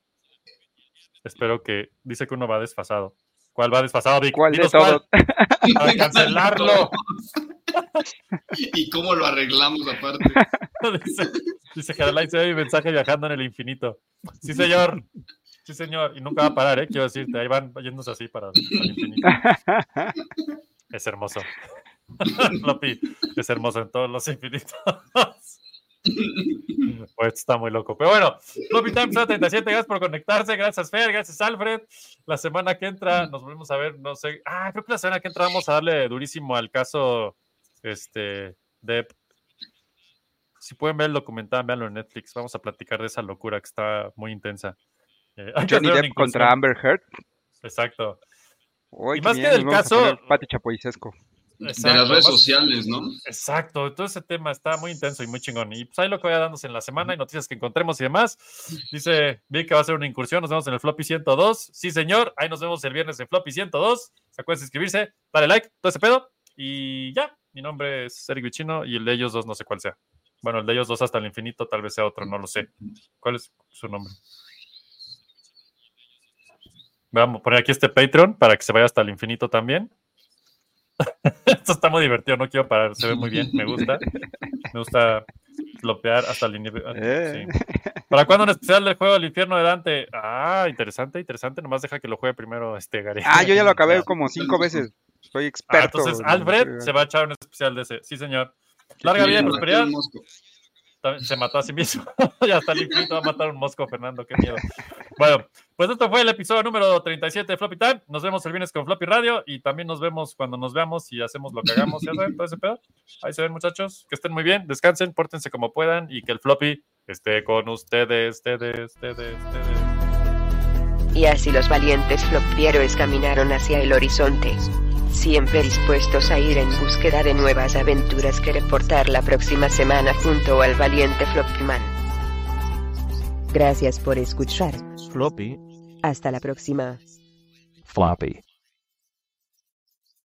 Espero que. Dice que uno va desfasado. ¿Cuál va desfasado, Vic? ¿Cuál de Dinos todos? Para cancelarlo. ¿Y cómo lo arreglamos aparte? dice, dice que Adelaide se ve mi mensaje viajando en el infinito. Sí, señor. Sí, señor. Y nunca va a parar, ¿eh? Quiero decirte, ahí van yéndose así para, para el infinito. Es hermoso. Floppy, es hermoso en todos los infinitos. Pues está muy loco. Pero bueno, Floppy Time episodio 37, gracias por conectarse. Gracias, Fer. Gracias, Alfred. La semana que entra nos volvemos a ver. No sé. Ah, creo que la semana que entra vamos a darle durísimo al caso este, de si pueden ver el documental, véanlo en Netflix. Vamos a platicar de esa locura que está muy intensa. Eh, hay que Johnny hacer una Depp contra incursión. Amber Heard. Exacto. Uy, Y qué más que miedo, del vamos a caso- poner Pati Chapoyesco. Exacto, las redes más- sociales, ¿no? Exacto, todo ese tema está muy intenso y muy chingón. Y pues ahí lo que vaya dándose en la semana y noticias que encontremos y demás. Dice Vic que va a ser una incursión, nos vemos en el Floppy 102. Sí, señor, ahí nos vemos el viernes en Floppy 102. Se acuerdan de suscribirse, dale like, todo ese pedo. Y ya, mi nombre es Eric Vichino y el de ellos dos no sé cuál sea. Bueno, el de ellos dos hasta el infinito tal vez sea otro, no lo sé. ¿Cuál es su nombre? Vamos a poner aquí este Patreon para que se vaya hasta el infinito también. Esto está muy divertido, no quiero parar. Se ve muy bien, me gusta. Me gusta flopear hasta el inib- Eh. sí. ¿Para cuándo un especial del juego del infierno de Dante? Ah, interesante, interesante. Nomás deja que lo juegue primero este Gary. Ah, yo ya lo acabé como cinco veces. Soy Ah, experto. entonces Alfred se va a echar un especial de ese. Sí, señor. Larga vida y Mató prosperidad. un mosco. También se mató a sí mismo. ya está el infinito, va a matar un mosco, Fernando, qué miedo. Bueno, pues esto fue el episodio número 37 de Floppy Time. Nos vemos el viernes con Floppy Radio y también nos vemos cuando nos veamos y hacemos lo que hagamos. ¿Ya saben todo ese pedo? Ahí se ven, muchachos. Que estén muy bien, descansen, pórtense como puedan y que el Floppy esté con ustedes, ustedes, ustedes, ustedes. Y así los valientes flopieros caminaron hacia el horizonte, siempre dispuestos a ir en búsqueda de nuevas aventuras que reportar la próxima semana junto al valiente Flopman. Gracias por escuchar. Floppy, Hasta la próxima. floppy.